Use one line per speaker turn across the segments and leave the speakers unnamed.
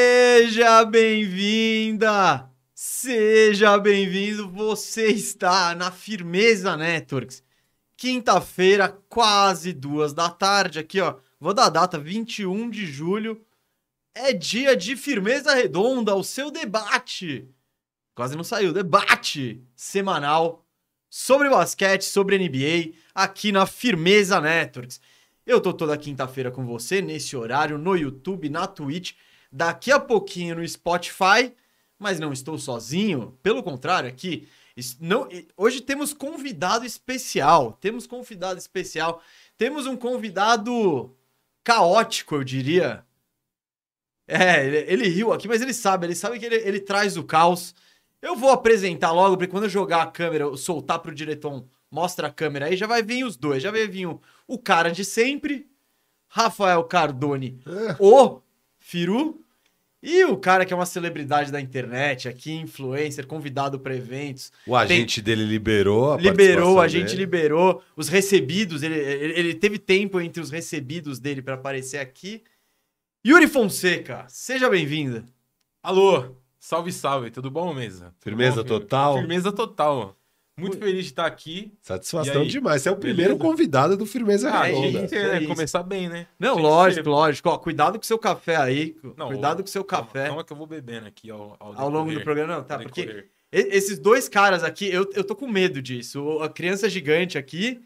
Seja bem-vinda! Seja bem-vindo! Você está na Firmeza Networks. Quinta-feira, quase duas da tarde, aqui ó. Vou dar a data, 21 de julho. É dia de Firmeza Redonda, o seu debate. Quase não saiu, debate semanal sobre basquete, sobre NBA, aqui na Firmeza Networks. Eu tô toda quinta-feira com você, nesse horário, no YouTube, na Twitch, daqui a pouquinho no Spotify, mas não estou sozinho, pelo contrário, aqui. es- Não, e- hoje temos convidado especial. Temos convidado especial. Temos um convidado caótico, eu diria. É, ele, ele riu aqui, mas ele sabe, ele sabe que ele, ele traz o caos. Eu vou apresentar logo, porque quando eu jogar a câmera, eu soltar pro diretor, mostra a câmera aí, já vai vir os dois. Já vai vir o, o cara de sempre, Rafael Cardone,
É.
o Firu, e o cara que é uma celebridade da internet aqui, influencer, convidado para eventos,
O agente dele liberou a
liberou,
participação
a gente
dele.
liberou. Os recebidos, ele, ele, ele teve tempo entre os recebidos dele pra aparecer aqui. Yuri Fonseca, seja bem-vinda.
Alô, salve, salve, tudo bom, mesa? Tudo
Firmeza
bom, Firme?
total?
Firmeza total. Muito feliz de estar aqui. E
Satisfação
aí?
demais. Você é o primeiro convidado do Firmeza
Ah, a
é
Redonda.
gente tem, né?
isso.
Começar bem, né?
Não,
Tem que
lógico,
ser.
lógico. Ó, cuidado com o seu café aí.
Não,
cuidado com o seu
Calma,
café
Calma que eu vou bebendo aqui ao, ao,
ao longo do
decorrer,
programa. Não, tá,
ao
porque e-
decorrer.
esses dois caras aqui, eu, eu tô com medo disso. O- A criança gigante aqui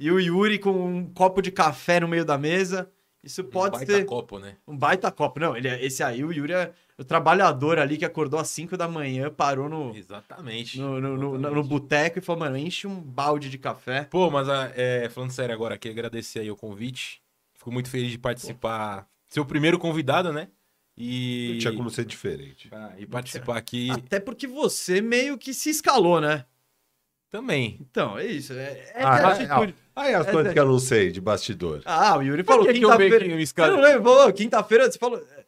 e o Yuri com um copo de café no meio da mesa. Isso pode
um baita
ser.
copo, né?
Um baita copo. Não, ele é- esse aí, o Yuri é o trabalhador ali que acordou às 5 da manhã, parou no,
Exatamente.
no, no, no, no- no
Exatamente.
boteco e falou, mano, enche um balde de café.
Pô, mas ah, é, falando sério agora, aqui agradecer aí o convite. Fico muito feliz de participar. Ser o primeiro convidado, né? E,
Não tinha como ser diferente.
Ah, e participar aqui
Até porque você meio que se escalou, né?
também.
Então, é isso. É, é
Ah,
essa
ah,
atitude.
Aí as
É,
coisas
é.
que eu não sei, de bastidor.
Ah, o Yuri
Por
falou
que que eu meio que
quinta-feira.
me
Você não
escalei?
lembrou? Quinta-feira você falou. é,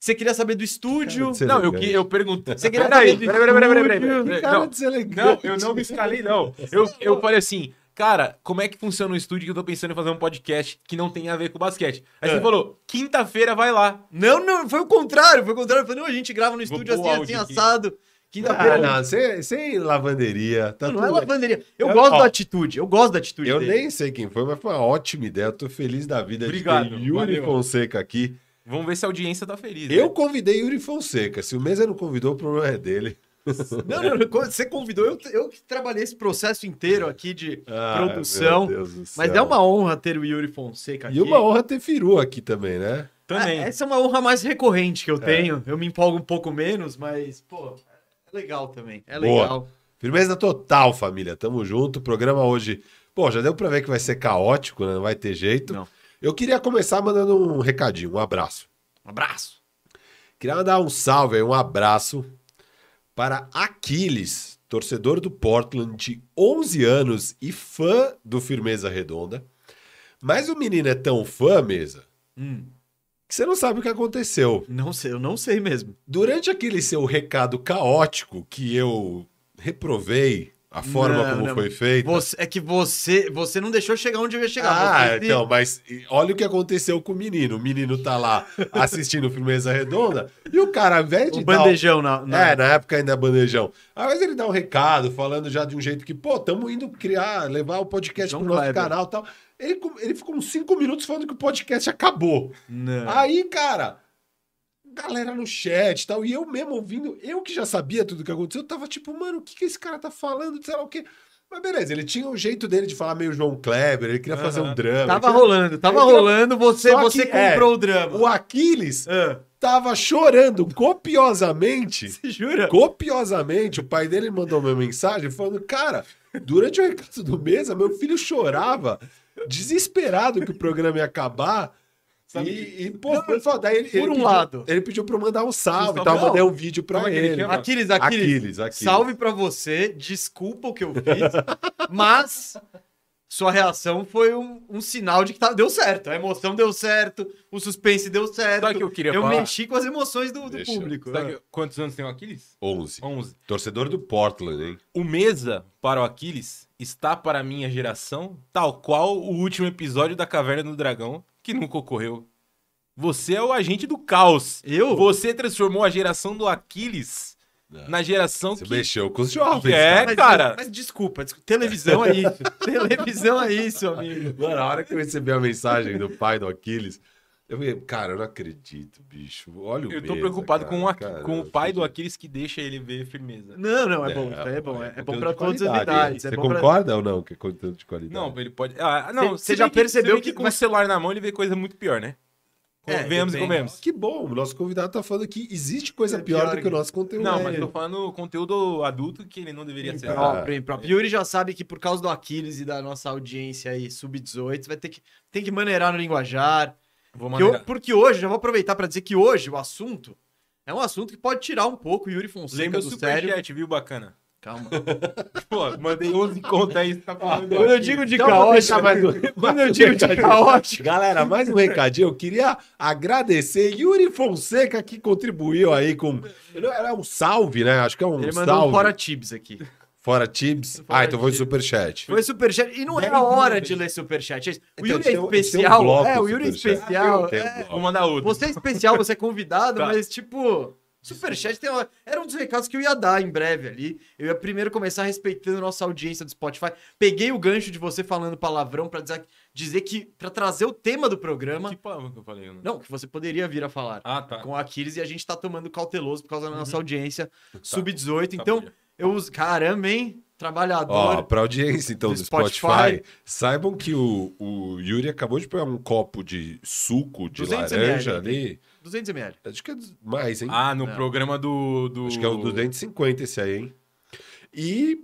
Você queria saber do estúdio.
Cara, você- tá
Não, eu, que- eu perguntei.
Você queria
Peraí,
saber do
peraí, peraí, peraí, peraí, peraí,
estúdio?
peraí.
Cara
Não,
deselegante.
Não, eu não me escalei, não. Eu, eu falei assim, cara, como é que funciona o estúdio que eu tô pensando em fazer um podcast que não tem a ver com basquete? Aí
É.
você falou, quinta-feira vai lá.
Não, não, foi o contrário. Foi o contrário. Eu falei, não, a gente grava no
Vou
estúdio
pôr o
assim, assim,
áudio aqui.
assado. Quinta-feira.
Ah, não, sem, sem lavanderia. Tá
Não, não
tudo
é
bem.
lavanderia. Eu
Eu-
gosto
ó,
da atitude. Eu gosto da atitude
Eu
dele.
nem sei quem foi, mas foi uma ótima ideia. Eu tô feliz da vida
Obrigado,
de ter Yuri
valeu.
Fonseca aqui.
Vamos ver se a audiência tá feliz.
Eu
né?
convidei Yuri Fonseca. Se o Mesa não convidou, o problema é dele.
Não, não, não, quando você convidou. Eu, eu que trabalhei esse processo inteiro aqui de.
Ah,
Produção.
meu Deus do céu.
Mas é uma honra ter o Yuri Fonseca aqui.
E uma honra ter Firu aqui também, É. né?
também.
Ah, essa é uma honra mais recorrente que eu tenho. Eu me empolgo um pouco menos, mas, pô, é legal também. É
Boa.
legal.
Firmeza total, família. Tamo junto. O programa hoje, pô, já deu pra ver que vai ser caótico, né? Não vai ter jeito.
Não.
Eu queria começar mandando um recadinho, um abraço.
Um abraço.
Queria mandar um salve aí, um abraço para Aquiles, torcedor do Portland de 11 anos e fã do Firmeza Redonda. Mas o menino é tão fã, mesa,
Hum,
que você não sabe o que aconteceu.
não sei, eu não sei mesmo.
Durante aquele seu recado caótico que eu reprovei a forma
Não,
como
não.
foi feita.
Você- é que você você não deixou chegar onde eu ia chegar.
Ah,
Você-
então, mas olha o que aconteceu com o menino. O menino tá lá assistindo Firmeza Redonda e o cara, ao invés de
O
dar
um bandejão né? na. na-
então. É, na época ainda é bandejão. Às vezes ele dá um recado, falando já de um jeito que, pô, estamos indo criar, levar o podcast
João
pro nosso
Kleber.
canal e tal. Ele, com- ele ficou uns cinco minutos falando que o podcast acabou.
Não.
Aí, cara, galera no chat e tal, e eu mesmo ouvindo, eu que já sabia tudo que aconteceu, eu tava tipo, mano, o que, que esse cara tá falando, sei lá o quê. Mas beleza, ele tinha um jeito dele de falar meio João Kleber, ele queria fazer um
Aham.
drama.
tava
ele queria-
rolando, tava
Então,
rolando, você,
só que- é,
você comprou o drama.
O Aquiles
Ah,
tava chorando copiosamente.
você jura?
Copiosamente, o pai dele mandou uma mensagem falando: Cara, durante o recado do mesa, meu filho chorava, desesperado que o programa ia acabar.
Sabe
e, e, pô, foi foda. Daí ele,
por
ele
um
pediu,
lado.
Ele pediu pra eu mandar um salve e
Não,
tal,
não.
mandei um vídeo pra
Como é que ele
ele.
chama?
Aquiles, Aquiles,
Aquiles, Aquiles.
Salve pra você, desculpa o que eu fiz, mas sua reação foi um, um sinal de que tá- deu certo. A emoção deu certo, o suspense deu certo.
Sabe o que eu queria
eu
falar?
mexi com as emoções do, do
Deixa eu-
público.
Sabe que- quantos anos tem o Aquiles?
11.
11.
Torcedor do Portland, hein?
O Mesa para o Aquiles está para a minha geração, tal qual o último episódio da Caverna do Dragão, que nunca ocorreu. Você é o agente do caos.
Eu?
Você transformou a geração do Aquiles
Não.
na geração
É. Você
que.
mexeu com os jovens.
É,
Mas-
cara.
Mas desculpa, desculpa, televisão é isso. televisão é isso, amigo.
Mano, a hora que eu recebi a mensagem do pai do Aquiles, eu falei, cara, eu não acredito, bicho. Olha o
Eu tô
Mesa,
preocupado com, o
cara,
Aqui-
cara,
com
eu
o pai do
acredito.
Aquiles que deixa ele ver firmeza.
Não, não, é, bom, é, bom. É, é bom pra todas as idades.
Você
É bom pra-
concorda ou não que é conteúdo de qualidade?
Não, ele pode. Ah, não,
Cê-
se
cê
bem
já
que- se
percebeu
bem
que
que com o
começa-
celular na mão ele vê coisa muito pior, né?
É,
Convenhamos e
depende.
comemos.
Que bom, o nosso convidado tá falando que existe coisa
É
pior,
pior
do que o nosso conteúdo.
Não,
É.
mas tô falando conteúdo adulto que ele não deveria ser.
Impróprio, impróprio. Yuri já sabe que por causa do Aquiles e da nossa audiência aí, sub-18, vai ter que, tem que maneirar no linguajar.
Vou
Que eu-
mandar.
porque hoje, já vou aproveitar pra dizer que hoje o assunto é um assunto que pode tirar um pouco o Yuri Fonseca
Lembra o
é do sério.
superchat, viu? Bacana.
Calma.
Pô, mandei 11 conto aí, tá falando. do
Quando eu
Aquiles.
digo de
Então, vou
caótico,
deixar mais um-
quando eu digo de caótico,
Galera, mais um recadinho. Eu queria agradecer Yuri Fonseca que contribuiu aí com. É um salve, né? Acho que é um
ele mandou
salve.
um fora Tibs aqui.
Fora Tibs.
Fora
Ah, então foi
Tibs.
superchat.
Foi superchat. E não é
Dez
a hora
minutos.
de ler superchat. é isso. O
Então,
Yuri
tem
é
um- tem um
especial.
bloco
é, o Yuri é
superchat.
especial.
Tem um
é.
bloco.
Vou mandar outro.
Você é especial, você é convidado,
Tá.
mas tipo. Superchat tem uma... era um dos recados que eu ia dar em breve ali. Eu ia primeiro começar respeitando a nossa audiência do Spotify. Peguei o gancho de você falando palavrão pra dizer, dizer que. pra trazer o tema do programa.
Que palavra que eu falei? eu não-
Não, que você poderia vir a falar.
Ah, tá.
Com a Aquiles e a gente tá tomando cauteloso por causa da nossa audiência sub-18.
Tá,
Então,
podia.
eu uso. Caramba, hein? Trabalhador.
Ó, pra audiência então do,
Do
Spotify,
Spotify.
saibam que o, o Yuri acabou de pegar um copo de suco de
200
laranja
ml.
ali.
200 ml.
Acho que é mais, hein?
Ah, no
Não.
programa do, do.
Acho que é o 250 esse aí, hein? E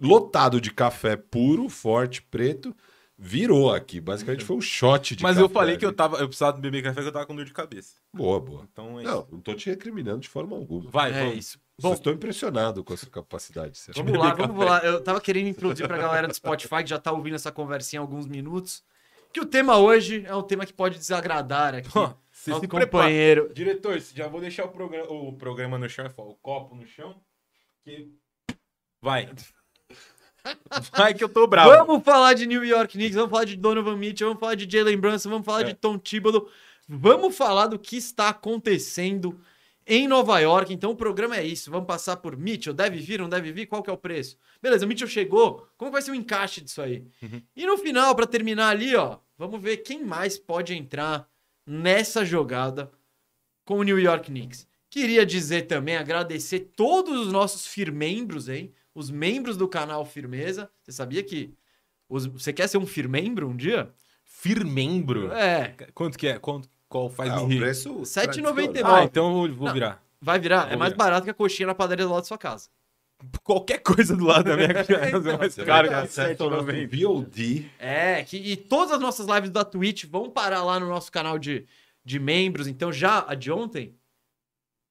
lotado de café puro, forte, preto, virou aqui. Basicamente foi um shot de
Mas
café
eu falei que eu
ali.
tava. Eu precisava beber café que eu tava com dor de cabeça.
Boa, boa.
Então é
Não,
isso.
não tô te recriminando de forma alguma.
Vai,
é
vamos.
isso.
Bom,
Bom,
estou impressionado com a sua capacidade. Sérgio.
Vamos lá, vamos lá. Eu tava querendo introduzir pra galera do Spotify que já tá ouvindo essa conversinha há alguns minutos. Que o tema hoje é um tema que pode desagradar aqui.
Pô, Você
Nosso
se prepara.
companheiro.
Diretor, já vou deixar o programa, o programa no chão, é foda, o copo no chão. que- Vai. Vai que eu tô bravo.
Vamos falar de New York Knicks, vamos falar de Donovan Mitchell, vamos falar de Jalen Brunson, vamos falar
É.
de Tom Thibodeau. Vamos falar do que está acontecendo em Nova York. Então o programa é isso. Vamos passar por Mitchell. Deve vir, não deve vir? Qual que é o preço? Beleza, o Mitchell chegou. Como vai ser o encaixe disso aí?
Uhum.
E no final, para terminar ali, ó, vamos ver quem mais pode entrar nessa jogada com o New York Knicks. Queria dizer também, agradecer todos os nossos firmembros, hein? Os membros do canal Firmeza. Você sabia que os- você quer ser um firmembro um dia?
Firmembro?
É,
Quanto que é? Quanto, qual faz
Ah,
me
o
rir?
preço.
7,99.
tradicional.
Ah, então eu vou virar.
vai virar. É
Vou
mais
virar.
barato que a coxinha na padaria do lado da sua casa.
Qualquer coisa do lado da minha casa é mais
Você
caro
vai
que
ter acesso ao nosso
7,90.
VOD.
É, que, e todas as nossas lives da Twitch vão parar lá no nosso canal de, de membros. Então já, a de ontem,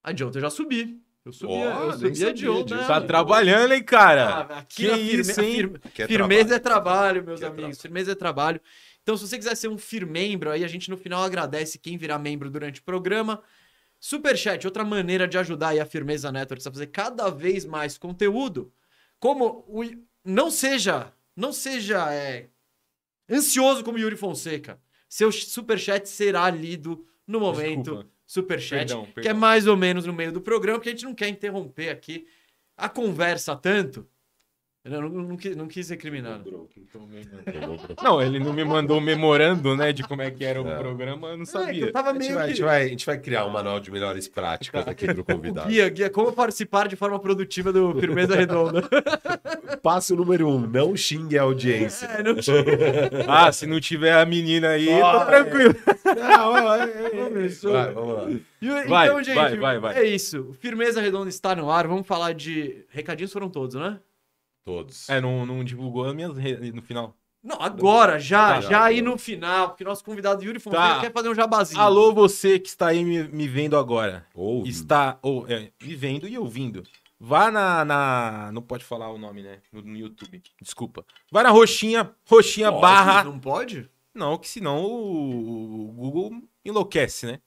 a de ontem eu já subi. Eu subi,
Ó,
eu
nem
subi a de
sabia
ontem.
disso.
né?
Tá trabalhando, hein, cara?
Ah, aqui
que
na firme-
isso, hein?
firme-
Que é
firmeza é trabalho, meus
Que é
amigos.
trabalho.
Firmeza é trabalho. Então, se você quiser ser um firmembro, aí a gente no final agradece quem virar membro durante o programa. Superchat, outra maneira de ajudar aí a Firmeza Networks a fazer cada vez mais conteúdo. Como o... não seja, não seja é, ansioso como Yuri Fonseca. Seu superchat será lido no momento
Desculpa.
superchat,
Perdão,
que é
perdão.
mais ou menos no meio do programa, porque a gente não quer interromper aqui a conversa tanto. Eu não, não, não quis, não quis recriminar. né?
Não, ele não me mandou um memorando, né, de como é que era o
É.
programa, eu não
É, que
sabia.
eu tava
A gente,
meio
vai, a, gente
que...
vai, a gente vai criar um manual de melhores práticas aqui pro convidado.
Guia, guia, como participar de forma produtiva do Firmeza Redonda.
Passo número um: não xingue a audiência.
É, não tinha-
Ah, se não tiver a menina aí,
Ah,
tá tranquilo.
Vai, vamos lá.
E o-
Vai,
então, gente,
vai, vai, vai.
é isso. O Firmeza Redonda está no ar. Vamos falar de... Recadinhos foram todos, né?
Todos.
É, não, não divulgou as minhas redes no final.
Não, agora, já,
Tá,
já
tá.
aí no final, porque nosso convidado Yuri Fonseca
Tá.
quer fazer um jabazinho.
Alô, você que está aí me, me vendo agora.
Ouve.
Está ou, é, me vendo e ouvindo. Vá na, na- Não pode falar o nome, né? No, no YouTube. Desculpa. Vai na roxinha, roxinha
Pode?
barra.
Não pode?
Não, que senão o, o Google enlouquece, né?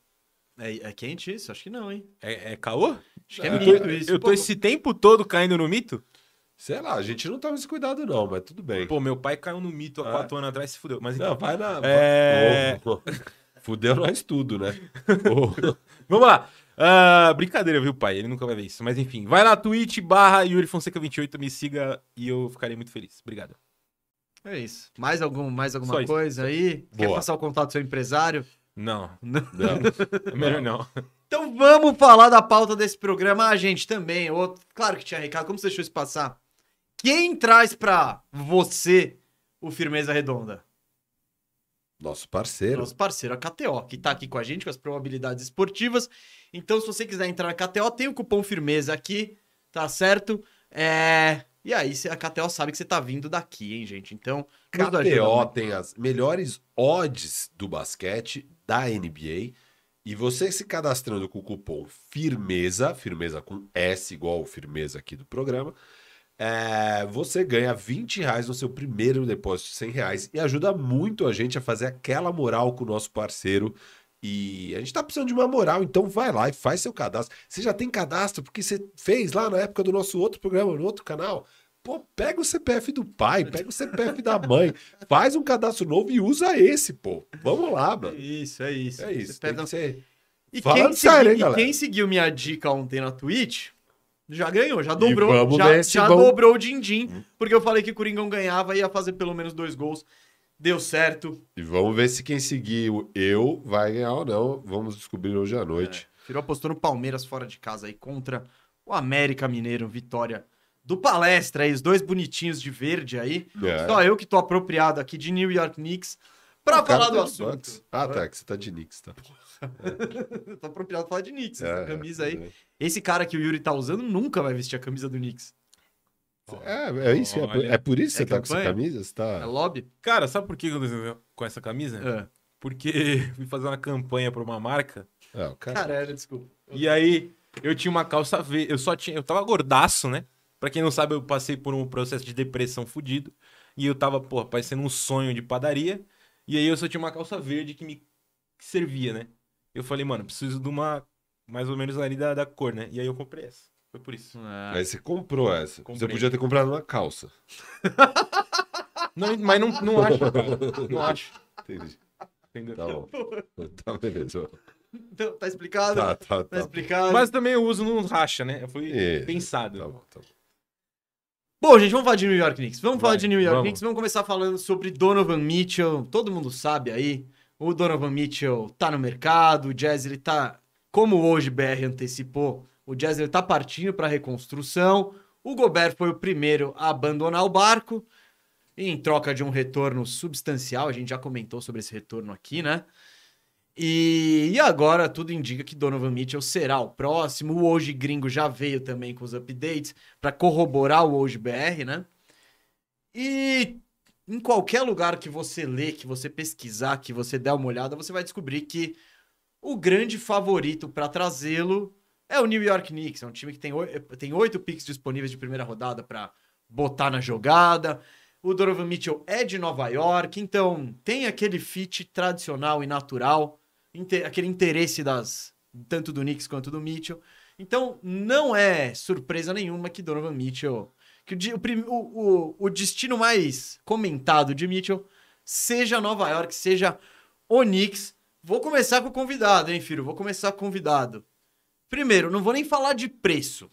É, é quente isso? Acho que não, hein?
É, é caô?
Acho que é
Eu tô-
mito isso.
Eu
Pô,
tô esse tempo todo caindo no mito?
Sei lá, a gente não tava nesse cuidado, não, mas tudo bem.
Pô, meu pai caiu no mito há
Ah.
quatro anos atrás e se fudeu. Mas então.
Não, vai na.
É.
Ouve. Fudeu nós tudo, né? Ô,
Vamos lá. Ah, brincadeira, viu, pai? Ele nunca vai ver isso. Mas enfim, vai lá, twitch barra Yuri Fonseca 28, me siga e eu ficarei muito feliz. Obrigado.
É isso. Mais, algum, mais
Só
alguma
isso.
coisa aí? Quer
Boa.
passar o contato do seu empresário?
Não,
não.
é melhor não.
Então vamos falar da pauta desse programa. Ah, gente, também. Outro... Claro que tinha recado. Como você deixou isso passar? Quem traz pra você o Firmeza Redonda?
Nosso parceiro.
Nosso parceiro, a KTO, que tá aqui com a gente com as probabilidades esportivas. Então, se você quiser entrar na KTO, tem o cupom Firmeza aqui, tá certo? É... E aí, cê- a KTO sabe que você tá vindo daqui, hein, gente? Então, nos ajuda,
KTO
né?
tem as melhores odds do basquete da NBA. E você se cadastrando com o cupom FIRMEZA, firmeza com S igual o firmeza aqui do programa, é, você ganha 20 reais no seu primeiro depósito de 100 reais e ajuda muito a gente a fazer aquela moral com o nosso parceiro. E a gente tá precisando de uma moral, então vai lá e faz seu cadastro. Você já tem cadastro porque você fez lá na época do nosso outro programa, no outro canal. Pô, pega o CPF do pai, pega o CPF da mãe, faz um cadastro novo e usa esse, pô. Vamos lá, mano.
Isso, é isso.
É isso.
Você
Tem
pega-
que ser...
E,
Falando
quem,
sério,
segui-
hein,
e
galera?
quem seguiu minha dica ontem na Twitch, já ganhou, já dobrou.
vamos
já
ver Hum. se
já
vão-
dobrou o din-din, porque eu falei que o Coringão ganhava e ia fazer pelo menos dois gols. Deu certo.
E vamos ver se quem seguir o eu vai ganhar ou não. Vamos descobrir hoje à noite.
Tirou apostou no Palmeiras fora de casa aí contra o América Mineiro, vitória do palestra aí, os dois bonitinhos de verde aí.
É.
Só eu que tô apropriado aqui de New York Knicks pra
O cara
falar
tá
do
de Bucks.
assunto.
Ah, tá, que você tá de Knicks, tá?
tô apropriado pra falar de Knicks, essa
É,
camisa aí.
é.
Esse cara que o Yuri tá usando nunca vai vestir a camisa do Knicks.
É, é isso, é, por-
Olha.
é por isso que
É
você tá com essa
campanha?
camisa? Você
É
tá...
lobby?
Cara, sabe por que eu desenhei com essa camisa?
É.
Porque fui fazer uma campanha pra uma marca
Ah, o cara...
É. Caralho, desculpa.
e aí eu tinha uma calça verde. Eu só tinha. Eu tava gordaço, né? Pra quem não sabe, eu passei por um processo de depressão fudido. E eu tava, porra, parecendo um sonho de padaria. E aí eu só tinha uma calça verde que me que servia, né? Eu falei, mano, preciso de uma. Mais ou menos ali da, da cor, né? E aí eu comprei essa. Foi por isso.
Aí você comprou essa. Você
Ah. Comprei.
podia ter comprado uma calça.
Não, mas não, não acho, cara. Não acho.
Entendi.
Entendeu?
Tá bom. Tá, beleza.
Então, tá explicado?
Tá,
Tá,
tá, tá.
explicado.
Mas também eu uso no racha, né? Foi
É,
pensado.
Tá bom, tá bom.
Bom, gente, vamos falar de New York Knicks. Vamos falar
Vai,
de New York
vamos.
Knicks. Vamos começar falando sobre Donovan Mitchell. Todo mundo sabe aí. O Donovan Mitchell tá no mercado. O Jazz, ele tá... Como hoje BR antecipou, o Jazz ele tá partindo pra reconstrução. O Gobert foi o primeiro a abandonar o barco. E em troca de um retorno substancial, a gente já comentou sobre esse retorno aqui, né? E, e agora tudo indica que Donovan Mitchell será o próximo. O Hoje Gringo já veio também com os updates para corroborar o Hoje BR, né? E em qualquer lugar que você lê, que você pesquisar, que você der uma olhada, você vai descobrir que o grande favorito para trazê-lo é o New York Knicks. É um time que tem oi- tem oito picks disponíveis de primeira rodada para botar na jogada. O Donovan Mitchell é de Nova York, então tem aquele fit tradicional e natural, inte- aquele interesse das tanto do Knicks quanto do Mitchell. Então não é surpresa nenhuma que Donovan Mitchell, que o, di- o prim- o- o- o destino mais comentado de Mitchell seja Nova York, seja o Knicks. Vou começar com o convidado, hein, filho? Vou começar com o convidado. Primeiro, não vou nem falar de preço.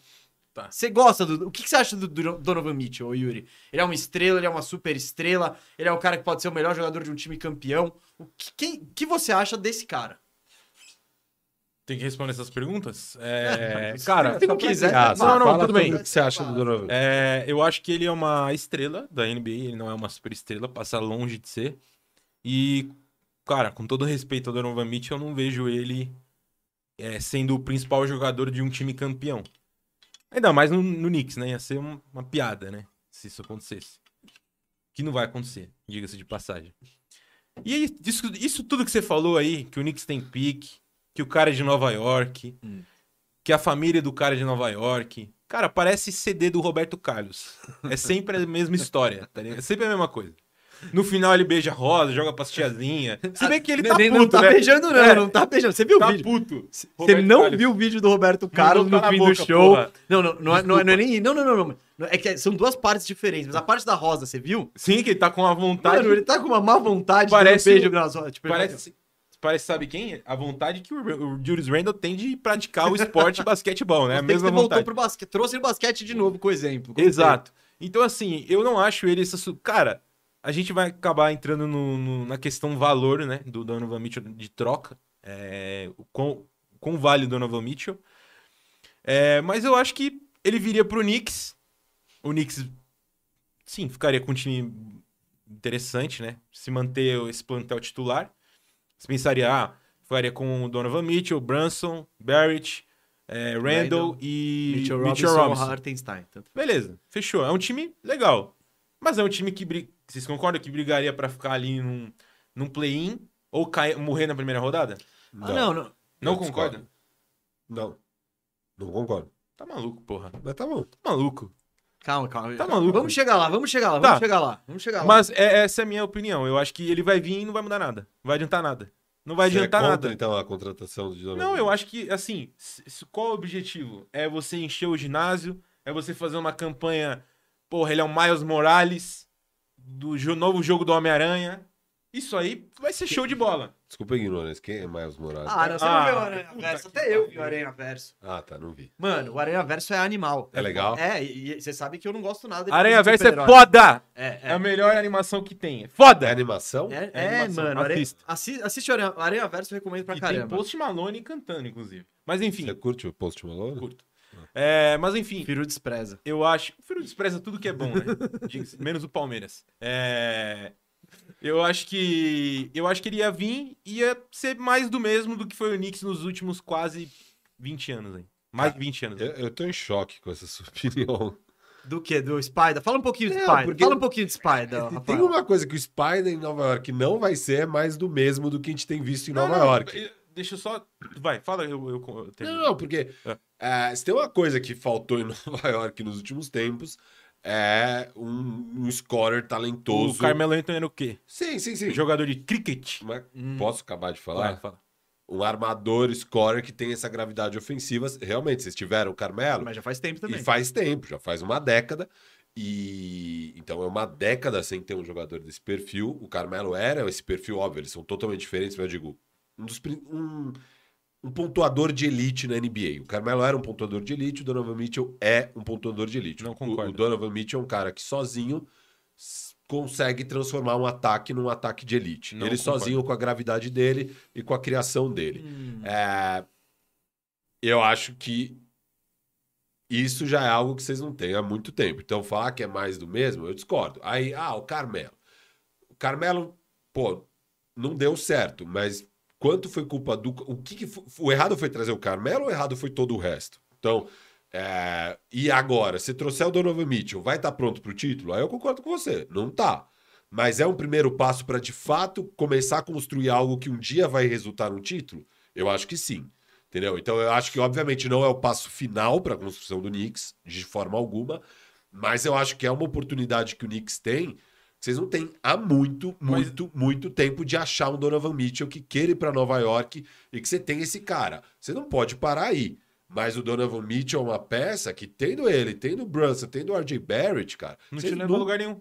Tá.
Você gosta do. O que que você acha do Dro- Donovan Mitchell, ô Yuri? Ele é uma estrela, ele é uma super estrela, ele é um cara que pode ser o melhor jogador de um time campeão. O que, quem- que você acha desse cara?
Tem que responder essas perguntas? É,
se
cara,
você não quiser.
Ah,
Não, não,
fala
tudo bem.
O que você acha do Donovan?
é, eu acho que ele é uma estrela da NBA, ele não é uma super estrela, passa longe de ser. E, cara, com todo respeito ao Donovan Mitchell, eu não vejo ele é, sendo o principal jogador de um time campeão. Ainda mais no, no Knicks, né? Ia ser um- uma piada, né? Se isso acontecesse. Que não vai acontecer, diga-se de passagem. E aí, isso, isso tudo que você falou aí, que o Knicks tem pique, que o cara é de Nova York,
Hum.
que a família do cara é de Nova York. Cara, parece CD do Roberto Carlos. É sempre a mesma história, tá ligado? É sempre a mesma coisa. No final ele beija a rosa, joga pras tiazinha. Se bem que ele tá
Nem-
puto,
não tá
né?
beijando, não,
É.
não tá beijando. Você viu o
Tá
vídeo?
puto.
Você
Roberto
não
Carlos.
viu o vídeo do Roberto Carlos
Mandou
no
calar
fim
a
do
boca,
show?
porra.
Não, não, não, é- não, é- não é nem. Não, não, não, não. não. É que são duas partes diferentes, mas a parte da Rosa, você viu?
Sim, que ele tá com a vontade.
Mano, ele tá com uma má vontade
Parece um-
de dar um beijo nas Tipo, ele-
Parece, parece, sabe quem? A vontade que o, o Julius Randle tem de praticar o esporte basquetebol, né? A
Você tem que
mesma
ter voltou
vontade.
pro basquete. Trouxe o basquete de novo, com exemplo. Gostei.
Exato. Então, assim, eu não acho ele essa. su- Cara, a gente vai acabar entrando no- no- na questão valor, né? Do Donovan Mitchell de troca. É, o quão, quão vale o Donovan Mitchell. É, mas eu acho que ele viria pro Knicks. O Knicks, sim, ficaria com um time interessante, né? Se manter esse plantel titular. Você pensaria, ah, ficaria com o Donovan Mitchell, Brunson, Barrett, é, Randall,
Randall,
e
Mitchell Robinson, Hartenstein. Tanto
Beleza, fechou. É um time legal. Mas é um time que. bri- Vocês concordam que brigaria pra ficar ali num, num play-in ou cair, morrer na primeira rodada?
Ah, não, não.
Não
Eu discordo.
concorda?
Não. Não concordo.
Tá maluco, porra.
Mas tá bom.
Tá maluco.
Calma, calma.
Tá maluco?
Vamos chegar lá, vamos chegar lá,
Tá.
vamos chegar lá. Vamos chegar lá.
Mas é- essa é a minha opinião. Eu acho que ele vai vir e não vai mudar nada. Não vai adiantar nada. Não vai
Você é
adiantar
contra,
nada.
então, a contratação de Donovan
Não, eu acho que, assim, se- se- qual o objetivo? É você encher o ginásio? É você fazer uma campanha, porra, ele é o Miles Morales do jo- novo jogo do Homem-Aranha? Isso aí vai ser show de bola.
Desculpa, ignorância. Quem é Miles Morales?
Ah, não, você não
Ah,
viu o Aranha
puta
Verso.
que
Até eu
pariu.
vi o Aranha Verso.
Ah, tá. Não vi.
Mano, o Aranha Verso é animal.
É legal?
É, e, e você sabe que eu não gosto nada de
Aranha
filme de
Versa é
super-herói.
foda!
É,
É
é.
a melhor animação que tem. É
É
Foda!
animação?
É,
É
é,
animação,
mano, Aranha,
assista.
assi- assiste o Aranha, Aranha Verso, eu recomendo pra
e tem
caramba.
Post Malone cantando, inclusive. Mas enfim,
Você curte o Post Malone?
curto. É, mas enfim,
Firu despreza.
eu acho. O Firu despreza tudo que é bom, né? Diga-se, Menos o Palmeiras. É, Eu acho que. Eu acho que ele ia vir e ia ser mais do mesmo do que foi o Knicks nos últimos quase 20 anos aí. Mais de 20 anos.
Ah, Eu, eu tô em choque com essa sua opinião.
Do que? Do Spider? Fala um pouquinho de
Não,
Spider.
porque-
Fala um pouquinho de Spider,
Ah,
Se
Rafael.
tem um uma coisa que o Spider em Nova York não vai ser é mais do mesmo do que a gente tem visto em
Não,
Nova
não,
York.
eu- Deixa eu só. Vai, fala, eu, eu, eu termino.
Não, não, porque
É.
ah, se tem uma coisa que faltou em Nova York nos últimos tempos é um, um scorer talentoso.
O Carmelo Anthony era o quê?
Sim, sim, sim.
Jogador de cricket.
Mas
Hum.
Posso acabar de falar?
Vai, fala.
Um armador scorer que tem essa gravidade ofensiva. Realmente, vocês tiveram o Carmelo?
Mas já faz tempo
E
também.
faz tempo, já faz uma década. E então é uma década sem ter um jogador desse perfil. O Carmelo era esse perfil, óbvio, eles são totalmente diferentes, mas eu digo, um, dos prin- um- um pontuador de elite na NBA. O Carmelo era um pontuador de elite, o Donovan Mitchell é um pontuador de elite.
Não
O-
concordo.
O, Donovan Mitchell é um cara que sozinho s- consegue transformar um ataque num ataque de elite.
Não
Ele
concordo.
sozinho com a gravidade dele e com a criação dele.
Hum.
É, eu acho que isso já é algo que vocês não têm há muito tempo. Então, falar que é mais do mesmo, eu discordo. Aí, ah, o Carmelo. O Carmelo, pô, não deu certo, mas quanto foi culpa do. O que, que fo- O errado foi trazer o Carmelo ou o errado foi todo o resto? Então. é, e agora, se trouxer o Donovan Mitchell, vai estar pronto para o título? Aí eu concordo com você, não tá. Mas é um primeiro passo para de fato começar a construir algo que um dia vai resultar num título? Eu acho que sim. Entendeu? Então eu acho que, obviamente, não é o passo final para a construção do Knicks, de forma alguma, mas eu acho que é uma oportunidade que o Knicks tem. que Vocês não têm há muito,
Mas-
muito, muito tempo de achar um Donovan Mitchell que queira ir para Nova York e que você tem esse cara. Você não pode parar aí. Mas o Donovan Mitchell é uma peça que, tendo ele, tendo o Brunson, tendo o RJ Barrett, cara,
Não te
vocês
leva a
nunca-
lugar nenhum.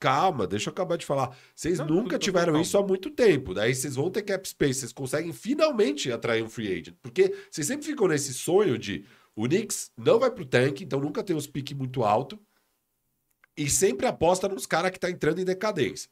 Calma, deixa eu acabar de falar. Vocês
Não, tudo
nunca
bem,
tiveram
calma.
isso há muito tempo. Daí vocês vão ter cap space, vocês conseguem finalmente atrair um free agent. Porque vocês sempre ficam nesse sonho de o Knicks não vai pro tank, então nunca tem os piques muito alto. E sempre aposta nos caras que tá entrando em decadência.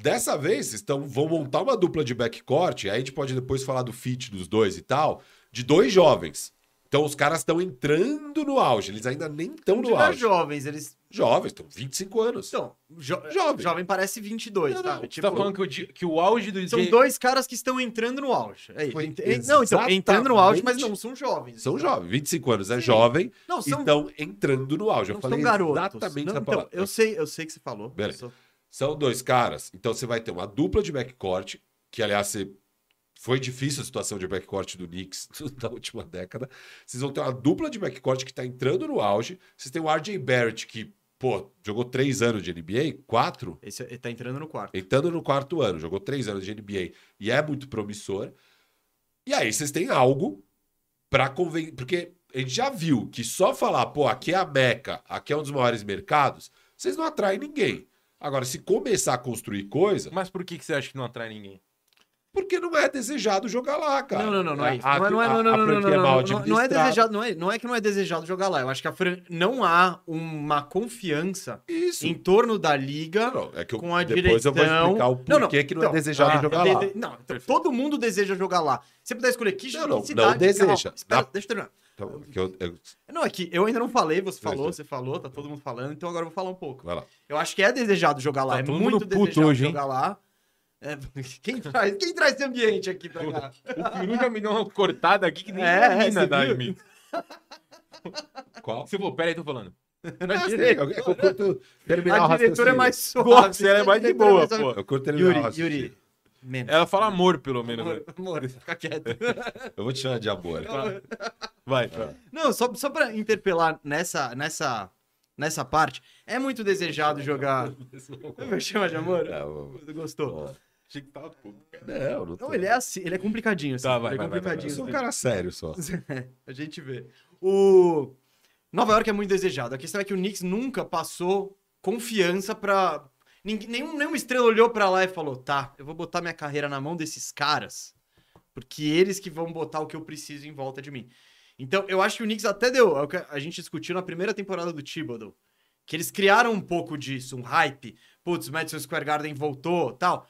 Dessa vez, vocês estão, vão montar uma dupla de backcourt, aí a gente pode depois falar do fit dos dois e tal, de dois jovens. Então os caras estão entrando no auge, eles ainda nem estão
Não
no
diga
auge.
jovens, eles...
Jovens, estão 25 anos.
Então, jo-
É, Jovem.
jovem parece 22,
Não,
tá?
não,
Você
Tipo,
tá falando que o, di- que o auge do
são
J-
dois caras que estão entrando no auge. É,
Foi
ent- en- não, então, entrando no auge, mas
exatamente.
não são jovens.
São
Então,
jovens, 25 anos, é
Sim.
jovem
Não,
e
são,
estão entrando no auge. Eu
não
falei
são garotos.
exatamente
não,
essa
então,
palavra.
eu sei, eu sei que você falou.
Beleza.
Eu sou-
São dois caras, então você vai ter uma dupla de backcourt, que aliás você- foi difícil a situação de backcourt do Knicks na última década. Vocês vão ter uma dupla de backcourt que tá entrando no auge. Vocês têm o RJ Barrett, que, pô, jogou três anos de NBA, quatro,
Esse ele tá entrando no quarto.
entrando no quarto ano, jogou três anos de NBA e é muito promissor. E aí vocês têm algo para convencer. Porque a gente já viu que só falar, pô, aqui é a Meca, aqui é um dos maiores mercados, vocês não atraem ninguém. Agora, se começar a construir coisa,
Mas por que que você acha que não atrai ninguém?
porque não é desejado jogar lá, cara.
Não, não, não, não é isso.
A-
Não é- não é-
a-
não, não,
a
não, não, não,
franquia
não,
mal
não, não é
administrada.
desejado, não é, não é que não é desejado jogar lá. Eu acho que a Fran... não há uma confiança
Isso.
em torno da liga
Não, é que eu,
com a
depois
direção.
eu vou explicar o porquê que não
então,
é desejado
ah,
jogar
de-
lá.
de- não, então, todo mundo deseja jogar lá. Se você puder escolher que,
Não, não,
que
não deseja.
Calma, espera,
Dá-
deixa eu terminar.
Então, que eu- eu-
Não, é que eu ainda não falei, você falou,
Deixa.
você falou, tá todo mundo falando, então agora eu vou falar um pouco.
vai lá.
Eu acho que é desejado jogar lá,
Tá
é
todo
muito
mundo puto
desejado
hoje, hein?
jogar lá. É, quem, traz, quem traz esse ambiente aqui pra cá?
O Firu já me deu uma cortada aqui que nem
É,
a mina
você
da
viu?
Armin.
Qual?
Se for, peraí, tô falando.
Ah, sei, eu, eu curto terminar
é A
o
diretora é
raciocínio.
mais suave.
Nossa, ela é mais de
A diretora
boa,
mais-
pô.
Eu curto terminar
Yuri,
o raciocínio.
Yuri. Menos.
Ela fala amor, pelo menos. né?
Amor, amor, fica quieto.
Eu vou te chamar de amor.
Vai, tá.
Não, só, só pra interpelar nessa, nessa, nessa parte, é muito desejado jogar. Me chama de amor?
É, eu-
Você Gostou?
Achei que tava puto. cara.
Não, não tô.
Não, ele é assim, ele é complicadinho. Assim,
Tá, vai,
ele é
vai, vai, vai,
Eu
complicadinho.
sou um cara sério só.
a gente vê. O Nova York é muito desejado. A questão é que o Knicks nunca passou confiança pra. Ninguém, nenhum, nenhuma estrela olhou pra lá e falou: tá, eu vou botar minha carreira na mão desses caras, porque eles que vão botar o que eu preciso em volta de mim. Então, eu acho que o Knicks até deu. é o que a gente discutiu na primeira temporada do Thibodeau. Que eles criaram um pouco disso, um hype. Putz, Madison Square Garden voltou tal.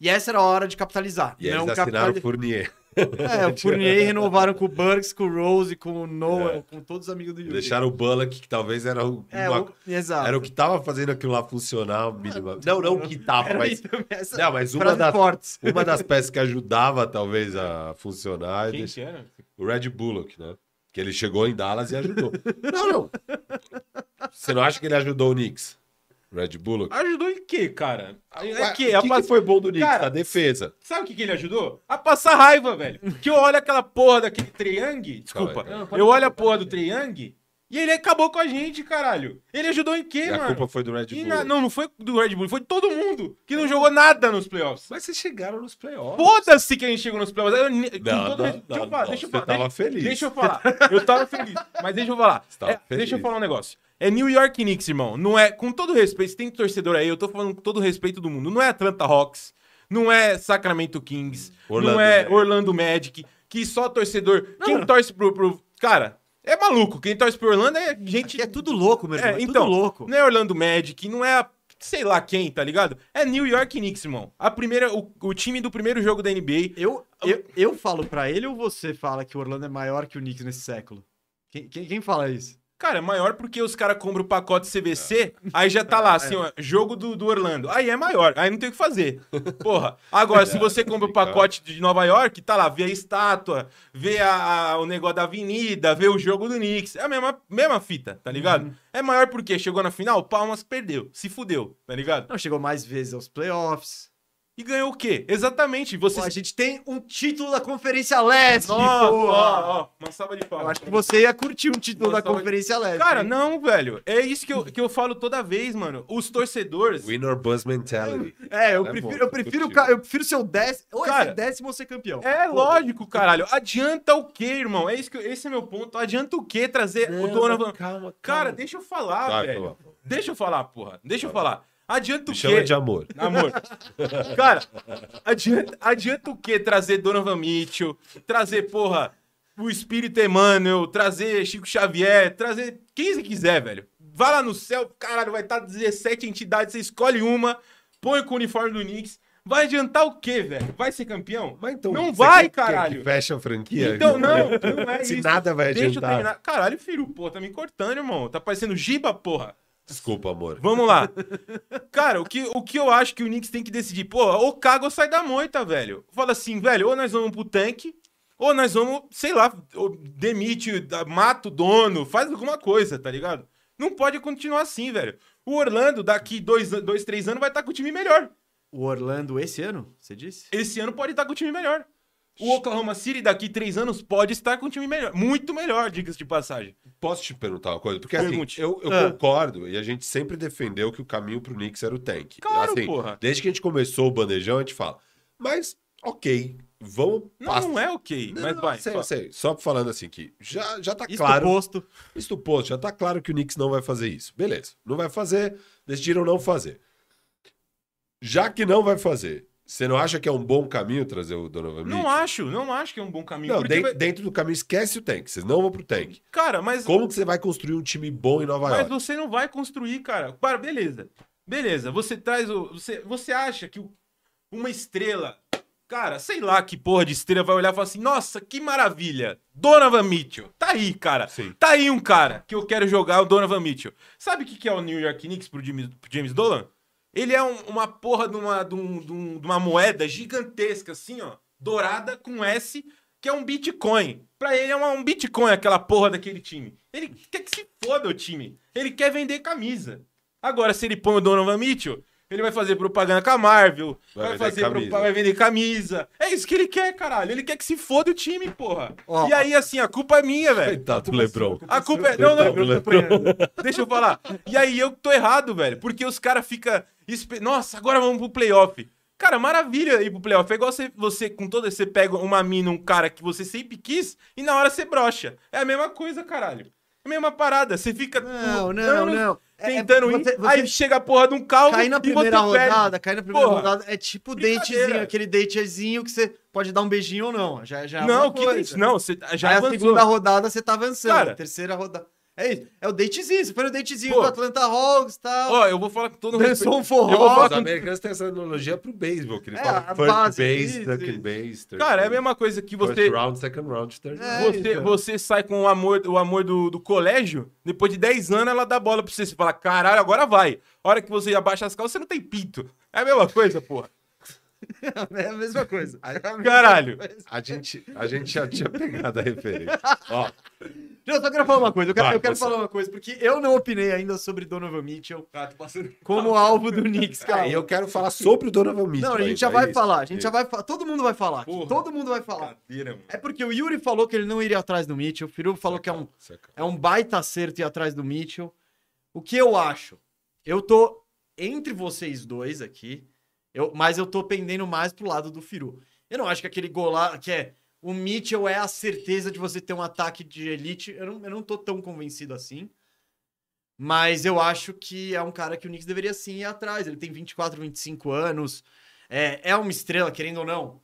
E essa era a hora de capitalizar.
E eles
não
assinaram
capitali-
o Fournier.
é, o Fournier renovaram com o Burks, com o Rose, com o Noah, com todos os amigos do Yuri.
É. Deixaram o Bullock, que talvez era o,
É,
uma-
o... Exato.
era o que tava fazendo aquilo lá funcionar. Mínima. Não, não o que tava,
Era
mas,
isso mesmo.
não, mas uma,
Frases
das,
fortes.
uma das peças que ajudava talvez a funcionar.
Quem
deixa-
que era?
O Red Bullock, né? Que ele chegou em Dallas e ajudou. não, não. Você não acha que ele ajudou o Knicks? Red Bullock?
Ajudou em quê, cara? Ah, É
Ué,
que,
o
a
que,
pass-
que foi bom do Knicks?
Cara,
a defesa.
Sabe o que, que ele ajudou? A passar raiva, velho. Que eu olho aquela porra daquele Triang. Desculpa.
Calma aí, calma
Eu olho a porra do Triang e ele acabou com a gente, caralho. Ele ajudou em quê,
E a
mano?
culpa foi do Red
E
Bullock.
na- não, não foi do Red Bull, foi de todo mundo que não jogou nada nos playoffs.
Mas vocês chegaram nos playoffs.
Foda-se que a gente chegou nos playoffs. Então, Eu, ne- com
Não,
todo
não,
res-
não,
deixa eu falar,
não,
deixa eu
você
falar.
tava
deixa-
feliz.
Deixa eu falar. Eu tava feliz, mas deixa eu falar.
Você tava
É,
feliz.
Deixa eu falar um negócio. É New York Knicks, irmão. Não é, com todo respeito, se tem torcedor aí, eu tô falando com todo respeito do mundo. Não é Atlanta Hawks, não é Sacramento Kings,
Orlando
não é
Magic.
Orlando Magic, que só torcedor.
Não,
quem
não.
torce pro, pro- Cara, é maluco. Quem torce pro Orlando é gente.
Aqui é tudo louco, meu irmão. É,
É,
tudo
então,
louco.
Não é Orlando Magic, não é a- sei lá quem, tá ligado? É New York Knicks, irmão. A primeira, o, o time do primeiro jogo da NBA.
Eu, eu, eu falo pra ele ou você fala que o Orlando é maior que o Knicks nesse século? Quem, quem, quem fala isso?
Cara, é maior porque os caras compram o pacote CVC,
É.
aí já tá lá, assim, ó, jogo do, do Orlando. Aí é maior, aí não tem o que fazer. Porra, agora,
É.
se você compra o pacote de Nova York, tá lá, vê a estátua, vê a- a- o negócio da avenida, vê o jogo do Knicks. É a mesma, mesma fita, tá ligado?
Uhum.
É maior porque chegou na final, Palmas perdeu, se fudeu, tá ligado?
Não, chegou mais vezes aos playoffs.
E ganhou o quê? Exatamente, você
Pô, a gente tem um título da Conferência Leste,
Nossa,
porra!
ó, ó, uma salva de palmas.
Eu acho que você é, ia curtir um título
Nossa,
da Conferência Leste.
Cara,
hein?
não, velho. É isso que eu, que eu falo toda vez, mano. Os torcedores.
Win or buzz mentality.
É, eu
É
prefiro,
bom,
eu prefiro,
curtiu.
ca- eu prefiro ser o décimo, ou é
Cara,
ser décimo ou ser campeão.
É
Pô,
lógico, caralho. Adianta o quê, irmão? É isso que eu- esse é meu ponto. Adianta o quê trazer É, o Donovan?
calma,
Cara, deixa eu falar,
Tá,
velho.
calma.
Deixa eu falar, porra. Deixa eu falar. Adianta o
Me chama
quê?
de amor.
Amor. Cara, adianta, adianta o que trazer Donovan Mitchell, trazer, porra, o Espírito Emmanuel, trazer Chico Xavier, trazer quem você quiser, velho. Vai lá no céu, caralho, vai estar 17 entidades, você escolhe uma, põe com o uniforme do Knicks. Vai adiantar o quê, velho? Vai ser campeão?
Mas então,
não
você
vai,
quer que- é
caralho.
Que fecha a franquia?
Então, não, não é
Se
isso.
nada vai
Deixa eu
adiantar.
terminar. Caralho, filho, pô, tá me cortando, irmão. Tá parecendo giba, porra.
Desculpa, amor.
Vamos lá. Cara, o que, o que eu acho que o Knicks tem que decidir? Pô, ou caga ou sai da moita, velho. Fala assim, velho, ou nós vamos pro tanque, ou nós vamos, sei lá, ou demite, da- mata o dono, faz alguma coisa, tá ligado? Não pode continuar assim, velho. O Orlando, daqui dois, an- dois três anos, vai estar com o time melhor.
O Orlando esse ano, você disse?
Esse ano pode estar com o time melhor. O Oklahoma City, daqui três anos, pode estar com o time melhor. Muito melhor, diga-se de passagem.
Posso te perguntar uma coisa? Porque assim,
Pergunte.
eu, eu
Ah.
concordo e a gente sempre defendeu que o caminho pro Knicks era o tank.
Claro,
assim,
porra.
Desde que a gente começou o bandejão, a gente fala. Mas, ok, vamos...
Não, não é ok, mas vai.
Sei,
fala.
sei. Só falando assim que já, já tá
Isso
claro
posto.
Isso do posto, já tá claro que o Knicks não vai fazer isso. Beleza, não vai fazer, decidiram não fazer. Já que não vai fazer, Você não acha que é um bom caminho trazer o Donovan
Não
Mitchell?
acho, não acho que é um bom caminho.
Não,
porque
den-
vai-
dentro do caminho esquece o tank. Vocês não vão pro tank.
Cara, mas,
Como que você vai construir um time bom em Nova
mas
York?
você não vai construir, cara. Para, beleza. Beleza, você traz o. Você, você acha que o- uma estrela. Cara, sei lá que porra de estrela vai olhar e falar assim: nossa, que maravilha! Donovan Mitchell. Tá aí, cara.
Sim.
Tá aí um cara que eu quero jogar, o Donovan Mitchell. Sabe o que que é o New York Knicks pro James, pro James Dolan? Ele é um- uma porra de uma, de, um- de um- de uma moeda gigantesca, assim, ó, dourada com S, que é um Bitcoin. Pra ele é uma- um Bitcoin aquela porra daquele time. Ele quer que se foda o time. Ele quer vender camisa. Agora, se ele põe o Donovan Mitchell, ele vai fazer propaganda com a Marvel,
Vai vender
vai, fazer propa-
camisa.
vai vender camisa. É isso que ele quer, caralho. Ele quer que se foda o time, porra.
Ó,
e aí, assim, a culpa é minha, velho.
Coitado né? do LeBron.
A culpa é. Não, não, deixa eu falar. E aí eu tô errado, velho. Porque os caras ficam. Nossa, agora vamos pro playoff. Cara, maravilha ir pro playoff. É igual você, você com toda. Você pega uma mina, um cara que você sempre quis e na hora você brocha. É a mesma coisa, caralho. É a mesma parada. Você fica.
Não,
por
não,
anos
não. É- é-
Tentando ir.
você-
Aí
você
chega a porra de um calvo.
Cair na
e
primeira
você perde.
rodada, cair na primeira
Porra.
rodada é tipo
Brincadeira.
datezinho, aquele datezinho que você pode dar um beijinho ou não. Já, já é
Não,
uma
que
coisa.
isso? Não, você já
Aí a
avançou.
segunda rodada você tá avançando.
Cara.
a terceira rodada. É isso. É o datezinho. Você foi no datezinho
Pô.
do Atlanta Hawks e tal.
Ó, eu vou falar com todo
dançou um
eu vou
forró.
falar
Os americanos têm essa analogia pro beisebol, que eles
É,
falam
a
first
base,
base,
isso,
second
isso.
base, third
Cara, é a
base,
mesma coisa que
first
você.
round, second round, third
É,
round.
Você, você sai com o amor, o amor do, do colégio, depois de 10 anos ela dá bola pra você. Você fala, caralho, agora vai. A hora que você abaixa as calças, você não tem pinto. É a mesma coisa, porra.
É a mesma coisa.
Caralho.
A gente, a gente já tinha pegado a referência. Ó,
Não, eu só quero falar uma coisa. Eu quero,
Vai,
eu quero
você.
falar uma coisa, porque eu não opinei ainda sobre Donovan Mitchell
Ah, tô passando.
como alvo do Knicks, cara.
e eu quero falar assim, sobre o Donovan Mitchell.
Não, a gente
ainda,
já
é
vai
isso?
falar. A gente
Isso.
já vai falar. Todo mundo vai falar. aqui,
Porra.
Todo mundo vai falar.
Cadeira, mano.
É porque o Yuri falou que ele não iria atrás do Mitchell. O Firu falou que é um,
Saca.
é um baita acerto ir atrás do Mitchell. O que eu acho? Eu tô entre vocês dois aqui, eu, mas eu tô pendendo mais pro lado do Firu. Eu não acho que aquele golar que é o Mitchell é a certeza de você ter um ataque de elite. Eu não, eu não tô tão convencido assim. Mas eu acho que é um cara que o Knicks deveria sim ir atrás. Ele tem 24, 25 anos. É, é uma estrela, querendo ou não.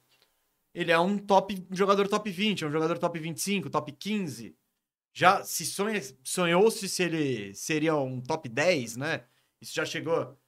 Ele é um top um jogador top 20, é um jogador top 25, top 15 já se sonha, sonhou-se se ele seria um top 10, né? Isso já chegou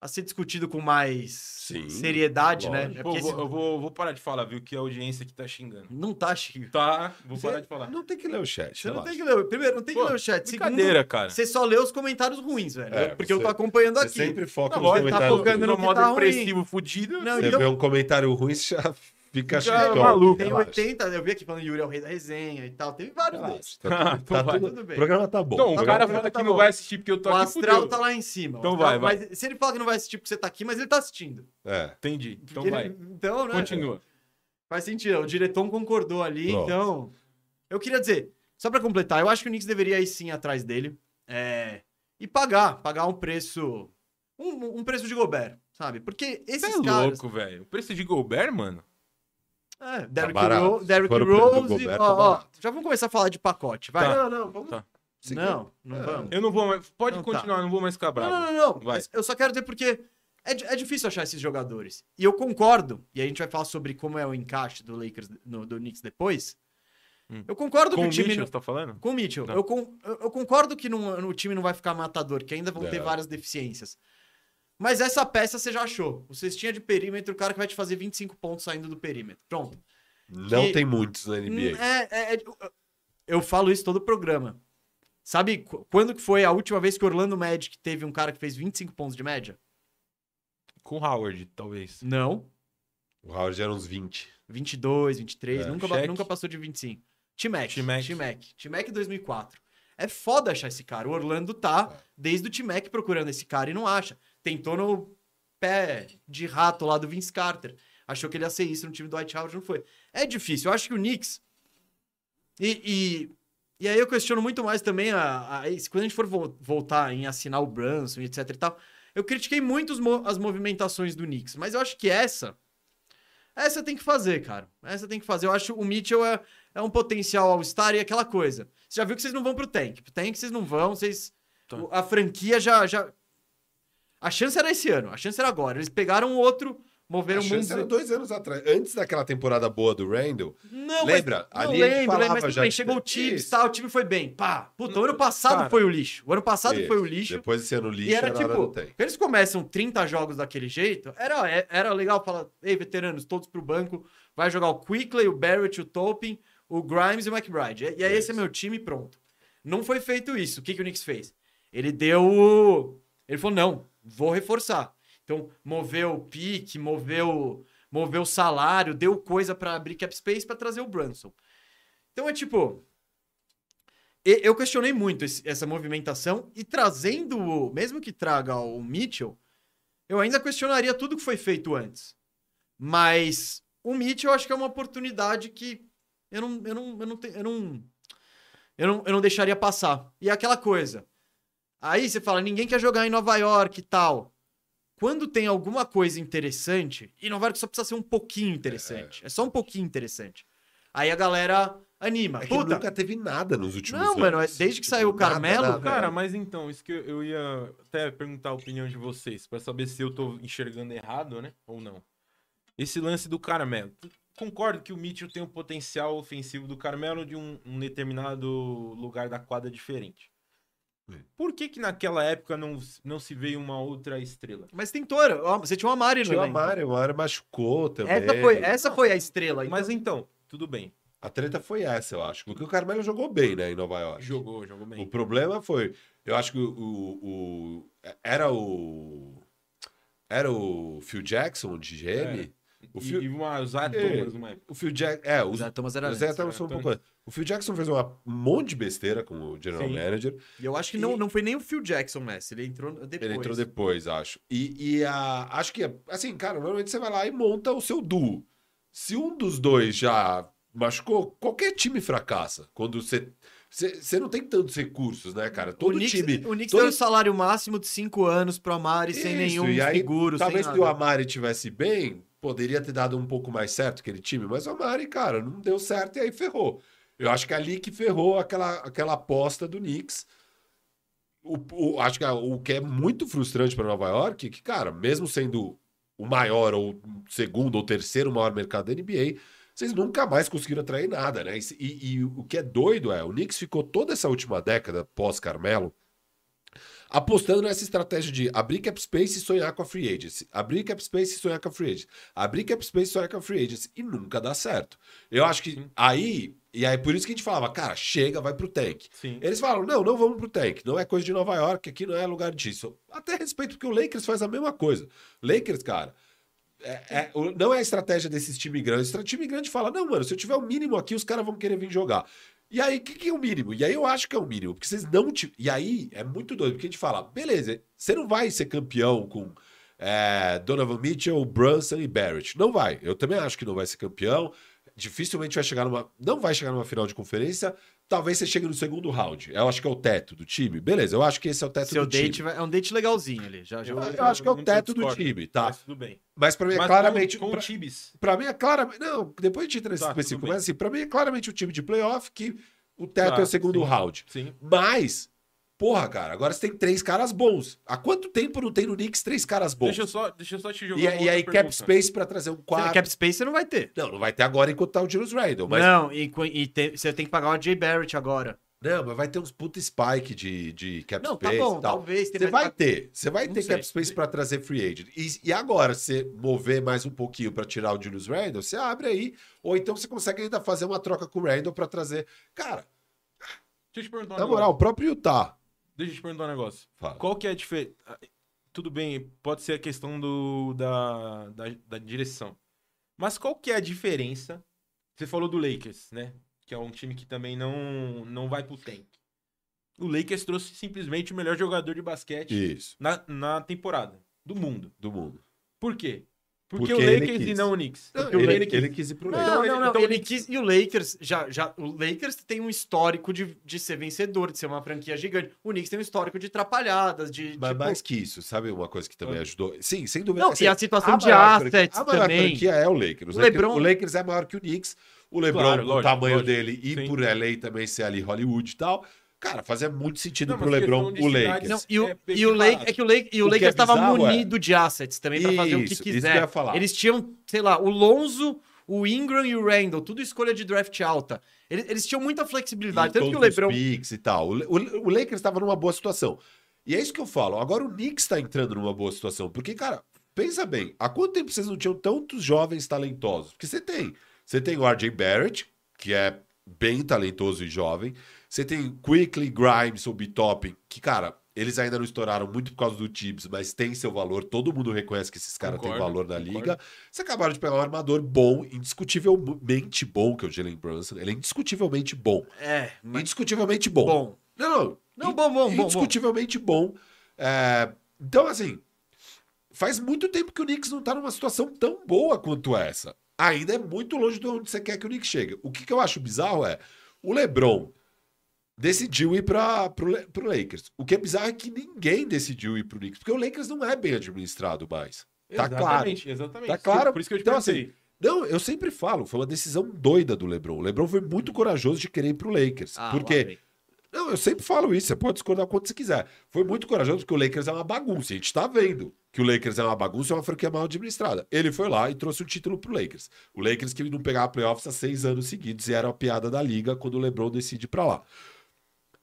a ser discutido com mais
Sim,
seriedade, né?
lógico.
É
Pô,
porque
eu vou,
esse-
eu vou- vou parar de falar, viu? Que a audiência aqui tá xingando.
não tá, Chico.
Tá, vou
Você-
parar de falar.
Não tem que ler o chat.
Você não
relaxa.
tem que ler. Primeiro, não tem que
Pô,
ler o chat. Segundo,
Brincadeira, cara.
você só lê os comentários ruins, velho.
É,
porque eu
você-
tô acompanhando
Você
aqui.
sempre foca
Não,
nos
lógico, tá
comentários.
focando
focando
no
no
que
modo
tá ruim.
depressivo fudido.
Não,
Você
então-
vê um comentário ruim, você já fica
Já é
chicão.
maluco.
Tem
relaxa.
80, eu vi aqui falando Yuri é o rei da resenha e tal. Teve vários
Relaxa,
deles.
Tá, tudo,
Então
tá
vai.
tudo-
Tudo bem.
O programa tá bom.
Então,
o
o
programa
cara
tá-
fala
fala
tá
que
bom.
não vai assistir porque eu tô
o
aqui.
astral
fudeu.
tá lá em cima. o
Então
astral-
vai, vai.
Mas se ele fala que não vai assistir porque você tá aqui, mas ele tá assistindo.
É.
Entendi. Então
Ele-
vai.
Então, né?
Continua.
Faz sentido, o diretor concordou ali,
Pronto.
então. Eu queria dizer, só pra completar, eu acho que o Knicks deveria ir sim atrás dele. é, e pagar, pagar um preço. Um, um preço de Gobert, sabe? Porque esses
Você é
caras.
louco, velho. O preço de Gobert, mano.
É, Derrick
Tá barato.
Ro-
Se
Derrick
for o preço do
Rose.
Gobert,
ó,
tá
ó,
barato.
já vamos começar a falar de pacote, vai.
Tá.
Não, não, vamos.
Tá.
seguir.
Não, não
É.
vamos.
Eu não vou mais. Pode
Então tá.
continuar, não vou mais ficar bravo.
Não, não, não. não.
Vai.
Mas Eu só quero dizer porque é, di- é difícil achar esses jogadores. E eu concordo, e a gente vai falar sobre como é o encaixe do Lakers, no- do Knicks depois.
Hum.
Eu concordo
Com
que
o
o time.
Mitchell,
não-
você tá falando?
Com o Mitchell.
Tá.
Eu, con- eu- eu concordo que não- o time não vai ficar matador, que ainda vão ter
É.
várias deficiências. Mas essa peça você já achou. O cestinha de perímetro, o cara que vai te fazer 25 pontos saindo do perímetro. Pronto.
Não
Que-
tem muitos na
Hum,
NBA.
É, é- é- eu falo isso todo o programa. Sabe qu- quando que foi a última vez que o Orlando Magic teve um cara que fez 25 pontos de média?
Com o Howard, talvez.
Não.
O Howard era uns 20.
22, 23,
É,
nunca, ba-
cheque.
nunca passou de 25. T-Mac,
T-Mac.
T-Mac, T-Mac 2004. É foda achar esse cara. O Orlando tá desde o T-Mac procurando esse cara e não acha. Tentou no pé de rato lá do Vince Carter. Achou que ele ia ser isso no time do White Howard, não foi. É difícil. Eu acho que o Knicks... E, e, e aí eu questiono muito mais também a, a- esse- quando a gente for vol- voltar em assinar o Brunson, etc e tal. Eu critiquei muito os mo- as movimentações do Knicks, mas eu acho que essa... Essa tem que fazer, cara. Essa tem que fazer. Eu acho que o Mitchell é, é um potencial all-star e é aquela coisa. Você já viu que vocês não vão pro tank. Pro tank vocês não vão, vocês...
Tá.
o- A franquia já, já... A chance era esse ano, a chance era agora. Eles pegaram um outro,
A
Moveram
chance era
muito.
dois anos atrás. Antes daquela temporada boa do Randall,
Não,
Lembra?
Mas, não
Ali a gente
lembro, lembro,
falava
mas tudo
já
bem.
de-
Chegou o Tibbs,
Isso.
tá, o time foi bem. Pá, puta, o ano passado
Cara.
foi o lixo. O ano passado
Isso.
foi o lixo.
depois desse ano lixo,
e era
era hora do
tipo,
tem.
eles começam 30 jogos daquele jeito, era, é- era legal falar, ei, veteranos, todos pro banco, vai jogar o Quickley, o Barrett, o Tolpin, o Grimes e o McBride. E, e aí esse é meu time pronto. Não foi feito isso. O que, que o Knicks fez? Ele deu. o- Ele falou, não, vou reforçar. Então, moveu o pique, moveu, moveu o salário, deu coisa pra abrir cap space pra trazer o Brunson. Então é tipo, e- Eu questionei muito esse- essa movimentação e trazendo, o- mesmo que traga o Mitchell, eu ainda questionaria tudo que foi feito antes. Mas o Mitchell eu acho que é uma oportunidade que eu não, eu não, eu não, te- eu não, eu não, eu não deixaria passar. E é aquela coisa. Aí você fala, ninguém quer jogar em Nova York e tal. Quando tem alguma coisa interessante, e Nova York só precisa ser um pouquinho interessante. É, só um pouquinho interessante. Aí a galera anima.
É que
Puta,
nunca teve nada nos últimos
Não,
anos. Tipo,
mano, é desde que saiu o Carmelo,
Cara, mas então, isso que eu, eu ia até perguntar a opinião de vocês, pra saber se eu tô enxergando errado, né? Ou não. Esse lance do Carmelo. Concordo que o Mitchell tem um potencial ofensivo do Carmelo de um, um determinado lugar da quadra diferente.
Sim.
Por que que naquela época não, não se veio uma outra estrela?
Mas tem Tora. Ó, Você tinha uma Mari no
Tinha a
elenco.
Mário, o Mário machucou também.
Essa foi, essa foi a estrela. Mas...
Mas então, tudo bem.
A treta foi essa, eu acho. Porque o Carmelo jogou bem, né, em Nova York.
Jogou, jogou
O
bem.
problema foi, eu acho que o, o- o- era o era o Phil Jackson de GM. O
É.
É.
E-
Phil,
E uma, os Atomas, uma época.
o Phil Jack, é, o,
Os Thomas era
o Zé
antes.
tava só um pouco. antes. O Phil Jackson fez uma- um monte de besteira com o general
Sim.
manager.
E eu acho que não, não foi nem o Phil Jackson nessa. Ele entrou depois.
Ele entrou depois, acho. E, e a, acho que, assim, cara, normalmente você vai lá e monta o seu duo. Se um dos dois já machucou, qualquer time fracassa. Quando você. Você você não tem tantos recursos, né, cara? Todo
o Knicks,
time.
O Knicks
todo-
deu o salário máximo de 5 anos pro Amari, sem
Isso,
nenhum
e aí,
seguro,
Talvez
sem
se o
nada.
Amari tivesse bem, poderia ter dado um pouco mais certo aquele time, mas o Amari, cara, não deu certo e aí ferrou. Eu acho que é ali que ferrou aquela, aquela aposta do Knicks. O, o- acho que a- o que é muito frustrante para Nova York, que, cara, mesmo sendo o maior ou segundo ou terceiro maior mercado da NBA, vocês nunca mais conseguiram atrair nada, né? E- E, e o que é doido é, o Knicks ficou toda essa última década pós-Carmelo apostando nessa estratégia de abrir cap space e sonhar com a free agency, abrir cap space e sonhar com a free agency, abrir cap space e sonhar com a free agency e nunca dá certo. Eu acho que aí, e aí por isso que a gente falava, cara, chega, vai pro tank.
Sim.
Eles falam, não, não vamos pro tank. Não é coisa de Nova York, aqui não é lugar disso. Até respeito, porque o Lakers faz a mesma coisa. Lakers, cara, é- é- o- não é a estratégia desses times grandes. O time grande fala, não, mano, se eu tiver o mínimo aqui, os caras vão querer vir jogar. E aí, o que, que é o mínimo? E aí eu acho que é o mínimo, porque vocês não... ti- E aí, é muito doido, porque a gente fala, beleza, você não vai ser campeão com... é, Donovan Mitchell, Brunson e Barrett. Não vai. Eu também acho que não vai ser campeão. Dificilmente vai chegar numa. Não vai chegar numa final de conferência. Talvez você chegue no segundo round. Eu acho que é o teto do time. Beleza, eu acho que esse é o teto
Seu
do
date
time.
vai- é um date legalzinho ali. Já, já...
Eu, eu acho que é o
Eu
teto do
um discordo.
time, tá?
Mas tudo bem.
Mas pra mim é
Mas
claramente.
com, com
pra-
o Tibis.
Pra mim é claramente. Não, depois a gente entra nesse
Tá, tudo
específico,
bem.
mas assim, pra mim é claramente o time de playoff que o teto
Tá,
é o segundo
sim.
round.
Sim.
Mas, porra, cara, agora você tem três caras bons. Há quanto tempo não tem no Knicks três caras bons?
Deixa eu, só, deixa eu só te jogar
E,
uma
e
outra
aí, cap
pergunta.
space pra trazer um quarto.
Cap Space você não vai ter.
Não, não vai ter agora enquanto tá o Julius Randle, mas.
Não, e, co- e te- você tem que pagar o Jay Barrett agora.
Não, mas vai ter uns puta spike de, de cap
Não, tá
space
bom,
e tal.
talvez.
Você
mas-
vai ter, você vai
Não
ter
sei.
cap space pra trazer free agent. E, e agora, você mover mais um pouquinho pra tirar o Julius Randle, você abre aí, ou então você consegue ainda fazer uma troca com o Randle pra trazer. Cara,
Deixa eu te perguntar um
na
negócio.
moral, o próprio Utah.
Deixa eu te perguntar um negócio.
Fala.
Qual que é a diferença? Tudo bem, pode ser a questão do, da, da, da direção. Mas qual que é a diferença? Você falou do Lakers, né? Que é um time que também não, não vai pro tank. O Lakers trouxe simplesmente o melhor jogador de basquete
Isso,
na, na temporada do mundo.
do mundo.
Por quê?
Porque
Porque, o
ele
Lakers e
quis.
não o Knicks. Porque
ele,
o
ele
Lakers
quis. ir pro Lakers.
Não,
Então, ele-
não, não.
então
ele
ele-
quis- E o Lakers, já, já, o Lakers tem um histórico de, de ser vencedor, de ser uma franquia gigante. O Knicks tem um histórico de atrapalhadas, de.
Mas
tipo-
mais que isso, sabe uma coisa que também
Ah.
ajudou? Sim, sem dúvida.
Não,
Assim,
e a situação de
maior franquia-
assets
a maior
também.
franquia é o Lakers.
O
né?
LeBron-
O Lakers é maior que o Knicks. O LeBron,
Claro,
o
lógico,
tamanho
lógico.
dele, e
Sim.
por LA também ser ali Hollywood e tal. Cara, fazia muito sentido
Não,
pro
mas
LeBron
questão de
o
cidade,
Lakers.
Lakers.
Não, e o,
É
e o Lake, é que o, Lake, e o
O que é
Lakers estava
bizarro, é.
munido de assets também pra fazer o que
Isso, isso que eu
quiser.
ia falar.
Eles tinham, sei lá, o Lonzo, o Ingram e o Randall, tudo escolha de draft alta. Eles, eles tinham muita flexibilidade.
E
Tanto que o
todos os
LeBron.
picks e tal. O, Le- o- o Lakers estava numa boa situação. E é isso que eu falo. Agora o Knicks está entrando numa boa situação. Porque, cara, pensa bem. Há quanto tempo vocês não tinham tantos jovens talentosos? Porque você tem. Você tem o RJ Barrett, que é bem talentoso e jovem. Você tem Quickly, Grimes ou Bitopping, que, cara, eles ainda não estouraram muito por causa do Tibbs, mas tem seu valor. Todo mundo reconhece que esses caras têm
Concordo,
valor na
concordo.
liga. Vocês acabaram de pegar um armador bom, indiscutivelmente bom, que é o Jalen Brunson. Ele é indiscutivelmente bom.
É, mas
Indiscutivelmente bom.
bom.
Não, não.
Não, bom, bom, bom. bom.
indiscutivelmente bom. É, então, assim, faz muito tempo que o Knicks não tá numa situação tão boa quanto essa. Ainda é muito longe de onde você quer que o Knicks chegue. O que, que eu acho bizarro é o LeBron decidiu ir para pro, Le- pro Lakers. O que é bizarro é que ninguém decidiu ir pro Knicks, porque o Lakers não é bem administrado mais. Tá claro.
Exatamente, exatamente.
Tá claro.
Por isso que eu te
Então,
perguntei.
Não, eu sempre falo, foi uma decisão doida do LeBron. O LeBron foi muito corajoso de querer ir pro Lakers,
Ah,
porque
lá vem.
não, eu sempre falo isso, você pode discordar quanto você quiser. Foi muito corajoso porque o Lakers é uma bagunça. A gente tá vendo que o Lakers é uma bagunça, é uma franquia mal administrada. Ele foi lá e trouxe o título pro Lakers. O Lakers que não pegava playoffs há seis anos seguidos e era a piada da liga quando o LeBron decide ir pra lá.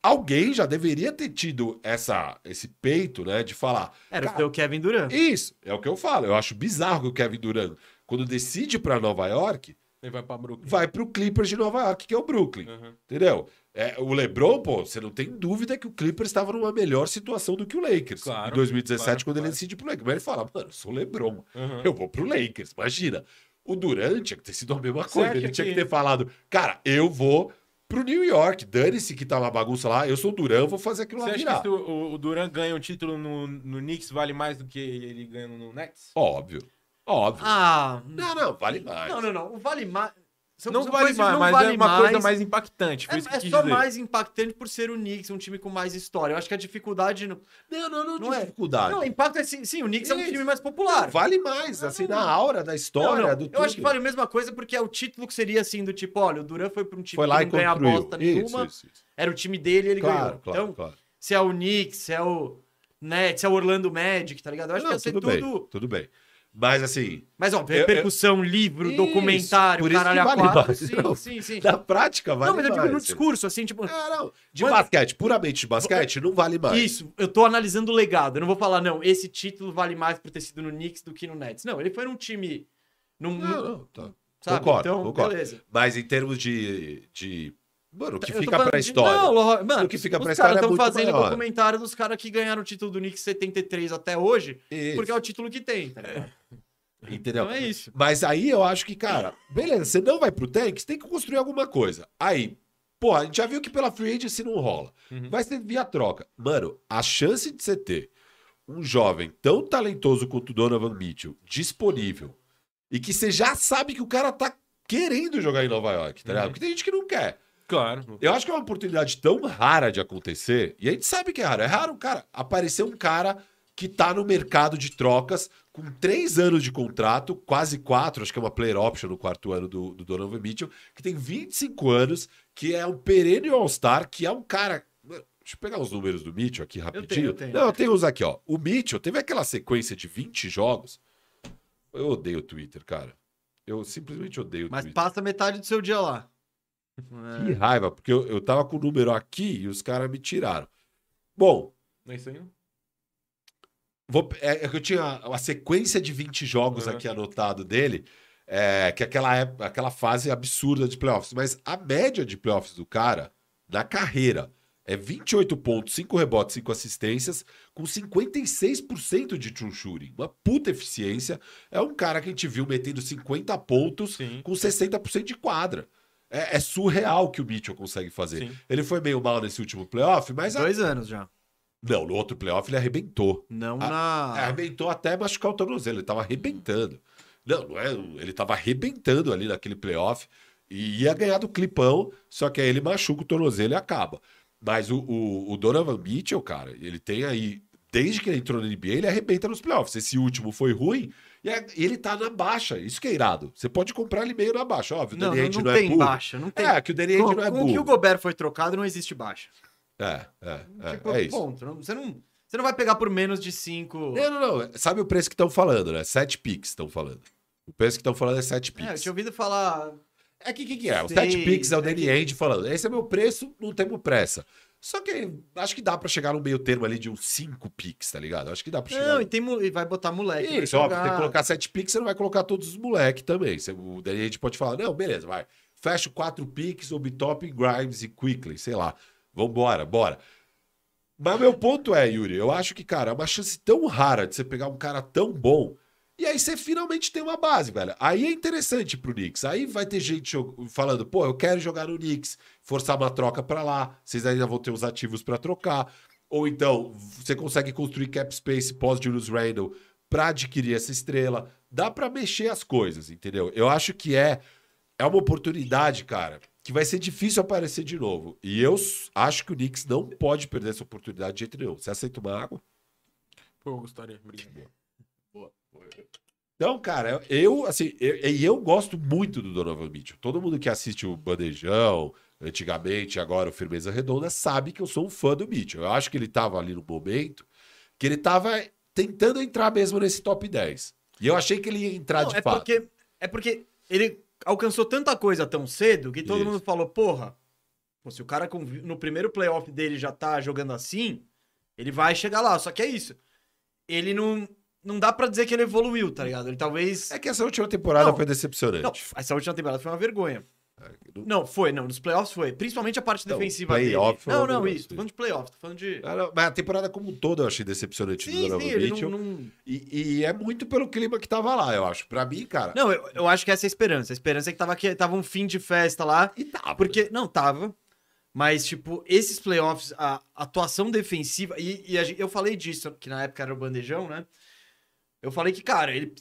Alguém já deveria ter tido essa, esse peito, né, de falar,
Era
Cara,
o Kevin Durant.
isso, é o que eu falo. Eu acho bizarro que o Kevin Durant, quando decide pra Nova York,
Ele vai pra Brooklyn.
vai pro Clippers de Nova York, que é o Brooklyn.
Uhum.
Entendeu? É, o LeBron, pô, você não tem dúvida que o Clippers estava numa melhor situação do que o Lakers
Claro,
em 2017,
claro,
quando ele
claro.
decide pro Lakers. Mas ele fala, mano, eu sou o LeBron,
Uhum.
eu vou pro Lakers, imagina. O Durant tinha que ter sido a mesma
Você
coisa,
acha
ele tinha que...
que-
ter falado, cara, eu vou pro New York, dane-se que tá uma bagunça lá, eu sou o Duran, vou fazer aquilo
Você
lá
acha
virar.
que se o, o Duran ganha o título no, no Knicks vale mais do que ele ganha no Nets?
Óbvio, óbvio.
Ah.
Não, não, vale mais.
Não, não, não. O Vale Mais. são-
não
são
vale
coisas que
mais,
não
mas é
vale
uma coisa
mais.
mais impactante. Foi isso que
É, é
eu quis
só
dizer.
mais impactante por ser o Knicks, um time com mais história. Eu acho que a dificuldade. Não,
Não, não, não,
Não é.
dificuldade.
não o impacto é sim. Sim, o Knicks é um
Tá. Isso.
time mais popular.
Vale mais, assim, na aura da história
Não, não.
do
Eu acho que
tudo.
vale a mesma coisa porque é o título que seria assim do tipo, olha, o Duran foi para um time
Foi lá
que
e
não ganha
construiu.
bosta
Isso,
nenhuma,
isso, isso.
era o time dele e ele
Claro,
ganhou.
claro,
então,
claro.
se é o Knicks, se é o Nets, se é o Orlando Magic, tá ligado? Eu acho
Não,
que ia ser
tudo,
tudo.
bem, tudo bem. Mas assim,
Mas ó,
Eu- eu-
repercussão, livro,
Isso, por
documentário,
isso que
caralho a
vale
quatro.
mais,
Sim,
não.
sim, sim.
na prática vale
não, mas eu digo
mais,
no
assim.
discurso, assim, tipo,
Ah, não. De
Mano-
basquete, puramente de basquete, não vale mais.
Isso, eu tô analisando o legado. Eu não vou falar, não, esse título vale mais por ter sido no Knicks do que no Nets. Não, ele foi num time. Num,
Não, não, tá.
sabe?
concordo,
então,
concordo.
beleza.
Mas em termos de. de mano, o que
Eu tô
fica
falando
pra
de-
história.
Não, lo- mano,
O que fica
os
pra
caras
história é
tão
muito
fazendo
maior.
documentário dos caras que ganharam o título do Knicks 73 até hoje,
Isso,
porque é o título que tem, tá ligado?
Entendeu?
Então é isso.
Mas aí eu acho que, cara, beleza, você não vai pro tanque, você tem que construir alguma coisa. Aí, pô, a gente já viu que pela free agency não rola.
Uhum.
Vai ser via troca. Mano, a chance de você ter um jovem tão talentoso quanto o Donovan Mitchell disponível e que você já sabe que o cara tá querendo jogar em Nova York, tá ligado?
Uhum.
Porque tem gente que não quer.
Claro.
Eu acho que é uma oportunidade tão rara de acontecer, e a gente sabe que é raro. É raro, cara, aparecer um cara que tá no mercado de trocas com três anos de contrato, quase quatro, acho que é uma player option no quarto ano do, do Donovan Mitchell, que tem 25 anos, que é um perene All-Star, que é um cara. Mano, Deixa eu pegar os números do Mitchell aqui rapidinho.
tenho, eu tenho.
Não, eu tenho uns aqui, ó. O Mitchell teve aquela sequência de 20 jogos. Eu odeio o Twitter, cara. Eu simplesmente odeio o
Mas
Twitter.
passa metade do seu dia lá. É,
Que raiva, porque eu, eu tava com o número aqui e os caras me tiraram. Bom,
Não é isso aí, não?
vou- é, é que eu tinha a sequência de 20 jogos
Uhum.
aqui anotado dele, é, que é aquela, época- aquela fase absurda de playoffs. Mas a média de playoffs do cara, na carreira, é 28 pontos, 5 rebotes, 5 assistências, com 56% de true shooting. Uma puta eficiência. É um cara que a gente viu metendo 50 pontos
Sim.
com 60% de quadra. É, é surreal o que o Mitchell consegue fazer.
Sim.
Ele foi meio mal nesse último playoff, mas. a-
Dois anos já.
Não, no outro playoff ele arrebentou.
Não
Ah, É,
na.
arrebentou até machucar o tornozelo, ele tava arrebentando. Não, não é, ele tava arrebentando ali naquele playoff e ia ganhar do clipão, só que aí ele machuca o tornozelo e acaba. Mas o, o, o Donovan Mitchell, cara, ele tem aí, desde que ele entrou na NBA, ele arrebenta nos playoffs. Esse último foi ruim e é- e ele tá na baixa, isso que é irado. Você pode comprar ele meio na baixa, óbvio, o
Não,
Danny
não,
Ainge
não
não, é
tem
burro.
baixa, não tem.
É, que o Danny Ainge
Com,
não é
com o que o
burro.
Gobert foi trocado, não existe baixa.
É, é, é,
tipo,
é isso.
bom, tu não- você não, você não vai pegar por menos de É, 5.
Não, não, não. Sabe o preço que estão falando, né? 7 pix estão falando. O preço que estão falando é 7 pix.
É, eu tinha ouvido falar.
É que que, que é? O
Sei,
7 Pix é o
é
Danny
que-
End falando. Esse é meu preço, não temos pressa. Só que acho que dá pra chegar no meio termo ali de uns 5 Pix, tá ligado? Acho que dá pra chegar.
Não, e, tem, mu- e vai botar moleque. pra
Isso, é óbvio,
jogar.
tem que colocar 7 Pix, você não vai colocar todos os moleques também. Você- O Danny End pode falar, não, beleza, vai. Fecha 4 Pix, Obitop, Grimes e Quickly, sei lá. Vambora, bora. Mas meu ponto é, Yuri, eu acho que, cara, é uma chance tão rara de você pegar um cara tão bom. E aí você finalmente tem uma base, velho. Aí é interessante pro Knicks. Aí vai ter gente jo- falando, pô, eu quero jogar no Knicks, forçar uma troca pra lá. Vocês ainda vão ter os ativos pra trocar. Ou então, você consegue construir cap space pós Julius Randle pra adquirir essa estrela. Dá pra mexer as coisas, entendeu? Eu acho que é é uma oportunidade, cara, que vai ser difícil aparecer de novo. E eu s- acho que o Knicks não pode perder essa oportunidade de jeito nenhum. Você aceita uma água?
Pô, eu gostaria. Obrigado.
Então, cara, eu, assim, eu- e eu, gosto muito do Donovan Mitchell. Todo mundo que assiste o Bandejão, antigamente, agora o Firmeza Redonda, sabe que eu sou um fã do Mitchell. Eu acho que ele tava ali no momento que ele tava tentando entrar mesmo nesse top 10. E eu achei que ele ia entrar
Não,
de
é
fato.
porque É porque ele alcançou tanta coisa tão cedo que todo
Isso.
mundo falou, porra, pô, se o cara com- no primeiro playoff dele já tá jogando assim, ele vai chegar lá. Só que é isso. Ele não. Não dá pra dizer que ele evoluiu, tá ligado? Ele talvez.
É que essa última temporada
Não.
foi decepcionante.
Não, essa última temporada foi uma vergonha.
não-
Não, foi, não. Nos playoffs foi. Principalmente a parte
É, Não,
defensiva
playoff foi
dele. Não,
uma
não,
vergonha,
isso.
sim.
Tô falando de playoff, tô falando de.
Ah, não, Mas a temporada como um todo eu achei decepcionante do
Sim,
Donovan
sim, ele
Mitchell.
não. não...
E, e é muito pelo clima que tava lá, eu acho. Pra mim, cara.
Não, eu, eu acho que essa é a esperança. A esperança é que tava, aqui, tava um fim de festa lá.
E tava.
Porque, não, tava. Mas, tipo, esses playoffs, a atuação defensiva. E, e a gen- eu falei disso, que na época era o bandejão, né? Eu falei que, cara, ele,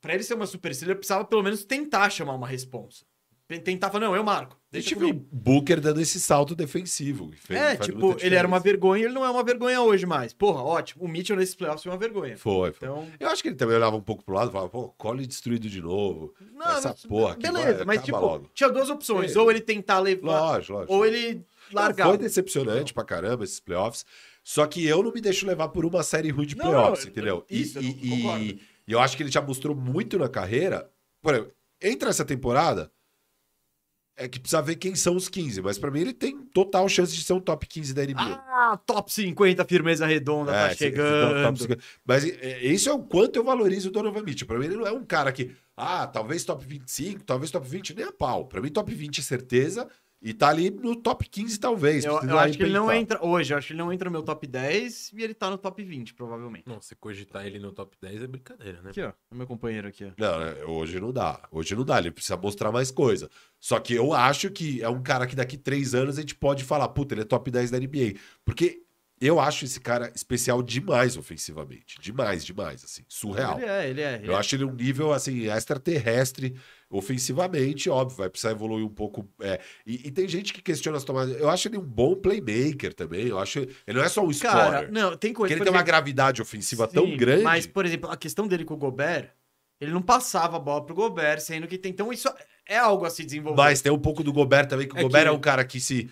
pra ele ser uma super estrela, ele precisava pelo menos tentar chamar uma responsa. Pe- Tentar falar, não, eu marco.
a
Deixa
gente
eu
viu o Booker dando esse salto defensivo. que fez- um
É,
faz
tipo,
muita
ele era uma
diferença.
vergonha, ele não é uma vergonha hoje mais. Porra, ótimo. O Mitchell nesses playoffs foi uma vergonha.
Foi, foi.
Então.
Eu acho que ele também olhava um pouco pro lado e falava, pô, Cole destruído de novo.
Não,
Essa
mas-
porra aqui
Beleza,
vai-
mas
acaba
tipo,
logo.
tinha duas opções.
É.
Ou ele tentar levar,
Lógico, lógico.
ou ele
Não,
largar.
Foi decepcionante pra caramba esses playoffs. Só que eu não me deixo levar por uma série ruim de
Não,
playoffs,
não,
entendeu? E-
isso, eu
e,
concordo.
e- e eu acho que ele já mostrou muito na carreira. Por exemplo, entra essa temporada, é que precisa ver quem são os 15, mas pra mim ele tem total chance de ser um top 15 da NBA.
Ah, top 50, firmeza redonda,
É,
tá
esse- esse top-
chegando.
top 50. Mas é, isso é o quanto eu valorizo o Donovan Mitchell. Pra mim, ele não é um cara que, ah, talvez top 25, talvez top 20, nem a pau. Pra mim, top 20 é certeza e tá ali no top 15, talvez.
eu
Precisa
eu acho que ele não
pensar.
entra. Hoje, eu acho que ele não entra no meu top 10 e ele tá no top 20, provavelmente.
Não, você cogitar ele no top 10 é brincadeira, né?
Aqui, ó. O meu companheiro aqui, ó.
Não, né, hoje não dá. Hoje não dá. Ele precisa mostrar mais coisa. Só que eu acho que é um cara que daqui três anos a gente pode falar, puta, ele é top 10 da NBA. Porque eu acho esse cara especial demais ofensivamente. Demais, demais, assim. Surreal.
Ele é, ele é. ele
Eu
é.
acho ele um nível assim extraterrestre ofensivamente, óbvio, vai precisar evoluir um pouco. é, e, e tem gente que questiona as tomadas. Eu acho ele um bom playmaker também. Eu acho ele não é só um
Cara,
scorer.
não, tem coisa.
Porque ele
por
tem uma
exemplo-
gravidade ofensiva tão
Sim,
grande.
Mas, por exemplo, a questão dele com o Gobert, ele não passava a bola pro Gobert, sendo que tem. Então, isso é algo a se desenvolver.
Mas tem um pouco do Gobert também, que o
É
Gobert
que-
é um cara que se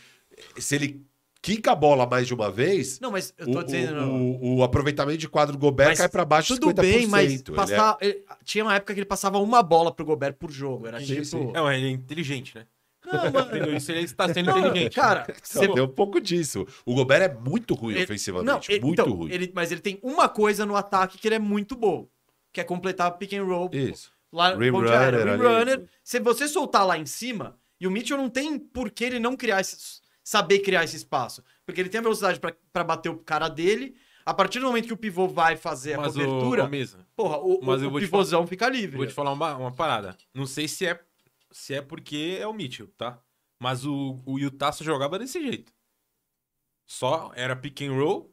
se ele quica a bola mais de uma vez,
Não, mas eu
o,
tô dizendo.
o- o aproveitamento de quadro do Gobert
Mas
cai pra baixo de
Tudo
50%.
bem, mas
Ele é-
passar, ele- tinha uma época que ele passava uma bola pro Gobert por jogo. Era
Sim,
tipo.
sim.
É, mas ele é inteligente, né?
Não,
Sendo
mano.
isso, ele está sendo
Não,
inteligente.
cara, você
Então, tem um pouco disso. O Gobert é muito ruim
Ele-
ofensivamente,
ele-
muito
então,
ruim.
Ele, mas ele tem uma coisa no ataque que ele é muito bom, que é completar pick and roll.
Isso.
Lá,
Rim
ponte aérea,
runner
rim
ali.
runner. Se você soltar lá em cima, e o Mitchell não tem por que ele não criar esse- saber criar esse espaço. Porque ele tem a velocidade pra- pra bater o cara dele. A partir do momento que o pivô vai fazer a
Mas o,
cobertura,
o mesa.
porra, o,
mas
o-
eu
o
vou te
pivôzão fica livre.
Vou te falar uma, uma parada. Não sei se é, se é porque é o Mitchell, tá? Mas o, o Utah só jogava desse jeito. Só era pick and roll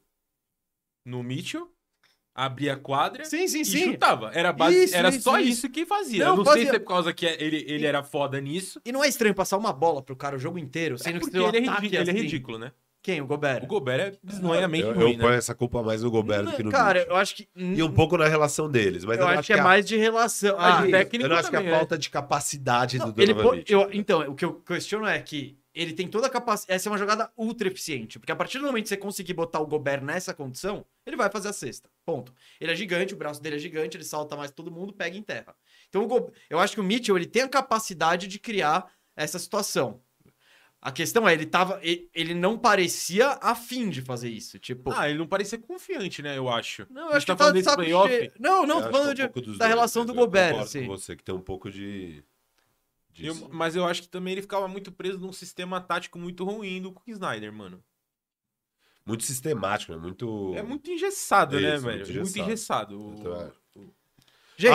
no Mitchell, abria a quadra
Sim, sim,
e
sim.
chutava. Era, base,
Isso,
era
isso,
só
isso.
isso que fazia.
Não,
Eu não
fazia-
sei se é por causa que ele, ele era foda nisso.
E não é estranho passar uma bola pro cara o jogo inteiro, sendo
É
que
porque
seu
ele é,
ataque
ridi- ele é
assim.
ridículo, né?
Quem? O
O
Gobert?
Gobert é bizonhamente
Eu, eu
ruim,
ponho
né?
essa culpa mais no Gobert do que no
Cara,
Mitchell.
eu acho que.
E um pouco na relação deles. Mas
eu acho que é
a-
mais de relação.
Ah,
Ah,
de técnico
eu não acho que
também,
a
né?
falta de capacidade
não,
do
ele
Donovan
pô-
Mitchell.
eu- então, o que eu questiono é que ele tem toda a capacidade. Essa é uma jogada ultra eficiente. Porque a partir do momento que você conseguir botar o Gobert nessa condição, ele vai fazer a cesta. Ponto. Ele é gigante, o braço dele é gigante, ele salta mais que todo mundo, pega em terra. Então o Go- eu acho que o Mitchell ele tem a capacidade de criar essa situação. A questão é, ele tava. e- Ele não parecia afim de fazer isso. Tipo.
Ah, ele não parecia confiante, né? Eu acho.
não, eu
ele
acho
tá
que tá
falando
de
desse
saco
playoff?
cheio. Não, não, tô
Eu acho que é um
então, falando de.
pouco dos
da
dois,
relação do
mas eu
Gobert,
concordo
assim.
com você que tem um pouco de.
Eu-
disso.
mas eu acho que também ele ficava muito preso num sistema tático muito ruim do Cook Snyder, mano.
Muito sistemático, né? Muito.
É muito engessado, né,
Isso,
velho?
muito
É Muito engessado. Então,
Muito, é. A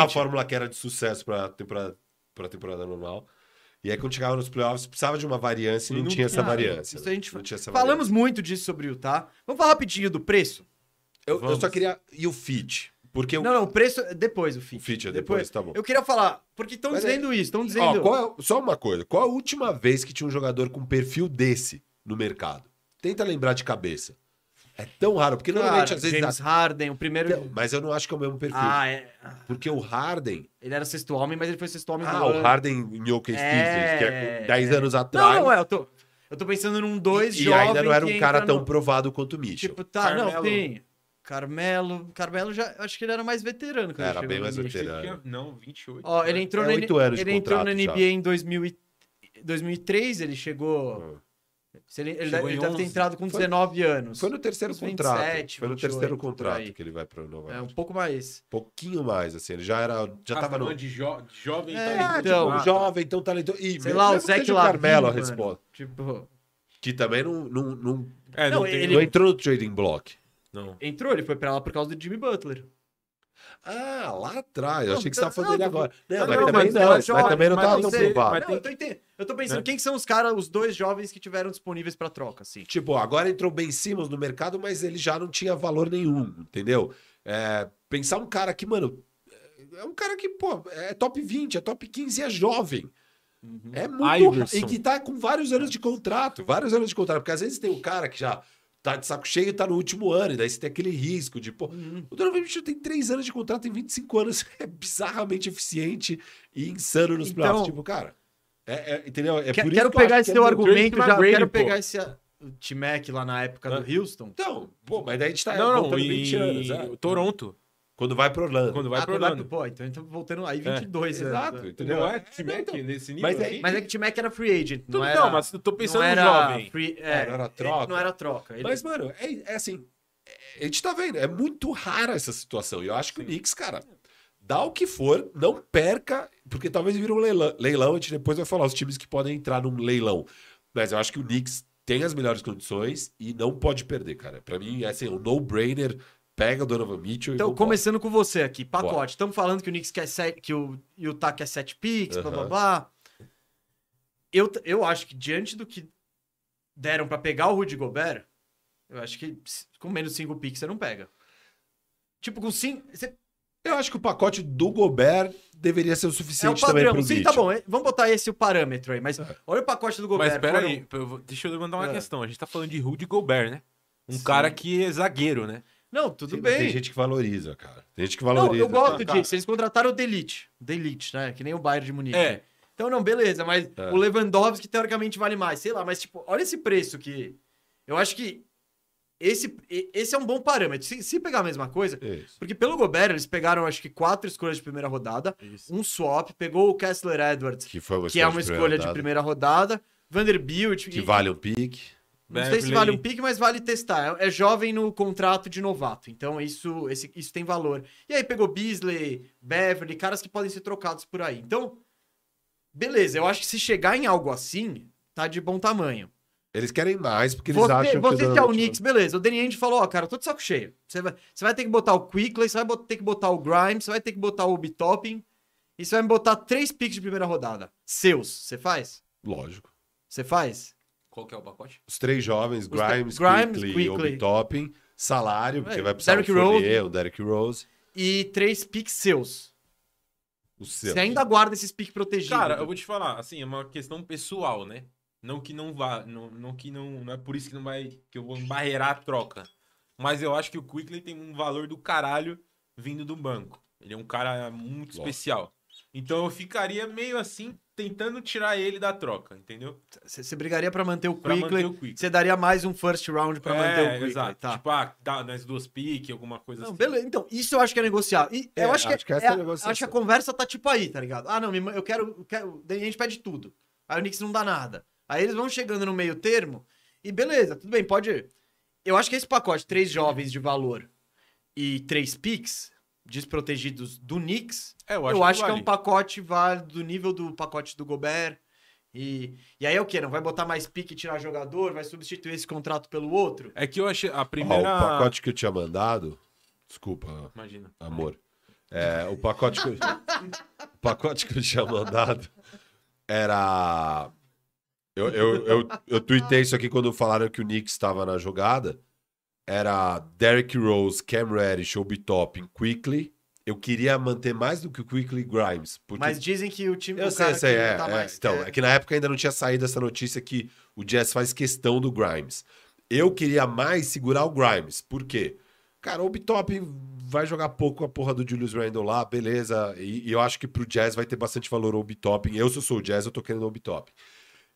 Gente,
fórmula que era de sucesso pra temporada, pra temporada normal. E aí, quando chegava nos playoffs, precisava de uma variância e não,
Não
tinha essa
tinha,
variância.
isso
né?
a gente
não tinha essa variância.
falamos muito disso sobre o Utah. Vamos falar rapidinho do preço?
Eu, eu só
Vamos.
queria. E o fit? Porque o,
Não, não, o preço é depois, o
o
fim.
fit é depois, tá bom.
Eu queria falar, porque estão
Mas é-
dizendo isso, estão
Ó,
dizendo.
qual é- só uma coisa. Qual a última vez que tinha um jogador com um perfil desse no mercado? Tenta lembrar de cabeça. É tão raro, porque
Cara,
normalmente às vezes.
James Harden, o primeiro.
Então, mas eu não acho que é o mesmo perfil.
Ah, é. Ah,
Porque o Harden.
Ele era sexto homem, mas ele foi sexto homem do
Ah, o
ano.
Harden em OKC,
É,
que é 10 anos
Não,
atrás.
não é, eu tô. Eu tô pensando num dois
e, e
jovem
ainda não era
que
um
entra
cara tão
no-
provado quanto o Mitchell.
Tipo, tá, não,
Carmelo.
tem. Carmelo. Carmelo já. eu Acho que ele era mais veterano quando
Era
ele chegou
bem
no
mais
NBA.
veterano.
Não, 28.
Ó,
né?
ele entrou
É
na,
oito anos de
ele entrou na
contrato já.
NBA em 2000 e- 2003, ele
Hum.
chegou. se ele ele
Chegou
deve-
em
ele deve ter
11.
entrado com
Foi-
19 anos.
Foi no terceiro
Uns 27,
contrato. foi no
28,
terceiro
por aí.
contrato que ele vai para Nova
É, um
York.
pouco mais.
Um pouquinho mais, assim. Ele já era. Já
Ah,
tava no.
falando de, jo- de jovem
É,
talentoso.
então,
Ah,
Tão jovem, tão talentoso. E
Sei
mesmo
lá, o
que seja
Zach
Carmelo a
Lavine, mano.
resposta.
Tipo,
Que também não, não, não,
É, não,
Não,
tem-
ele-
não entrou no trading block.
não.
entrou, ele foi pra lá por causa do Jimmy Butler.
Ah, lá atrás. Eu
Não,
achei que você tava
tá-
falando dele
não,
agora. Não,
não,
mas
não,
também
mas
não.
eu
Mas,
acho-
também não
mas
tava tão
não sei,
provado.
mas-
Não, eu,
tem-
tô entendendo. eu tô pensando,
né?
quem que são os caras, os dois jovens que tiveram disponíveis pra troca, assim?
Tipo, agora entrou Ben Simmons no mercado, mas ele já não tinha valor nenhum, entendeu? É, pensar um cara que, mano, é um cara que, pô, é top 20, é top 15, é jovem.
Uhum.
É muito.
Iverson.
E que tá com vários anos de contrato. Vários anos de contrato. Porque às vezes tem um cara que já tá de saco cheio e tá no último ano, e daí você tem aquele risco de, pô, O Donovan Mitchell tem 3 anos de contrato, tem 25 anos, é bizarramente eficiente e insano nos
Então-
playoffs. Tipo, cara, é, é- entendeu? É
Que- quero
por isso que eu
pegar
acho
esse
que é
teu
muito-
argumento
Drake
já,
McGrady,
quero
pô.
pegar esse ah, o T-Mac lá na época do Houston.
Então, pô, mas daí a gente tá
Não, não,
voltando
em
20 anos. é.
Toronto.
Quando vai pro Orlando. É,
Quando vai
Ah,
pro
quando vai
Orlando.
pro- pô, então então voltando aí 22 anos,
Exato,
né?
entendeu?
Não é T-Mac nesse nível
Mas é-
aqui?
Mas é que o T-Mac era free agent, não
Tudo
era...
não, mas eu tô pensando
não
no
era
jovem.
free- é,
É, não era troca.
Não era troca. Ele-
Mas, mano, é, é assim, é- a gente tá vendo, é muito rara essa situação. E eu acho que o Knicks, cara, dá o que for, não perca, porque talvez vira um leilão, leilão, a gente depois vai falar os times que podem entrar num leilão. Mas eu acho que o Knicks tem as melhores condições e não pode perder, cara. Pra mim, é assim, um no-brainer, pega o Donovan Mitchell e
Então,
vambora.
começando com você aqui,
Bora.
pacote. Estamos falando que o Knicks quer sete, que o Utah quer 7 picks, blá blá
Aham.
blá. Eu, t- eu acho que diante do que deram pra pegar o Rudy Gobert, eu acho que ps- com menos 5 picks você não pega. Tipo, com 5.
Eu acho que o pacote do Gobert deveria ser o
É o
suficiente também
padrão.
pro É.
Sim,
Mitchell.
tá bom. é- Vamos botar esse o parâmetro aí. Mas olha o pacote do Gobert. um-
Mas pera
foram-
aí, eu vou- deixa eu levantar uma
É.
questão. A gente tá falando de Rudy Gobert, né? Um
Sim.
cara que é zagueiro, né?
Não, tudo
Sim, mas
bem.
Tem gente que valoriza, cara. Tem gente que
Não,
valoriza.
eu gosto
cara.
disso. Eles contrataram o Delete. Delete, né? Que nem o Bayern de Munique.
É.
Então, não, beleza, mas
É.
o Lewandowski teoricamente vale mais, sei lá, mas tipo, olha esse preço que. Eu acho que esse, e- esse é um bom parâmetro. Se, se pegar a mesma coisa,
Isso.
porque pelo Gobert eles pegaram acho que quatro escolhas de primeira rodada, um swap, pegou o Kessler Edwards, que,
Que, foi
é uma escolha de
rodada,
primeira rodada, Vanderbilt,
Que
e-
vale um pique.
não sei se
Beverly.
vale um pique, mas vale testar. É é jovem no contrato de novato, então isso, esse- isso tem valor. E aí pegou Beasley, Beverly, caras que podem ser trocados por aí. Então, beleza, eu acho que se chegar em algo assim, tá de bom tamanho.
Eles querem mais porque eles
você
acham
você
que
que é o
Donovan
Knicks, beleza. O Danny Ainge falou, ó, cara, eu tô de saco cheio. Você vai, você vai ter que botar o Quickley, você vai bot- ter que botar o Grimes, você vai ter que botar o Bitopping, e você vai me botar três picks de primeira rodada. Seus, você faz?
Lógico.
Você faz?
Qual que é o pacote?
Os três jovens,
tre-
Grimes,
Grimes,
Quickly
Quickley.
e Obi-Topping, salário, porque
É,
vai precisar
Derrick
o Fournier, o Derrick Rose,
E três picks seus.
o seu.
Você ainda guarda esses piques protegidos.
Cara, eu vou te falar, assim, é uma questão pessoal, né? Não que não vá, não, não que não, não é por isso que não vai, que eu vou barreirar a troca. Mas eu acho que o Quickley tem um valor do caralho vindo do banco. Ele é um cara muito
Lógico.
especial. Então eu ficaria meio assim, tentando tirar ele da troca, entendeu?
Você brigaria pra manter o
Pra manter
Quickly.
o Quick.
Você daria mais um first round pra manter o Quickly.
exato.
Tá.
Tipo, ah, dá nas duas piques, alguma coisa
Não,
assim.
beleza. Então, isso eu acho que é negociável. E eu
É,
acho que,
acho que
é-
essa é
é-
a negociação.
acho que a conversa tá tipo aí, tá ligado? Ah, não, me ma- eu quero, eu quero. Daí a gente pede tudo. Aí o Knicks não dá nada. Aí eles vão chegando no meio termo e beleza, tudo bem, pode ir. Eu acho que esse pacote, três jovens de valor e três picks desprotegidos do Knicks,
É,
eu acho, que, é um pacote válido do nível do pacote do Gobert. E, e aí é o quê? Não vai botar mais pique e tirar jogador? Vai substituir esse contrato pelo outro?
É que eu achei a
Ó,
primeira...
o pacote que eu tinha mandado. Desculpa,
Imagina.
tá
amor. É, o pacote que eu, o pacote que eu tinha mandado era. Eu, eu, eu, eu tuitei isso aqui quando falaram que o Knicks estava na jogada. Era Derrick Rose, Cam Reddish, Obi Toppin, Quickly. Eu queria manter mais do que o Quickly e Grimes. Porque
Mas dizem que o time.
Eu
o
sei,
cara
eu sei,
que
é,
tá
é.
mais-
Então,
é.
é que na época ainda não tinha saído essa notícia que o Jazz faz questão do Grimes. Eu queria mais segurar o Grimes, por quê? Cara, o Bitop vai jogar pouco a porra do Julius Randle lá, beleza. E, e eu acho que pro Jazz vai ter bastante valor o Bitop. Eu, se eu sou o Jazz, eu tô querendo o Bitop.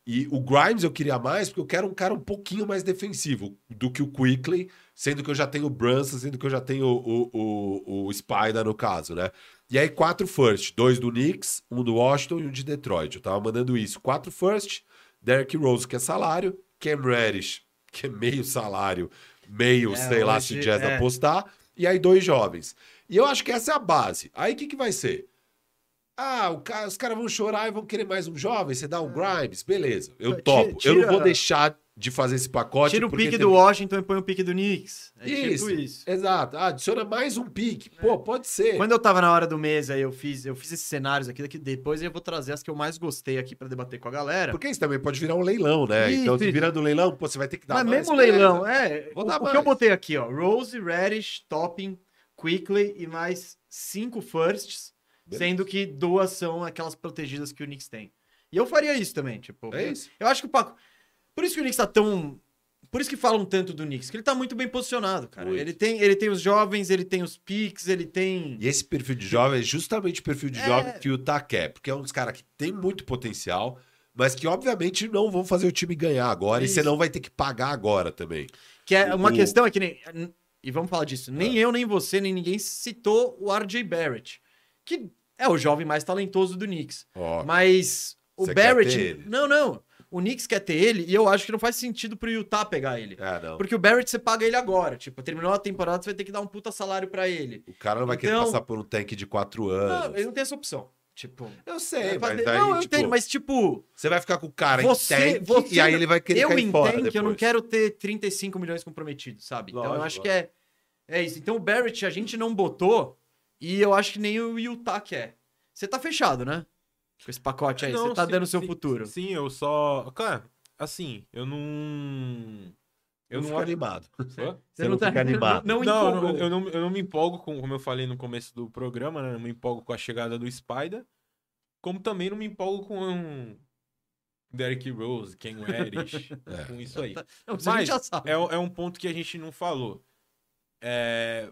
E o Grimes eu queria mais, porque eu quero um cara um pouquinho mais defensivo do que o Quickly, sendo que eu já tenho o Brunson, sendo que eu já tenho o, o, o, o Spider, no caso, né? E aí, quatro first. Dois do Knicks, um do Washington e um de Detroit. Eu tava mandando isso. Quatro first, Derrick Rose, que é salário, Cam Reddish, que é meio salário, meio,
É,
sei lá,
hoje,
se o Jazz
é.
apostar, e aí dois jovens. E eu acho que essa é a base. Aí, o que, que vai ser? Ah, o ca- os caras vão chorar e vão querer mais um jovem, você dá um Grimes, beleza. Eu
Ti-
topo. eu não
É. tira-
vou deixar de fazer esse pacote.
Tira o
porque
pique
tem-
do Washington e põe o pique do Knicks. É
Isso.
tipo isso.
Exato. Ah, adiciona mais um pique.
É.
Pô, pode ser.
Quando eu tava na hora do mês, aí eu fiz, eu fiz esses cenários aqui, daqui depois eu vou trazer as que eu mais gostei aqui pra debater com a galera.
Porque isso também pode virar um leilão, né?
Isso,
então, se
isso.
virando um leilão, pô, você vai ter que dar
Mas
mais,
mesmo
beleza.
leilão, é.
Vou
o
dar
o que
mais.
eu botei aqui, ó. Rose, Reddish, Topping, Quickly e mais cinco firsts,
Beleza.
sendo que duas são aquelas protegidas que o Knicks tem. E eu faria isso também, tipo.
É isso.
Eu acho que o Paco. Por isso que o Knicks tá tão. Por isso que falam tanto do Knicks, que ele tá muito bem posicionado, cara.
Muito.
Ele tem, ele tem os jovens, ele tem os picks, ele tem.
E esse perfil de jovem é justamente o perfil de
É.
jovem que o Utah quer, porque é um dos caras que tem muito potencial, mas que obviamente não vão fazer o time ganhar agora
Isso.
e você não vai ter que pagar agora também.
Que é uma
O- É.
questão é que nem. E vamos falar disso. Nem eu, nem você, nem ninguém citou o RJ Barrett, que é o jovem mais talentoso do Knicks.
Ó,
Mas o
Você quer
Barrett.
ter ele?
Não, não. O Knicks quer ter ele e eu acho que não faz sentido pro Utah pegar ele.
é, não.
Porque o Barrett você paga ele agora. Tipo, terminou a temporada, você vai ter que dar um puta salário pra ele.
O cara não vai querer
Então-
passar por um tanque de quatro
Não,
anos.
ele não tem essa opção. Tipo.
eu sei,
É,
mas
fazer-
aí,
não, eu
tipo,
entendo, mas tipo,
você vai ficar com o cara
Você-
em tanque
você
e aí
não-
ele vai querer
eu
cair
entendo
fora
que
depois.
eu não quero ter 35 milhões comprometidos, sabe? então eu
Lógico,
acho que é, é isso. Então o Barrett a gente não botou e eu acho que nem o Utah quer. Você tá fechado, né? Com esse pacote aí,
Não,
você tá
sim,
dando o seu
sim,
futuro.
Sim, eu só. Cara, assim, eu não. Eu não,
fico animado.
Hã?
Você não fica animado.
tá Não,
Não, eu
empolgou.
não- eu, não, eu não me empolgo com, como eu falei no começo do programa, né? Eu não me empolgo com a chegada do Spider. Como também não me empolgo com um Derrick Rose, Ken Reddish,
É.
com isso aí.
Não, isso a gente
Mas
já sabe.
É, é um ponto que a gente não falou. É,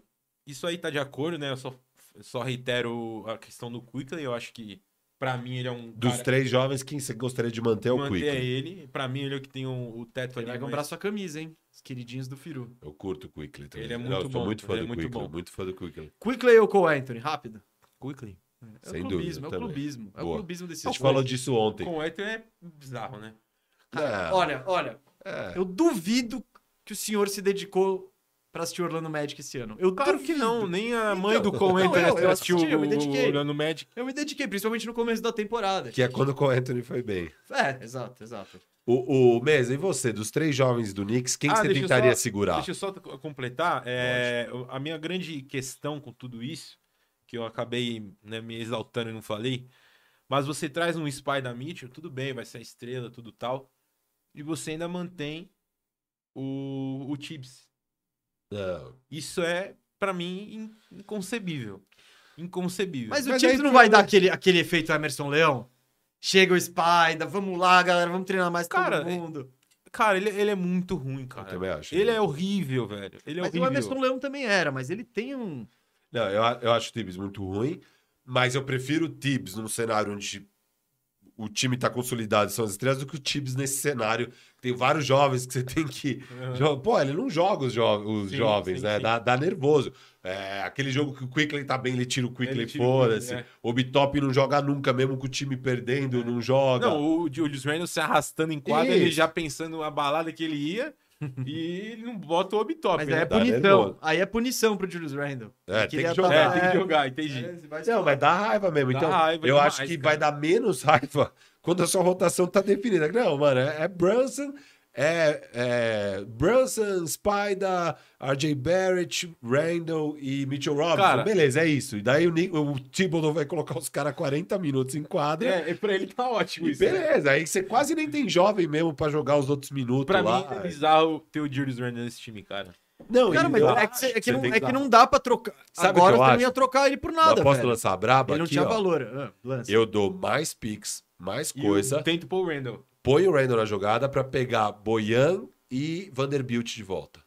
isso aí tá de acordo, né? Eu só, só reitero a questão do Quickly. Eu acho que, pra mim, ele é um
Dos
cara-
três jovens, quem você gostaria de manter é o
manter
Quickly.
ele. Pra mim, ele é o que tem o, o teto
Ele um vai
ali. mas- é
comprar sua camisa, hein? Os queridinhos do Firu.
Eu curto o Quickly também.
Ele é
Não,
muito
eu sou
bom,
muito fã
ele é
do
muito
Quickly,
bom.
muito fã do Quickly.
Quickly ou Cole Anthony, rápido?
Quickly.
É
Sem
o
dúvida
clubismo, é o
também.
clubismo. É o
Boa.
clubismo desse
A gente falou disso ontem.
Com o Ethan é bizarro, né?
É,
Olha, olha,
é.
Eu duvido que o senhor se dedicou pra assistir Orlando Magic esse ano. Eu
Claro
duvido.
que não,
né?
nem a mãe
Então,
do Cole
não, eu-
Anthony
eu
assistiu
assisti, eu me
o
dediquei.
Olhando Magic.
Eu me dediquei, principalmente no começo da temporada.
Que é quando o Anthony foi bem.
É, exato, exato.
O, o Mesa, e você? Dos três jovens do Knicks, quem
Ah,
que você
deixa eu
tentaria
só-
segurar?
Deixa eu só co- completar. é, a minha grande questão com tudo isso, que eu acabei né, me exaltando e não falei, mas você traz um Spy da Mitchell, tudo bem, vai ser a estrela, tudo tal, e você ainda mantém o, o Tibbs.
Não.
Isso é, pra mim, in- inconcebível. Inconcebível.
Mas, o
Mas
time
aí
não vai dar aquele, aquele efeito Emerson Leão? Chega o Spider, vamos lá, galera, vamos treinar mais
Cara,
todo
é,
mundo.
Cara, ele, ele é muito ruim, cara.
Eu também acho.
Ele é horrível, velho. Ele é
mas o
horrível.
Emerson Leão também era, mas ele tem um...
Não, eu, a- eu acho o Tibbs muito ruim, Mas eu prefiro o Tibbs num cenário onde o time tá consolidado, são as estrelas, do que o Tibbs nesse cenário. Tem vários jovens que você tem que. jo- Pô, ele não joga os, jo- os
Sim,
jovens,
sim,
né?
sim.
Dá, dá nervoso. É, aquele jogo que o Quickley tá bem, ele tira o Quickley
Ele tira o
fora.
Quickley,
assim.
é.
O Bitop não joga nunca, mesmo com o time perdendo, não joga.
Não, o Julius Reynolds se arrastando em quadra, ele
Isso.
já pensando na balada que ele ia e ele não bota o obtop.
Mas aí é
Né?
dá nervoso.
punição. Aí é punição pro Julius Randle.
É, tem que
Queria
jogar.
tá-
É,
Ah,
tem que
é.
jogar, entendi.
Não, mas dá raiva mesmo.
Dá
então,
raiva
eu
demais,
acho que
cara.
vai dar menos raiva quando a sua rotação tá definida. Não, mano, é, é Brunson, é, é Brunson, Spider, RJ Barrett, Randall e Mitchell Robinson.
Cara-
Beleza, é isso. E daí o, Nick- o Thibodeau vai colocar os caras 40 minutos em quadra.
É, e pra ele tá ótimo
E
isso. né?
beleza, aí você quase nem tem jovem mesmo pra jogar os outros minutos
Pra
lá.
mim é bizarro ter o Julius Randle nesse time, cara.
Não,
Cara,
e
mas
eu-
é que, cê- é que
Você
não,
tem
é
que
que
dar-
não dá pra trocar.
Sabe o que
Agora
eu
você não
acho?
ia trocar ele por
eu
nada,
posso
velho.
lançar a braba
Ele não
aqui,
tinha
ó.
valor. Ah, lança.
Eu dou mais picks, mais
E
coisa.
o- Tenta pôr o Randle.
põe o Randall na jogada pra pegar Boyan e Vanderbilt de volta.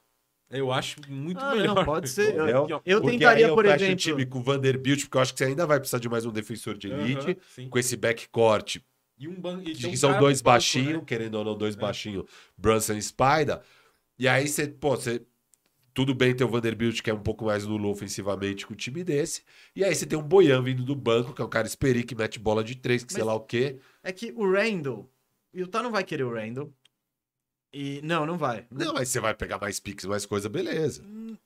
Eu acho muito
Ah,
melhor.
não, pode ser. Eu-
Entendeu?
eu
Porque
tentaria,
aí eu
por
fecho o
exemplo-
time com o Vanderbilt, porque eu acho que você ainda vai precisar de mais um defensor de
Aham,
elite.
sim.
Com esse backcourt,
E um ban... e tem
que
um
são
cara
dois
pro banco,
baixinhos,
né?
querendo ou não, dois baixinhos, Brunson e Spider. E aí você, pô, você. Tudo bem ter o Vanderbilt, que é um pouco mais nulo ofensivamente com o time desse. E aí você tem um Boyan vindo do banco, que é um cara esperi, que mete bola de três, que sei
Mas-
lá o quê.
É que o Randall. O Utah não vai querer o Randall. E. Não, não então, vai.
Não, aí você vai pegar mais picks, mais coisa, beleza.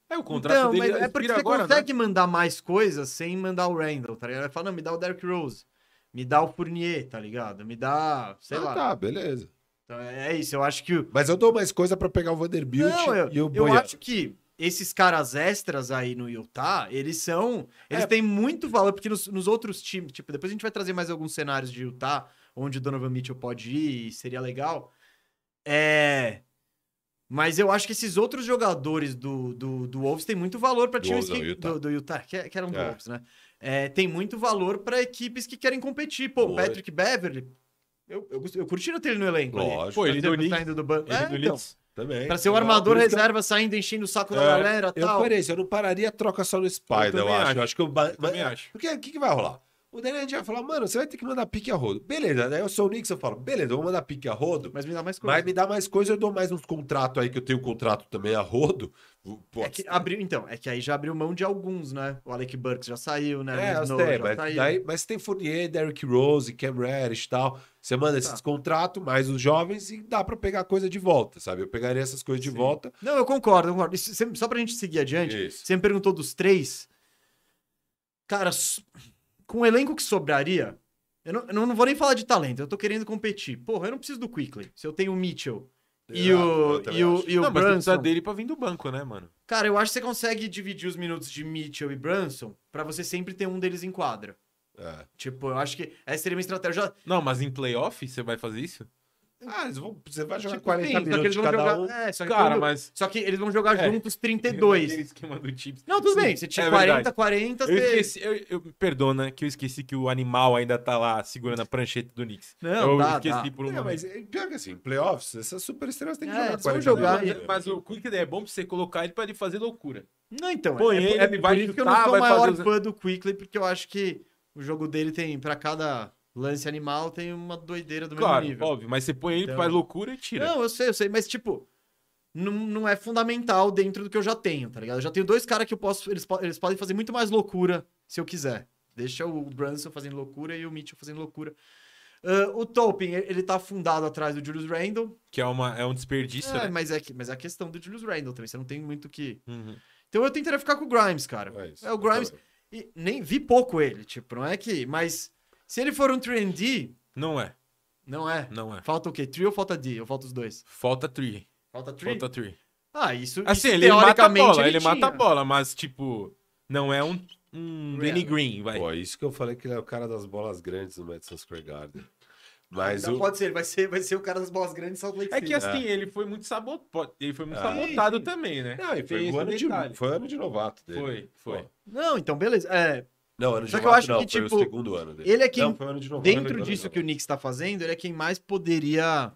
É, o contrato
Então,
dele
mas é porque
expira
você
agora, né?
consegue mandar mais coisas sem mandar o Randall, tá ligado? Ele Fala, não, me dá o Derrick Rose. Me dá o Fournier, tá ligado? Me dá. Sei
ah,
lá.
tá, beleza.
Então, é isso, eu acho que. o-
Mas eu dou mais coisa pra pegar o Vanderbilt
Não, eu,
e o
eu
Boyan.
acho que esses caras extras aí no Utah, eles são. Eles
É.
têm muito valor, porque nos, nos outros times. Tipo, depois a gente vai trazer mais alguns cenários de Utah, onde o Donovan Mitchell pode ir, e seria legal. É. Mas eu acho que esses outros jogadores do, do, do Wolves têm muito valor para
Do
times que,
Wolves, não, Utah.
do, do Utah, que, que eram do
É.
Wolves, né? É, tem muito valor para equipes que querem competir. Pô, o
Muito.
Patrick Beverly. Eu, eu, gost- eu curtindo ter ele no elenco. ali.
Lógico.
Pô, ele do Knicks.
saindo do banco.
Ele
É,
do
então.
Leeds.
também.
Pra ser o
Não,
armador
por isso que eu-
reserva saindo, enchendo o saco da
É,
galera
Eu
tal.
parei, se eu não pararia a troca só no
Eu
Spider, eu,
também
acho.
acho.
Eu acho que eu... ba-
Eu também
mas- é
acho.
Porque o que, que vai rolar? O Daniel vai falar, mano, você vai ter que mandar pique a rodo. Beleza, daí eu sou o Knicks, eu falo, beleza, eu vou mandar pique a rodo,
Mas me dá mais coisa.
mas me dá mais coisa, eu dou mais uns contratos aí, que eu tenho um contrato também a rodo. Pô,
É que abriu, então, é que aí já abriu mão de alguns, né? O Alec Burks já saiu, né?
É,
o
eu
Snow
sei,
já
mas,
saiu.
daí, mas tem Fournier, Derrick Rose, Cam Reddish e tal. Você manda esses
Tá.
contratos, mais os jovens, e dá pra pegar coisa de volta, sabe? Eu pegaria essas coisas de
Sim.
volta.
Não, eu concordo, eu concordo. Isso, você- só pra gente seguir adiante,
Isso.
você me perguntou dos três. Cara, s- com o elenco que sobraria, eu não, eu não vou nem falar de talento, eu tô querendo competir. Porra, eu não preciso do Quickley. Se eu tenho o Mitchell e
Eu
o,
também
e o,
acho.
e o
Não, mas tem que
Brunson...
precisar dele pra vir do banco, né, mano?
Cara, eu acho que você consegue dividir os minutos de Mitchell e Brunson pra você sempre ter um deles em quadra.
É.
Tipo, eu acho que essa seria uma estratégia. Já-
Não, mas em playoff você vai fazer isso?
Ah, eles vão- você vai jogar
Tipo,
40
sim, só que
minutos
eles
de
vão
cada
jogar.
um.
É, só que,
Cara,
todo-
mas.
só que eles vão jogar
É.
juntos 32.
Aquele esquema do Chips.
Não, tudo
Sim,
bem. Você tinha
é
40,
verdade.
40,
Eu
você-
esqueci, eu, eu- perdona que eu esqueci que o animal ainda tá lá segurando a prancheta do Knicks.
Não,
eu
dá,
esqueci
dá.
por um
É,
momento.
mas é, pior que assim, playoffs, essas super estrelas têm que
É,
jogar
eles vão
40
jogar,
minutos. né?
Mas, mas o Quick é bom pra você colocar ele pra ele fazer loucura.
Não, então. é-
Põe
é,
ele,
é
ele vai
por isso que eu
chutar,
não sou o
vai
maior
fazer os-
fã do Quickley, porque eu acho que o jogo dele tem, pra cada lance animal, tem uma doideira do
Claro,
mesmo nível.
óbvio, mas você põe ele,
Então-
faz loucura e tira.
Não, eu sei, eu sei, mas tipo. Não, não é fundamental dentro do que eu já tenho, tá ligado? Eu já tenho dois caras que eu posso. Eles, po- eles podem fazer muito mais loucura se eu quiser. Deixa o Brunson fazendo loucura e o Mitchell fazendo loucura. Ah, o Tolpin, ele ele tá afundado atrás do Julius Randle.
Que é, uma, é um desperdício,
É,
né?
mas, é, que- mas é a questão do Julius Randle também. Você não tem muito o que.
Uhum.
Então eu tentaria ficar com o Grimes, cara.
É isso.
É, o Grimes. E nem vi pouco ele, tipo, não é que. Mas se ele for um 3D,
Não é,
não é.
não é.
Falta o quê? Trio ou falta D? Ou falta os dois?
Falta tree.
Falta trio?
Falta tree.
Ah, isso.
Assim,
isso,
ele mata a bola, ele,
tinha.
mata a bola, mas tipo, não é um, um Danny
Real.
Green, vai.
então, Pô, isso que eu falei que ele é o cara das bolas grandes no Madison Square Garden. Mas
Não
o...
pode ser, ele vai ser, vai ser o cara das bolas grandes só do Lake
É que
City.
assim, ele foi muito sabotado, ele foi
É.
muito
Ah.
sabotado também, né?
Não, e
Tem
foi, o
esse
ano de,
detalhe.
foi o ano de novato dele.
Foi, foi.
Pô.
Não, então beleza. É,
Não, ano de
Só que eu
novato
acho
não,
que,
foi
tipo,
o segundo ano dele.
ele é quem-
Não, foi o ano de novato.
dentro disso que o Knicks tá fazendo, ele é quem mais poderia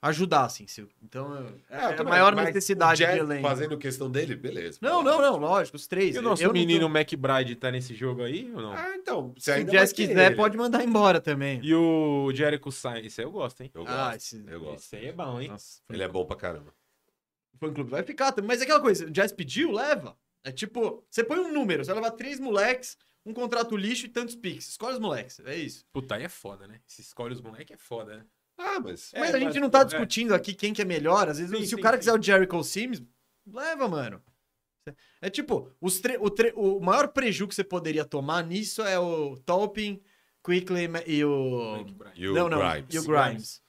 ajudar, assim. se- então, eu-
É,
é a
também,
maior
mas
necessidade
o Jazz
de elenco.
Fazendo questão dele, beleza.
Não, não, não, lógico, os três.
E o
Eu-
nosso
eu não
menino McBride tá nesse jogo aí ou não?
Ah, então.
tô-
Se
Se o
ainda
Jazz
vai ter
quiser,
ele.
pode mandar embora também.
E o Jericho Science, eu gosto, hein?
Eu gosto.
Ah, esse...
Eu gosto.
Esse aí é bom, hein?
Nossa,
Ele é bom pra caramba.
fã clube vai ficar também. Mas é aquela coisa, o Jazz pediu, leva. É tipo, você põe um número, você vai levar três moleques, um contrato lixo e tantos piques. Escolhe os moleques, é isso.
Puta, aí é foda, né? Se escolhe os moleque é foda, né?
Ah, mas.
É,
mas a gente
mas,
não tá
pô, é.
discutindo aqui quem que é melhor. Às vezes,
Sim,
se o
sim,
cara
sim.
quiser o Jericho Sims, leva, mano. É tipo, os tre- o, tre- o maior preju que você poderia tomar nisso é o Tolpin, Quickly e o...
McBride.
E o
não, não,
Grimes.
e o Grimes.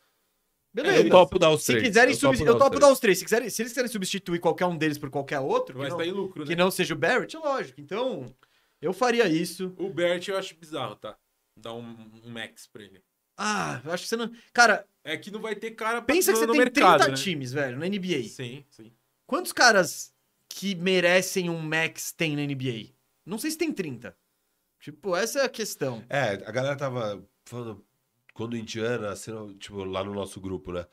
É, eu topo dar os
Se
três.
quiserem
eu topo
substituir,
dar
eu
os
topo
três.
dar os três. Se, quiserem, se eles quiserem substituir qualquer um deles por qualquer outro,
Vai
que não,
sair lucro,
que
né?
não seja o Barrett, lógico. Então, eu faria isso.
O Bert eu acho bizarro, tá? Dar um, um max pra ele.
Ah, eu acho que você não. Cara,
É que não vai ter cara pra
pensa que você
no
tem
mercado,
30
né?
times, velho, na NBA.
Sim, sim.
Quantos caras que merecem um max tem na NBA? Não sei se tem 30. Tipo, essa é a questão.
É, a galera tava falando quando o Indiana, assinou, tipo, lá no nosso grupo, né?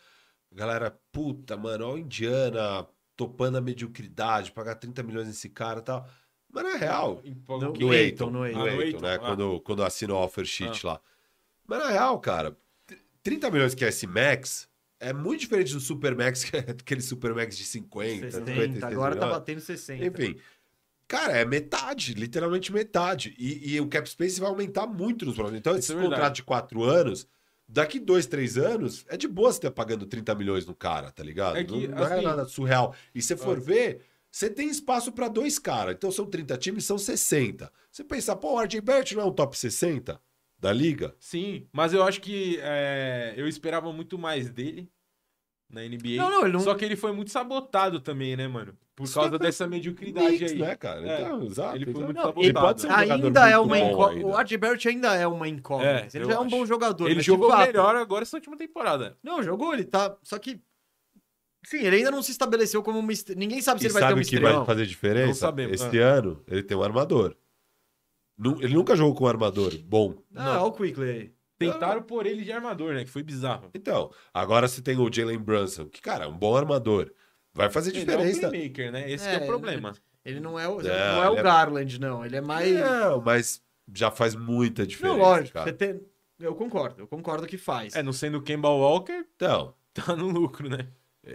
A galera, puta, mano, ó, o Indiana topando a mediocridade, pagar 30 milhões nesse cara e tal. Mas na real,
Empolga
Não,
o quê?
no
Aiton,
Eiton,
no
no
Aiton.
Ah, no
Eiton,
Aiton,
né?
ah.
Quando, quando assina o offer sheet lá. Mas na real, cara, 30 milhões que é esse Max é muito diferente do Super Max, que é aquele Super Max de 50,
60,
56
agora tá
milhões.
batendo 60.
Enfim.
né?
Cara, é metade, literalmente metade. E, e o cap space vai aumentar muito nos próximos. Então,
Isso
esse
é verdade.
contrato de quatro anos, daqui dois, três anos, é de boa você ter pagando 30 milhões no cara, tá ligado?
É que,
não não
assim-
é nada surreal. E se for
Ah.
ver, você tem espaço pra dois caras. Então, são 30 times, são 60. Você pensar, pô, o RJ Barrett não é um top 60 da liga?
Sim, mas eu acho que é, eu esperava muito mais dele na NBA.
Não, não, ele não-
Só que ele foi muito sabotado também, né, mano? Por
Isso
causa
foi-
dessa mediocridade
Knicks,
aí.
né, cara?
É.
Então, exato.
Ele foi
exato.
muito
Não,
sabotado.
ele
pode ser um jogador
ainda é
muito
uma
bom
incógnita.
ainda.
O RJ Barrett ainda é uma incógnita.
É,
ele
eu
já é um
acho.
bom jogador.
Ele
mas de
jogou
fato-
melhor agora essa última temporada.
Não, jogou, ele tá. Só que. Sim, ele ainda não se estabeleceu como uma estrela. Ninguém sabe se
E
ele vai ter um
sabe
uma
o que
estrela.
vai fazer
Não
diferença?
sabemos, é.
Este ano, ele tem um armador. Nu- Ele nunca jogou com um armador bom.
Ah, olha o Quickley aí. Ah.
Tentaram por ele de armador, né? Que foi bizarro.
Então, agora você tem o Jalen Brunson, que, cara, é um bom armador. Vai fazer
Ele é um
diferença.
playmaker, né? Esse
É,
que é
ele-
o problema.
Ele não é o,
Não,
não, é o
ele é-
Garland, não. Ele é mais.
Não, mas já faz muita
não,
diferença.
lógico.
cara.
Você tem... Eu concordo, eu concordo que faz.
É, não sendo o Kemba Walker,
Então,
tá no lucro, né?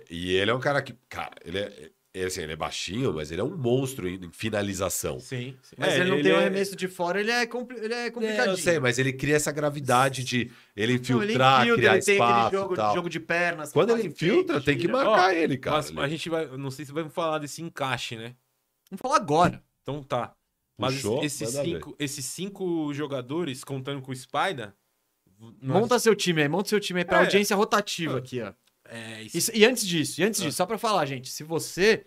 e ele é um cara que, cara, ele é, é assim, ele é baixinho, mas ele é um monstro em, em finalização.
Sim. sim.
Mas
É,
ele não tem o
é-
arremesso de fora, ele é, compli... ele é complicadinho.
É, eu sei, mas ele cria essa gravidade de ele
Não, ele
infiltrar,
infiltra,
criar
ele tem
espaço
aquele jogo,
e tal.
jogo né? de pernas.
Quando
faz
ele
um fake,
infiltra, tem que
tira.
marcar ele, cara.
Mas a gente vai. eu Não sei se vai falar desse encaixe, né?
Vamos falar agora.
Então tá. Mas
Puxou,
esse- esses,
manda ver.
cinco, esses cinco jogadores, contando com o Spider. nós-
Monta seu time aí, monta seu time aí pra
É.
audiência rotativa aqui, ó.
É, isso.
Isso- e antes disso, e
Ah.
antes disso, só pra falar, gente, se você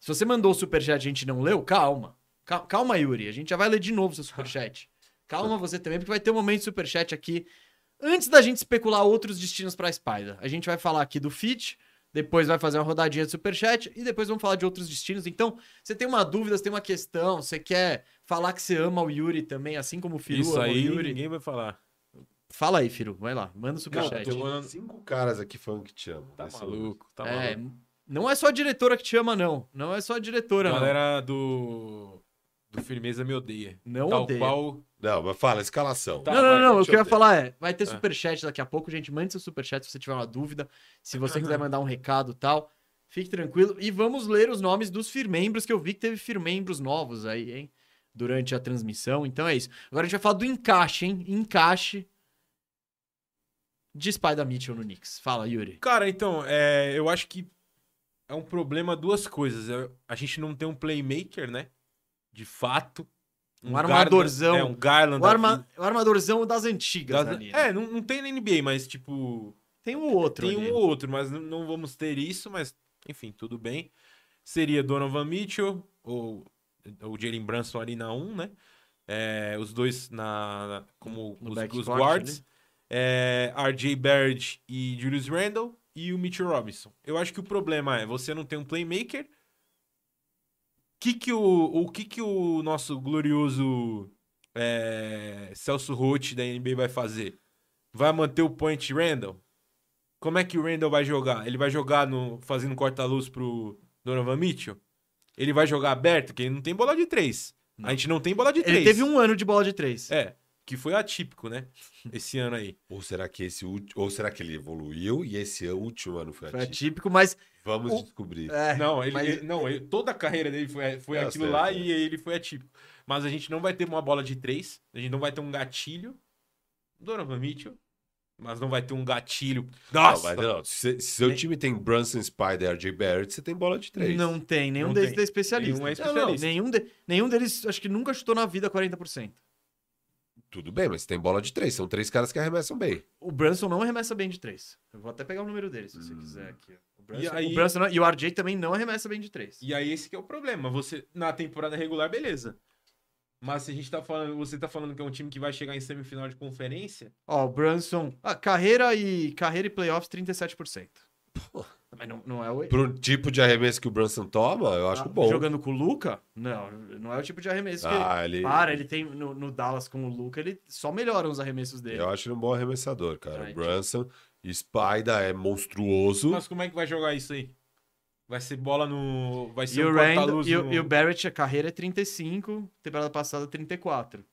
se você mandou o superchat e a gente não leu, calma. Ca- Calma, Yuri, a gente já vai ler de novo seu superchat.
Tá.
Calma você também, porque vai ter um momento de superchat aqui. Antes da gente especular outros destinos pra Spider, a gente vai falar aqui do Fit, depois vai fazer uma rodadinha de superchat e depois vamos falar de outros destinos. Então, você tem uma dúvida, você tem uma questão, você quer falar que você ama o Yuri também, assim como o Firu
Isso
ama
aí
o Yuri.
ninguém vai falar.
Fala aí, Firu, vai lá, manda o
Cara,
superchat.
tem cinco caras aqui falando que te amam. né,
Tá
Esse-
maluco, tá
É,
maluco.
não é só a diretora que te ama, não. Não é só a diretora,
A
não.
galera do. Do Firmeza me odeia.
Não
Tal
odeia.
qual.
Não, mas fala, escalação.
Tá,
não, não,
vai,
não. O
deixa
que eu
eu
ia
ver.
falar é: vai ter
Ah.
superchat daqui a pouco, gente. Mande seu superchat se você tiver uma dúvida. Se você quiser mandar um recado e tal, fique tranquilo. E vamos ler os nomes dos firmembros, que eu vi que teve firmembros novos aí, hein? Durante a transmissão. Então é isso. Agora a gente vai falar do encaixe, hein? Encaixe de Spider Mitchell no Knicks. Fala, Yuri.
Cara, então, é, eu acho que é um problema duas coisas. É, A gente não tem um playmaker, né? De fato.
Um armadorzão.
Garland- é, um Garland.
O, arma- o armadorzão das antigas
da-
ali. né?
É, não, não tem na NBA, mas tipo.
Tem um outro.
Tem
ali.
um ou outro, mas não, não vamos ter isso, mas enfim, tudo bem. Seria Donovan Mitchell ou ou Jalen Brunson ali na 1, né? É, os dois na, na- como
No
os,
backcourt, né?
os guards. É, RJ Barrett e Julius Randle e o Mitchell Robinson. Eu acho que o problema é você não tem um playmaker. Que que o, o que que o nosso glorioso é, Celso Roth da NBA vai fazer? Vai manter o point Randall? Como é que o Randall vai jogar? Ele vai jogar no fazendo corta-luz pro Donovan Mitchell? Ele vai jogar aberto, que ele não tem bola de três. A gente não tem bola de três.
Ele teve um ano de bola de três.
É, que foi atípico, né? Esse ano aí.
Ou será que esse ulti- ou será que ele evoluiu e esse é último ano foi
Foi
atípico?
atípico, mas.
Vamos
O-
descobrir.
é,
Não, ele,
mas-
ele- não ele- toda a carreira dele foi, foi
Tá
aquilo
certo,
lá
é.
e ele foi atípico. Mas a gente não vai ter uma bola de três, a gente não vai ter um gatilho. Donovan Mitchell, mas não vai ter um gatilho.
Não,
Nossa!
mas não, se, se seu time tem Brunson, Spider, RJ Barrett, você tem bola de três.
Não tem, nenhum
Não
deles
tem.
é especialista.
Nenhum é
Não, não,
especialista.
nenhum, de- nenhum deles, acho que nunca chutou na vida 40%.
Tudo bem, mas tem bola de três. São três caras que arremessam bem.
O Brunson não arremessa bem de 3. Eu vou até pegar o número dele, se você quiser aqui. ó. O Brunson,
Hum. E aí-
o Brunson não- e o RJ também não arremessa bem de 3.
E aí esse que é o problema. Você na temporada regular, beleza. Mas se a gente tá falando, você tá falando que é um time que vai chegar em semifinal de conferência,
Ó, o Brunson, ah, carreira e carreira e playoffs 37%. Mas não, não é o
Pro tipo de arremesso que o Brunson toma, eu acho
Ah,
bom.
Jogando com o Luca? Não, não é o tipo de arremesso que
Ah, ele,
ele... Para, ele tem no, no Dallas com o Luca, ele só melhora os arremessos dele.
eu acho ele um bom arremessador, cara.
Ai,
o Brunson, Spider é
Uhum.
monstruoso.
mas como é que vai jogar isso aí? Vai ser bola no, vai ser
E o,
um
tá
Rand,
corta-luz
e, o-
no...
e o Barrett, a carreira é 35, temporada passada 34.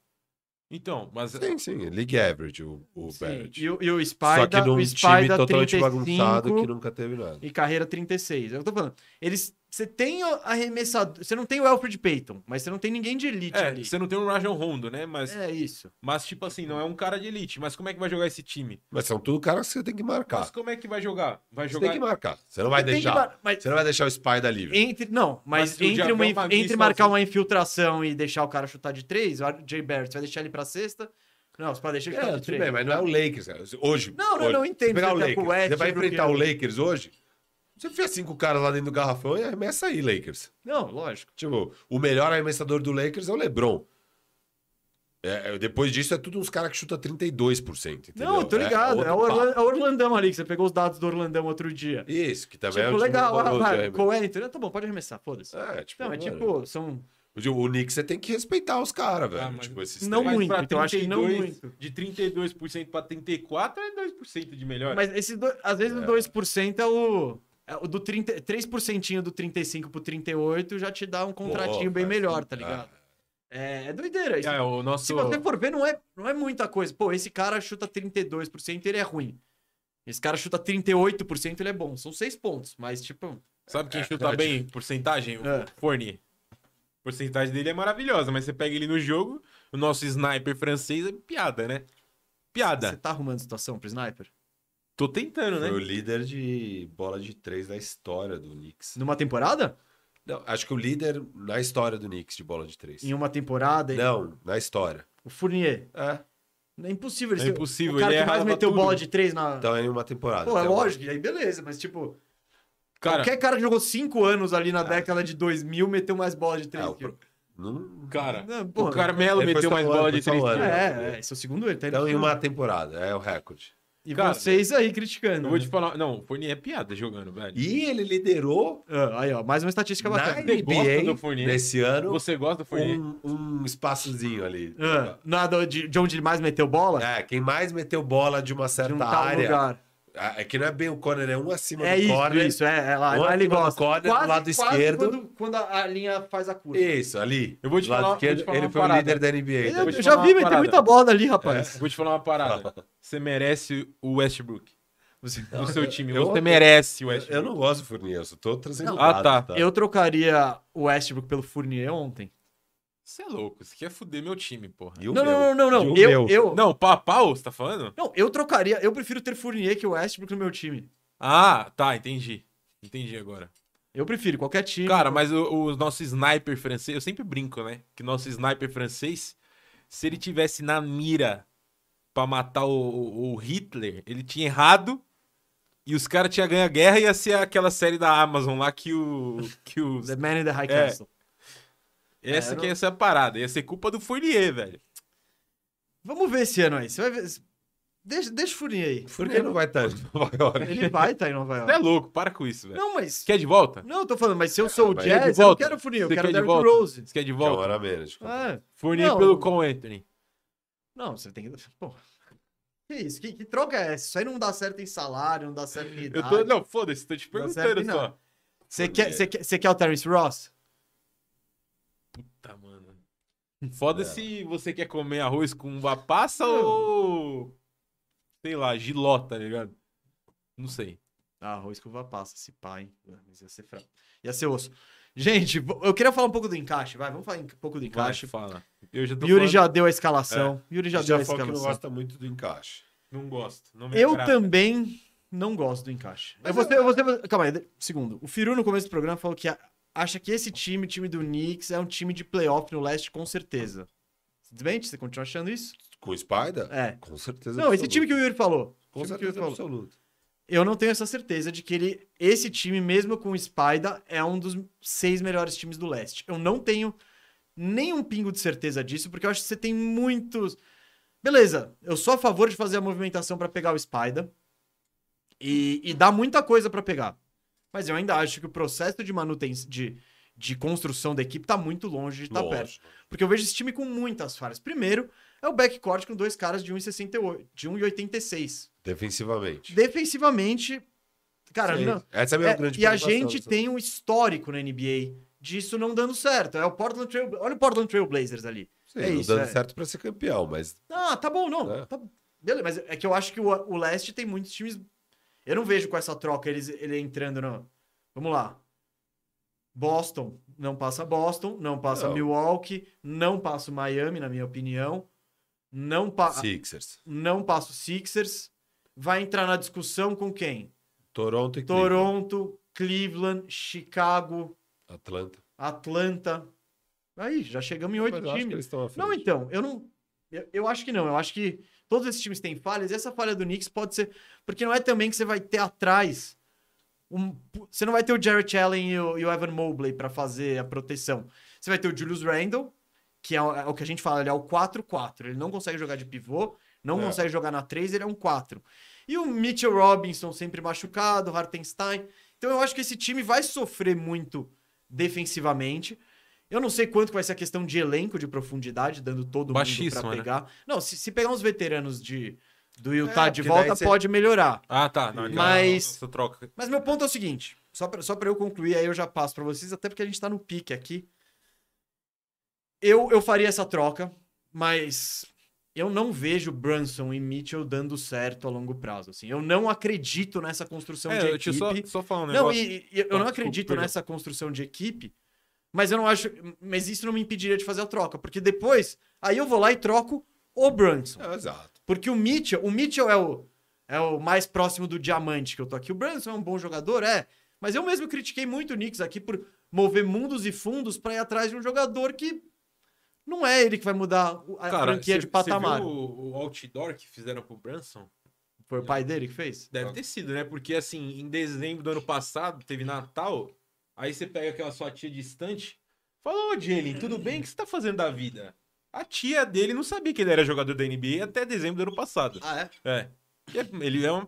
Então, mas
Sim, sim. League average, o, o
Sim,
Barrett.
E, o- e o
Só
Spider,
que num
o
time
Spider
totalmente
35
bagunçado que nunca teve nada.
e carreira 36. É o que Eu tô falando. Eles, você tem o arremessador, você não tem o Alfred Payton, mas você não tem ninguém de elite
é,
ali.
você não tem um Rajon Rondo, né? Mas
É isso.
Mas, tipo assim, não é um cara de elite. Mas como é que vai jogar esse time?
Mas são tudo caras que você tem que marcar.
Mas como é que vai jogar? Vai
Você
jogar.
tem que marcar. Você não vai
Tem que
deixar.
mar- mas
Você não vai deixar o Spider livre.
entre, não,
Mas
mas,
se o
entre,
Diabel
uma,
vai vir
entre marcar
sozinho.
um-
uma infiltração e deixar o cara chutar de 3, o Jay Barrett você vai deixar ele pra sexta? Não, você pode deixar ele
É,
chutar de
tudo bem,
3.
mas não é o Lakers, cara. Hoje.
Não, não,
hoje,
não, eu entendo.
Você, pegar
Você
o
tá com
Lakers,
o
você vai
Westbrook,
enfrentar o
eu-
Lakers hoje? Você enfia cinco caras lá dentro do garrafão e arremessa aí, Lakers.
Não, lógico.
Tipo, o melhor arremessador do Lakers é o LeBron. É, é, depois disso é tudo uns caras que chuta 32%. Entendeu?
Não, eu tô ligado. É,
outro
o Orlan-
papo.
é o Orlandão ali, que você pegou os dados do Orlandão outro dia.
Isso, que também é
Tipo,
um time
legal, ah,
horroroso de
vai,
arremesso.
Cohen, então, tá bom, pode arremessar, foda-se.
É, tipo,
Não, é
mano,
tipo, são.
o- O Knicks você tem que respeitar os caras, velho.
Ah, mas
tipo, esses
não
três.
muito, então eu acho que não muito.
De 32% pra 34% é 2% de melhor.
Mas esse do... às vezes
É.
o 2% é o. É o do 30... 3% do 35 pro 38 já te dá um contratinho
Pô,
bem
cara,
melhor, tá
ah,
ligado? É, é doideira isso.
É, o nosso.
Se você for ver, não é, não é muita coisa. Pô, esse cara chuta 32%, ele é ruim. Esse cara chuta 38%, ele é bom. São seis pontos, mas tipo.
Sabe quem
É,
chuta
verdade.
bem porcentagem? O
É.
Fournier. A porcentagem dele é maravilhosa, mas você pega ele no jogo, o nosso sniper francês é piada, né?
Você
Piada.
tá arrumando situação pro sniper?
Tô tentando,
Foi o
né?
líder de bola de três da história do Knicks.
Numa temporada?
Não, acho que o líder na história do Knicks de bola de três.
Em um Ah. uma temporada?
Não, na história.
O Fournier.
É.
É impossível.
É
ser-
impossível,
O cara
ele
que mais
errava
meteu
tudo.
bola de três na.
Então é em uma temporada.
Pô, é
Então,
lógico, e aí beleza, mas tipo,
Cara,
qualquer cara que jogou 5 anos ali na
Ah.
década de 2000 meteu mais bola de 3.
É, o pro- não-
cara.
Não,
O
porra.
Carmelo
Ele foi
meteu mais
salvando,
bola de
foi salvando.
3
É, é, esse é o segundo ele, tá indo
Então em
pro-
uma temporada, é o recorde.
E
Cara,
vocês aí criticando.
Eu vou
né?
te falar. Não, o Fournier é piada jogando, velho.
E ele liderou
Ah, aí, ó, mais uma estatística
na
bacana.
Você gosta do
NBA
Fournier?
nesse ano
Você gosta do Fournier?
um, um espaçozinho ali.
Ah, nada de, de onde ele mais meteu bola?
É, quem mais meteu bola de uma
de
certa
um tal
É, área.
lugar.
É é que não é bem o corner, é um acima
É
do
isso,
corner.
isso, é, é lá,
Um
lá ele
acima do
gosta.
corner, do lado esquerdo.
Quando, quando a, a linha faz a curva.
Isso, ali.
Eu vou te
Do lado
falar-
esquerdo,
vou te falar
ele
uma
foi o
parada.
líder da NBA.
Eu-
então.
Eu,
vou te
já
falar
vi
uma
meter
parada. É.
muita bola ali, rapaz.
Vou te falar uma parada. Você merece o Westbrook
Você-
no seu time.
eu-
Você merece o
Eu, eu
Westbrook.
não gosto do Fournier, eu só tô trazendo
Não. Ah,
dados,
tá.
Eu trocaria o Westbrook pelo Fournier ontem.
Você é louco. Você quer fuder meu time, porra.
E o
Não,
meu?
não, não, não,
E
não.
o
Eu,
meu?
eu,
Não, papau, você tá falando?
Não, eu trocaria. Eu prefiro ter Fournier que o Westbrook no meu time.
Ah, tá, entendi. Entendi agora.
Eu prefiro qualquer time.
Cara, mas o, o nosso sniper francês, eu sempre brinco, né? Que nosso sniper francês, se ele tivesse na mira pra matar o, o- o Hitler, ele tinha errado e os caras tinham ganho a guerra ia ser aquela série da Amazon lá que o. Que o
The Man in the High
É.
Castle. É,
essa
eu
que
não-
ia ser a parada, ia ser culpa do Fournier, velho.
Vamos ver esse ano aí. Você vai ver. Deixa, deixa o Fournier aí.
O Fournier não vai estar em Nova York.
Ele vai estar em Nova
Você é
York.
louco, para com isso, velho.
Não, mas.
Quer de volta?
Não, eu tô falando, mas se eu sou o
mas
quer
Jazz,
de
eu não
volta?
quero o Fournier, eu
Você
quer quero o
quer de
Derrick
volta?
Rose.
Você quer de
Que é uma
volta?
hora a menos.
Ah,
Fournier
Não.
pelo Con Anthony.
não, você tem que. Pô, Que isso? Que, que troca é essa? Isso aí não dá certo em salário, não dá certo em
Eu
idade.
tô, não, foda-se, tô te
Ah, Não dá
perguntando
certo, não.
só.
Você quer, você quer, você quer o Terence Ross?
Tá, mano. Foda-se você quer comer arroz com uva passa ou. Sei lá, giló, tá ligado? Não sei.
Ah, arroz com uva passa, se pá, hein? Ah, Mas ia ser fraco. Ia ser osso. Gente, vo- eu queria falar um pouco do encaixe, vai. Vamos falar um pouco do encaixe.
Vai, fala. Eu já tô
Yuri
falando-
já deu a escalação. Yuri já, deu a
É. já falou que não
escalação.
gosta muito do encaixe.
Não gosto. Não me
Eu
agrada.
também não gosto do encaixe. Eu
Mas
vou, ter- eu vou ter- Calma aí, de- segundo. O Firu, no começo do programa, falou que a- acha que esse time, time do Knicks, é um time de playoff no leste, com certeza. Tudo bem? Você continua achando isso?
Com o Spider?
É.
Com certeza
Não, esse time que o Yuri falou.
Com
Time que o Yuri
certeza
falou.
absoluta.
Eu não tenho essa certeza de que ele, esse time, mesmo com o Spida, é um dos seis melhores times do leste. Eu não tenho nenhum pingo de certeza disso, porque eu acho que você tem muitos. Beleza, eu sou a favor de fazer a movimentação pra pegar o Spida. E, e dá muita coisa pra pegar. Mas eu ainda acho que o processo de manutenção, de, de construção da equipe tá muito longe de estar
Lógico.
perto. Porque eu vejo esse time com muitas falhas. Primeiro, é o backcourt com dois caras de 1,68, de 1,86
Defensivamente.
defensivamente, cara,
Sim.
não-
Essa é a minha
é,
grande
e a
preocupação,
gente
sabe?
tem um histórico na NBA disso não dando certo. É o Portland Trail, olha o Portland Trail Blazers ali.
Sim,
é
não
isso,
dando
é.
certo pra ser campeão, mas
Ah, tá bom, não.
É.
tá- beleza, mas é que eu acho que o, o leste tem muitos times. Eu não vejo com essa troca eles ele entrando no. Vamos lá. Boston não passa Boston, não passa
Não.
Milwaukee, não passa o Miami, na minha opinião. Não passa
Sixers.
não passa o Sixers. Vai entrar na discussão com quem?
Toronto e Cleveland,
Toronto, Cleveland, Chicago,
Atlanta.
Atlanta. Aí, já chegamos em oito
Mas eu acho que
times.
eles estão à frente.
Não, então, eu não. Eu, eu acho que não. Eu acho que todos esses times têm falhas e essa falha do Knicks pode ser. Porque não é também que você vai ter atrás. um- você não vai ter o Jarrett Allen e o, e o Evan Mobley pra fazer a proteção. Você vai ter o Julius Randle, que é o, é o que a gente fala, ele é o 4-4. Ele não consegue jogar de pivô, não
É.
consegue jogar na 3, ele é um 4. E o Mitchell Robinson sempre machucado, o Hartenstein. Então eu acho que esse time vai sofrer muito defensivamente. Eu não sei quanto que vai ser a questão de elenco, de profundidade, dando todo mundo
Baixíssimo,
pra
né?
pegar. Não, se, se pegar uns veteranos de, do Utah
É,
de
porque
volta,
daí você-
pode melhorar.
Ah, tá. Não, então,
Mas-
Essa troca.
Mas meu ponto é o seguinte, só pra, só pra eu concluir, aí eu já passo pra vocês, até porque a gente tá no pique aqui. Eu, eu faria essa troca, mas eu não vejo Brunson e Mitchell dando certo a longo prazo. Assim. Eu não acredito nessa construção
É,
de
eu
equipe.
te só, só falar um
Não,
negócio.
e, e eu
Ah,
não
desculpa,
acredito
perdão.
nessa construção de equipe, mas eu não acho. Mas isso não me impediria de fazer a troca, porque depois, aí eu vou lá e troco o Brunson.
É, exato.
Porque o Mitchell, o Mitchell é o, é o mais próximo do diamante que eu tô aqui. O Brunson é um bom jogador, é. Mas eu mesmo critiquei muito o Knicks aqui por mover mundos e fundos pra ir atrás de um jogador que não é ele que vai mudar o- a franquia
cê-
de
cê
patamar.
viu o, o outdoor que fizeram pro Branson?
Foi o pai dele que fez?
Deve ter sido, né? Porque assim, em dezembro do ano passado, teve Natal. Aí você pega aquela sua tia distante. Fala, ô Jalen, tudo bem? O que você tá fazendo da vida? A tia dele não sabia que ele era jogador da NBA até dezembro do ano passado.
Ah, é?
É. E é- Ele, é um,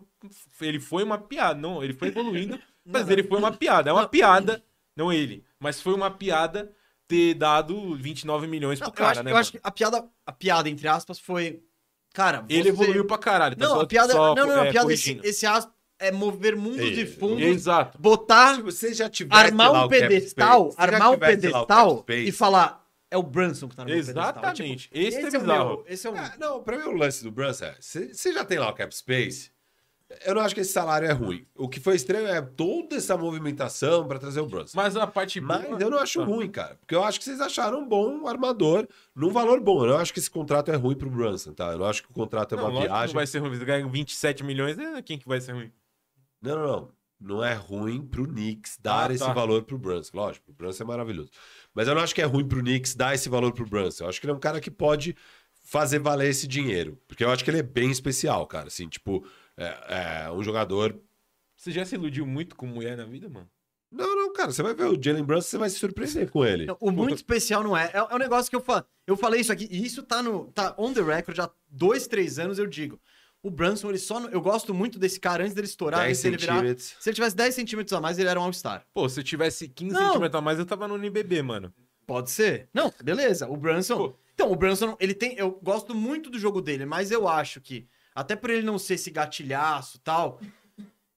ele foi uma piada, não, ele foi evoluindo, mas
Não,
ele foi uma piada. É uma piada, não ele, mas foi uma piada ter dado 29 milhões pro
Não, eu
cara,
acho,
né?
eu acho
mano?
que a piada, a piada, entre aspas, foi. Cara, você...
Ele evoluiu pra caralho. Tá
Não,
só,
a piada.
só,
não, não, não,
é,
a piada. Esse, um
corrigindo.
esse aspas é mover mundos
É,
e fundos,
Exato.
botar
Se Ah, você já tivesse
armar
lá
um
o cap
pedestal,
space, se já
armar um
tivesse lá o
pedestal
cap space-
e falar é o Brunson que tá no meu pedestal. É tipo,
Exatamente. esse, é
o
bizarro.
meu, esse é o meu.
Ah, não, pra mim o lance do Brunson é, você você já tem lá o cap space, eu não acho que esse salário é ruim. O que foi estranho é toda essa movimentação pra trazer o Brunson.
Mas a parte boa...
Mas eu não acho
Ah.
ruim, cara. Porque eu acho que vocês acharam um bom armador, num valor bom. Eu não acho que esse contrato é ruim pro Brunson, tá? Eu não acho que o contrato é
Não,
uma
lógico que não
viagem.
vai ser ruim. Você ganha 27 milhões, é quem que vai ser ruim?
Não, não, não. Não é ruim pro Knicks dar
Ah,
esse
tá.
valor pro Brunson. Lógico, o Brunson é maravilhoso. Mas eu não acho que é ruim pro Knicks dar esse valor pro Brunson. Eu acho que ele é um cara que pode fazer valer esse dinheiro. Porque eu acho que ele é bem especial, cara. Assim, tipo, é, é um jogador.
Você já se iludiu muito com mulher na vida, mano?
Não, não, cara. Você vai ver o Jalen Brunson, você vai se surpreender com ele.
Não, o muito especial não é. É, é um negócio que eu falo. Eu falei isso aqui, e isso tá no. tá on the record há dois, três anos, eu digo. O Brunson, ele só. não- Eu gosto muito desse cara antes dele estourar,
10
antes dele virar.
centímetros.
Se ele tivesse 10 centímetros a mais, ele era um All-Star.
Pô, se eu tivesse 15
Não.
centímetros a mais, eu tava no NBB, mano.
Pode ser. Não, beleza. O Brunson.
Pô.
Então, o Brunson, ele tem. Eu gosto muito do jogo dele, mas eu acho que Até por ele não ser esse gatilhaço e tal.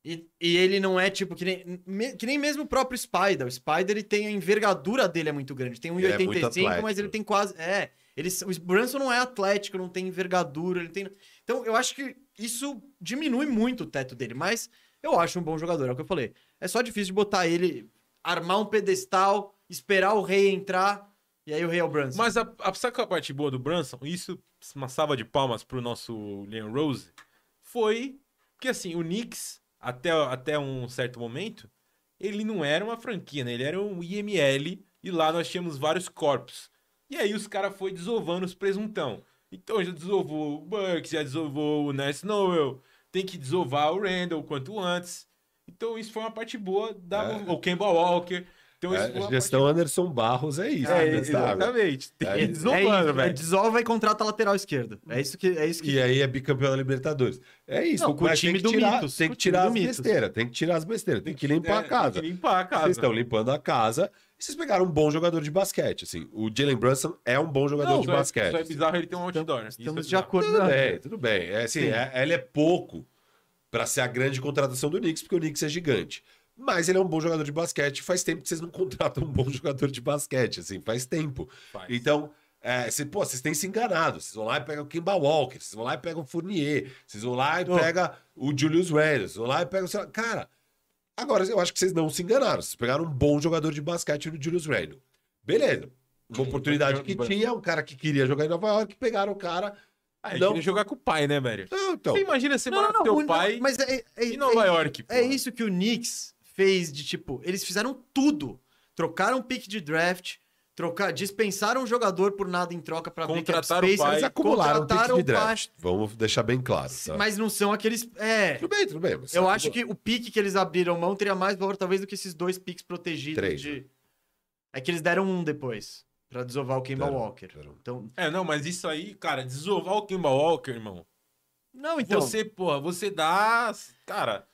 E, e ele não é tipo que nem, me- que nem mesmo o próprio Spider. O Spider ele tem a envergadura dele é muito grande. Tem
Ele é muito
1,85, mas
atlético.
ele tem quase. É. Ele, o Branson não é atlético, não tem envergadura, ele tem. Então eu acho que isso diminui muito o teto dele, mas eu acho um bom jogador, é o que eu falei. É só difícil de botar ele, armar um pedestal, esperar o rei entrar, e aí o rei é o Branson.
Mas a, a, sabe qual é a parte boa do Branson? Isso, uma salva de palmas pro nosso Leon Rose, foi que, assim, o Knicks, até, até um certo momento, ele não era uma franquia, né? Ele era um IML, e lá nós tínhamos vários corpos. E aí os caras foram desovando os presuntão. Então já desovou o Burks, já desovou o Ness Noel, tem que desovar o Randall quanto antes. Então isso foi uma parte boa da...
É.
O Kemba Walker... Então, isso
é
foi
A
uma
É, gestão Anderson Barros é isso,
é,
né, sabe?
exatamente. Tem
É,
que ir desovando,
isso,
velho.
desova e contrata lateral esquerdo. É isso que. É isso que...
E aí é bicampeão da Libertadores. É isso,
Não, com o
mas
time
tem
do
que tirar,
Mitos,
tem
com
que
o time
tirar
do
as
Mitos.
besteiras, tem que tirar as besteiras, tem que limpar
É,
a casa.
tem que limpar a casa.
Vocês estão limpando a casa e vocês pegaram um bom jogador de basquete, assim. O Jalen Brunson é um bom jogador
Não,
de
só é-
basquete.
Só é bizarro ele ter um outdoor. Isso
Estamos de
é bizarro.
acordo.
Tudo
Não,
bem, tudo bem. É, assim,
Sim.
é- ele é pouco pra ser a grande contratação do Knicks, porque o Knicks é gigante. Mas ele é um bom jogador de basquete. Faz tempo que vocês não contratam um bom jogador de basquete, assim, faz tempo.
Faz.
Então, é, cê- pô, vocês têm se enganado. Vocês vão lá e pegam o Kimba Walker, vocês vão lá e pegam o Fournier, vocês vão lá e
Ô.
pegam o Julius Randle, vocês vão lá e pegam. sei lá. Cara, agora eu acho que vocês não se enganaram. Vocês pegaram um bom jogador de basquete no Julius Randle. Beleza. Uma oportunidade que tinha, um cara que queria jogar em Nova York, pegaram o cara.
Ah, ele
Não.
queria jogar com o pai, né, velho?
Não, então.
Você imagina você
não,
morar com
não,
teu
o-
pai
Mas é, é,
em Nova
é,
York.
É
porra.
isso que o Knicks fez de tipo, eles fizeram tudo. Trocaram pique de draft, trocar, dispensaram o jogador por nada em troca pra ver que era
Contrataram o
space,
pai.
Eles
eles
acumularam o pick
contrataram
de
o pai,
draft. Vamos deixar bem claro. tá?
Mas não são aqueles. É.
Tudo bem, tudo bem. mas
Eu
acumula-
acho que o pique que eles abriram mão teria mais valor, talvez, do que esses dois piques protegidos
Três, né?
de. É que eles deram um depois. Pra desovar o Kemba
Deram,
Walker.
deram.
Então.
É, não, mas isso aí, cara, desovar o Kimba Walker, irmão.
Não, então.
Você, porra, você dá. Cara,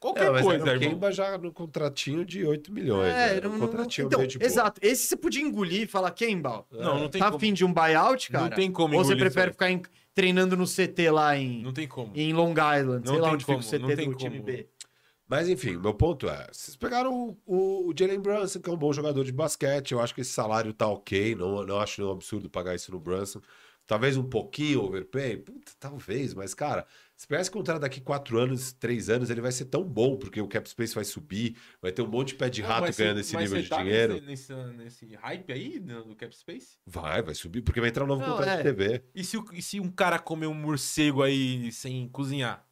qualquer
Não, mas
coisa,
era o
irmão.
Kemba já no contratinho de 8 milhões. né?
É,
Era
não,
um
não,
contratinho
então,
meio de boa.
exato. Esse você podia engolir e falar, Kemba,
Não, não tem
tá
como.
afim de um buyout, cara?
Não tem como
Ou você
engolir isso
prefere
aí.
ficar em- treinando no CT lá em,
Não tem como.
em Long Island,
Não
sei lá
tem
onde
como,
fica o
não
CT
tem
do
como.
time B.
Mas enfim, meu ponto é: vocês pegaram o, o Jalen Brunson, que é um bom jogador de basquete. Eu acho que esse salário tá ok. Não, não acho nenhum absurdo pagar isso no Brunson. Talvez um pouquinho overpay. Puta, talvez, mas cara, se pegar esse contrato daqui 4 anos, 3 anos, ele vai ser tão bom, porque o cap space vai subir, vai ter um monte de pé de
Não,
rato
mas
ganhando
você-
esse
mas
nível
você
de
tá
dinheiro.
Nesse, nesse, nesse hype aí no do Cap Space?
Vai, vai subir, porque vai entrar um novo
Não,
contrato
é.
de TV.
E se, o- e se um cara comer um morcego aí sem cozinhar?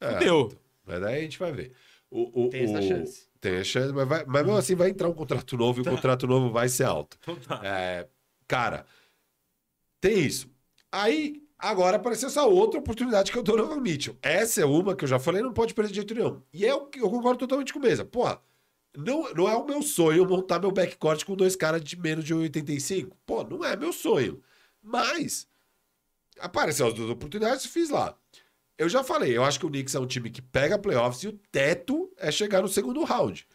É,
Fudeu.
Mas daí a gente vai ver. O, o-
Tem essa
o-
chance.
Tem a chance, mas, vai- mas mesmo assim vai entrar um contrato novo e o contrato novo vai ser alto.
Então tá.
É, cara, tem isso. Aí, agora apareceu essa outra oportunidade que é o Donovan Mitchell. Essa é uma que eu já falei, não pode perder de jeito nenhum. E é o que eu concordo totalmente com o Mesa. Porra, não, não é o meu sonho montar meu backcourt com dois caras de menos de um 85. Pô, não é meu sonho. Mas, apareceu as duas oportunidades, fiz lá. Eu já falei, eu acho que o Knicks é um time que pega playoffs e o teto é chegar no segundo round.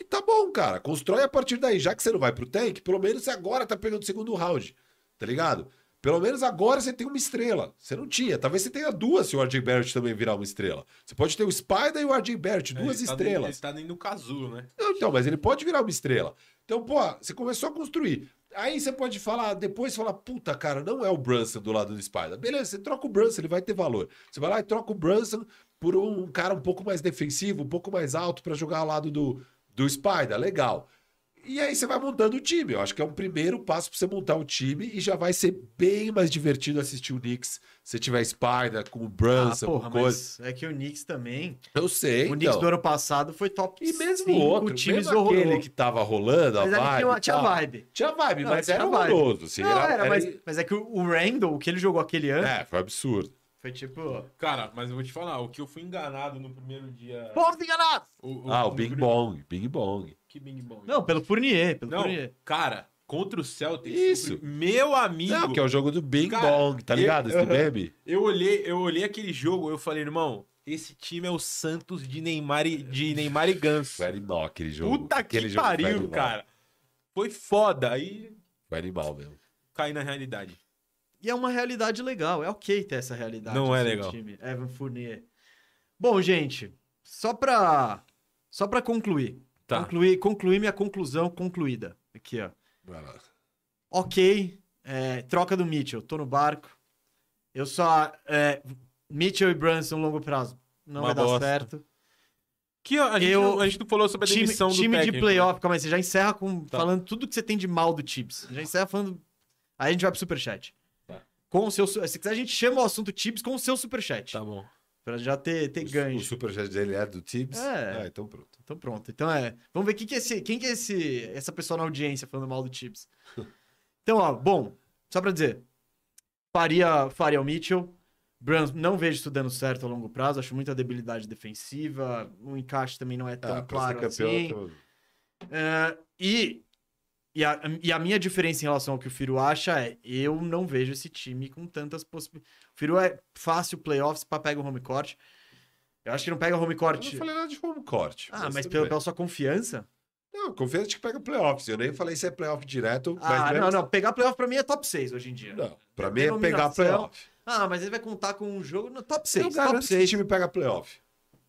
E tá bom, cara. Constrói a partir daí. Já que você não vai pro tank, pelo menos você agora tá pegando o segundo round. Tá ligado? Pelo menos agora você tem uma estrela. Você não tinha. Talvez você tenha duas se o RJ Barrett também virar uma estrela. Você pode ter o Spider e o RJ Barrett, duas
Ele tá dentro-
estrelas.
Ele tá dentro do casulo, né?
Não, então, mas ele pode virar uma estrela. Então, pô, você começou a construir. Aí você pode falar, depois falar, puta, cara, não é o Brunson do lado do Spider. Beleza, você troca o Brunson, ele vai ter valor. Você vai lá e troca o Brunson por um cara um pouco mais defensivo, um pouco mais alto pra jogar ao lado do, do Spider. Legal. E aí você vai montando o time. Eu acho que é um primeiro passo pra você montar o time e já vai ser bem mais divertido assistir o Knicks se tiver Spider com o Brunson,
ah, porra,
com coisa.
mas é que o Knicks também.
Eu sei,
o
então.
Knicks do ano passado foi top
E mesmo o
cinco
outro,
times
mesmo aquele
horrorosos.
que tava rolando, a
Mas ali
vibe
tinha, uma-
e
tinha
tal.
vibe.
Tinha vibe,
Não,
mas
tinha
era
vibe.
horroroso. Assim,
Não,
era,
era,
era-
mas, mas é que o Randall, o que ele jogou aquele ano,
É, foi absurdo.
foi tipo.
Cara, mas eu vou te falar, o que eu fui enganado no primeiro dia.
Porra, enganado!
ah, o Big
primeiro-
Bong, Big Bong.
Que Bing Bong?
Não, pelo Fournier, pelo
Não,
Fournier.
cara, contra o Celtics.
Isso.
o prim- Meu amigo.
Não, que é o jogo do Big
Cara,
Bong, tá
eu-
ligado? Esse
Aham.
meme.
eu, olhei, eu olhei aquele jogo, eu falei, irmão, esse time é o Santos de Neymar e, de Neymar e Ganso.
Foi animal aquele jogo.
Puta
aquele
que
jogo foi
pariu,
animal.
cara. Foi foda. Aí
Foi animal mesmo.
caí na realidade.
E é uma realidade legal. É ok ter essa realidade.
Não é
assim,
legal.
Time. Evan Fournier. Bom, gente, só pra, só pra concluir.
Tá.
Concluir, concluir minha conclusão concluída. Aqui, ó.
Vai lá.
ok, é, troca do Mitchell, tô no barco. Eu só. é, Mitchell e Brunson, longo prazo, não
Uma
vai dar
bosta.
certo.
Que a gente,
Eu-
não, a gente não falou sobre a
Time,
demissão do
time de
técnico, né?
playoff, calma aí, você já encerra com,
Tá.
falando tudo que você tem de mal do Tibbs. Já encerra falando. Aí a gente vai pro superchat.
Tá.
Com o seu, su- se quiser, a gente chama o assunto Tibbs com o seu superchat.
Tá bom.
Pra já ter, ter
O,
ganho.
o superchat dele é do Tibbs?
É.
Ah, então pronto.
Então pronto. Então é. Vamos ver quem que é, esse, quem que é esse, essa pessoa na audiência falando mal do Tibbs. Então, ó, bom, só pra dizer. Faria, faria o Mitchell. Brans, não vejo isso dando certo a longo prazo. Acho muita debilidade defensiva. O encaixe também não é tão
Ah, pra
claro
ser campeão,
assim.
então-
É, e, e, a, e a minha diferença em relação ao que o Firo acha é: eu não vejo esse time com tantas possibilidades. O Firo é fácil playoffs pra pegar o home court. Eu acho que não pega o home
Eu
court.
não falei nada de home court.
Ah, mas
tudo
pela,
bem.
pela sua confiança?
Não, confiança de que pega playoffs. Eu nem falei se é playoff direto,
Ah,
mas
não, não. Pegar playoff pra mim é top 6 hoje em dia.
não. Pra mim é pegar
Denominação,
playoff.
Ah, mas ele vai contar com um jogo no top 6.
Eu
top
garanto que o
6.
time pega playoff.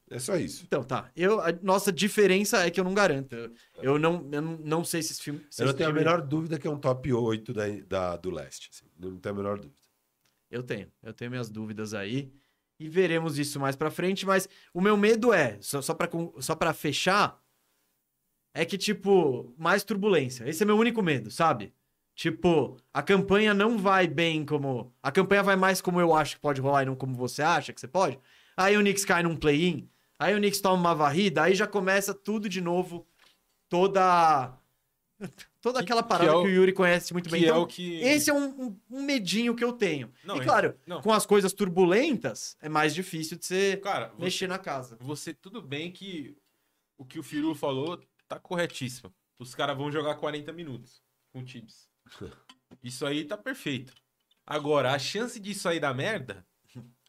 É só isso.
Então, tá. Eu, a nossa diferença é que eu não garanto. Eu, eu não, eu não, não sei se esse filme. se
eu não
esse
tenho a
time-
menor dúvida que é um top 8 da, da- do leste. assim. Eu Não tenho a menor dúvida.
Eu tenho. Eu tenho minhas dúvidas aí. E veremos isso mais pra frente. Mas o meu medo é, só, só, pra, con- só pra fechar, é que, tipo, mais turbulência. Esse é meu único medo, sabe? Tipo, a campanha não vai bem como. A campanha vai mais como eu acho que pode rolar e não como você acha que você pode. Aí o Knicks cai num play-in. Aí o Knicks toma uma varrida. Aí já começa tudo de novo. Toda. Toda
Que-
aquela
que
parada
é
que,
o-
o... Yuri conhece muito bem.
que
Então,
é o que...
esse é um, um- um medinho que eu tenho.
Não,
e
é-
claro,
não.
com as coisas turbulentas, é mais difícil de você
Cara, você-
mexer na casa.
você tudo bem que o que o Firu falou tá corretíssimo. Os caras vão jogar 40 minutos com o Tibbs. Isso aí tá perfeito. Agora, a chance disso aí dar merda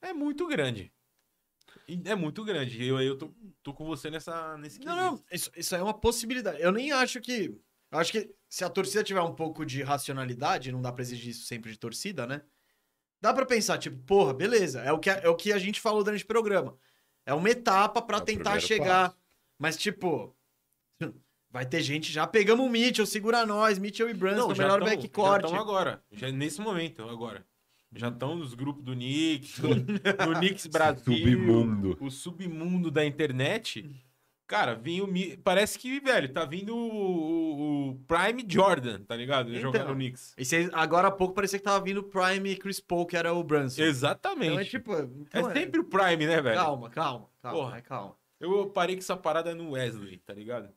é muito grande. E É muito grande. Eu, eu tô, tô com você nessa, nesse
Não,
quesito.
não, isso, isso é uma possibilidade. Eu nem acho que. Eu acho que se a torcida tiver um pouco de racionalidade, não dá pra exigir isso sempre de torcida, né? Dá pra pensar, tipo, porra, beleza, é o que a, é o que a gente falou durante o programa. É uma etapa pra
É o
tentar
primeiro
chegar. Mas, tipo. Vai ter gente já. Pegamos o Mitchell, segura nós, Mitchell e Brunson,
já
melhor
tão-
backcourt.
Já estão agora. Já é nesse momento, agora. Já estão nos grupos do Knicks, do, do Knicks Brasil.
Submundo.
O submundo da internet. Cara, vinha o. Mi- Parece que, velho, tá vindo o, o- o Prime Jordan, tá ligado?
Então.
Jogar no Knicks.
E cês- agora há pouco parecia que tava vindo o Prime e Chris Paul, que era o Brunson.
Exatamente.
Então
é,
é tipo. então é-
sempre o Prime, né, velho?
Calma, calma, calma,
Porra.
é calma.
Eu parei com essa parada no Wesley, tá ligado?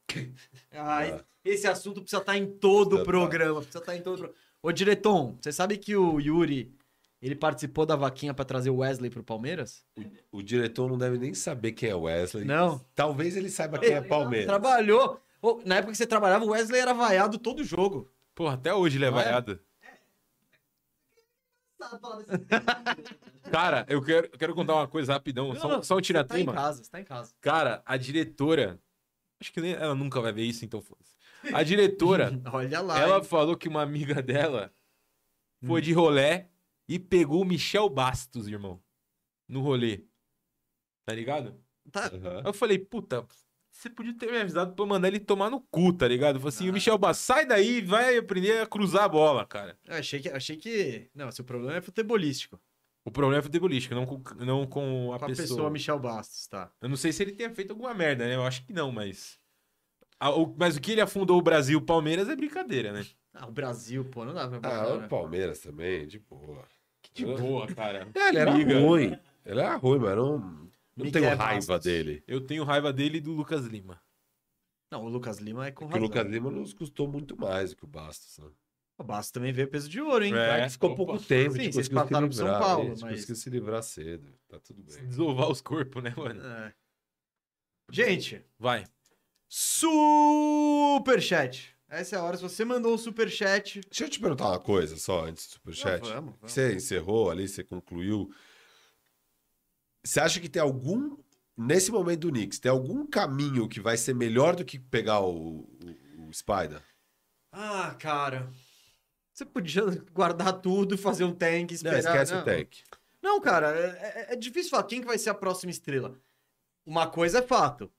Ah, e- Esse assunto precisa estar em todo
Precisa
o programa. Precisa estar em todo o pro- Ô, diretor, você sabe que o Yuri ele participou da vaquinha pra trazer o Wesley pro Palmeiras?
O diretor não deve nem saber quem é Wesley.
Não.
Talvez ele saiba quem é Palmeiras.
Trabalhou. Ô, na época que você trabalhava, o Wesley era vaiado todo jogo.
Porra, até hoje ele é
Não é?
vaiado. Cara, eu quero, eu quero contar uma coisa rapidão. só, só um
Tá em
tiratrima.
casa, você tá em casa.
Cara, a diretora. Acho que nem- ela nunca vai ver isso, então foda-se. A diretora,
Olha lá.
ela
hein?
falou que uma amiga dela foi de rolé e pegou o Michel Bastos, irmão. No rolê. Tá ligado?
Tá-
Aham.
Eu falei, puta, você podia ter me avisado pra eu mandar ele tomar no cu, tá ligado? Eu falei assim, o Michel Bastos, sai daí e vai aprender a cruzar a bola, cara.
Eu achei, que, achei que. Não, seu problema é futebolístico.
O problema é futebolístico, não com, não com a,
Com a
pessoa.
pessoa Michel Bastos, tá?
Eu não sei se ele tenha feito alguma merda, né? Eu acho que não, mas. Ah, o- Mas o que ele afundou o Brasil e o Palmeiras é brincadeira, né?
Ah, o Brasil, pô, não dá pra
Ah,
botar,
o
né?
Palmeiras também, de boa.
Que boa, cara. Tá
É, ele era
Liga.
ruim. Ele era ruim, mas não, não
Miguel
tenho raiva
Bastos.
dele.
Eu tenho raiva dele e do Lucas Lima.
Não, o Lucas Lima é com
Porque o
razão.
Lucas Lima nos custou muito mais do que o Bastos. Né?
O Bastos também veio peso de ouro, hein?
É.
Claro que ficou
opa.
pouco tempo. a
Sim, vocês
gente conseguiu se
empataram com São
livrar,
Paulo,
A gente
mas-
conseguiu se livrar cedo. Tá tudo bem.
Desovar os corpos, né, mano?
É. Gente,
Vai.
superchat. Essa é a hora. Se você mandou um superchat...
Deixa eu te perguntar uma coisa só antes do superchat.
Não, Ah, vamos, vamos.
Você encerrou ali, você concluiu. Você acha que tem algum. Nesse momento do Knicks, tem algum caminho que vai ser melhor do que pegar o, o, o Spider?
Ah, cara... Você podia guardar tudo, fazer um tank,
Não,
esperar.
esquece
não.
o tank.
Não, cara, é, é- é difícil falar quem que vai ser a próxima estrela. Uma coisa é fato.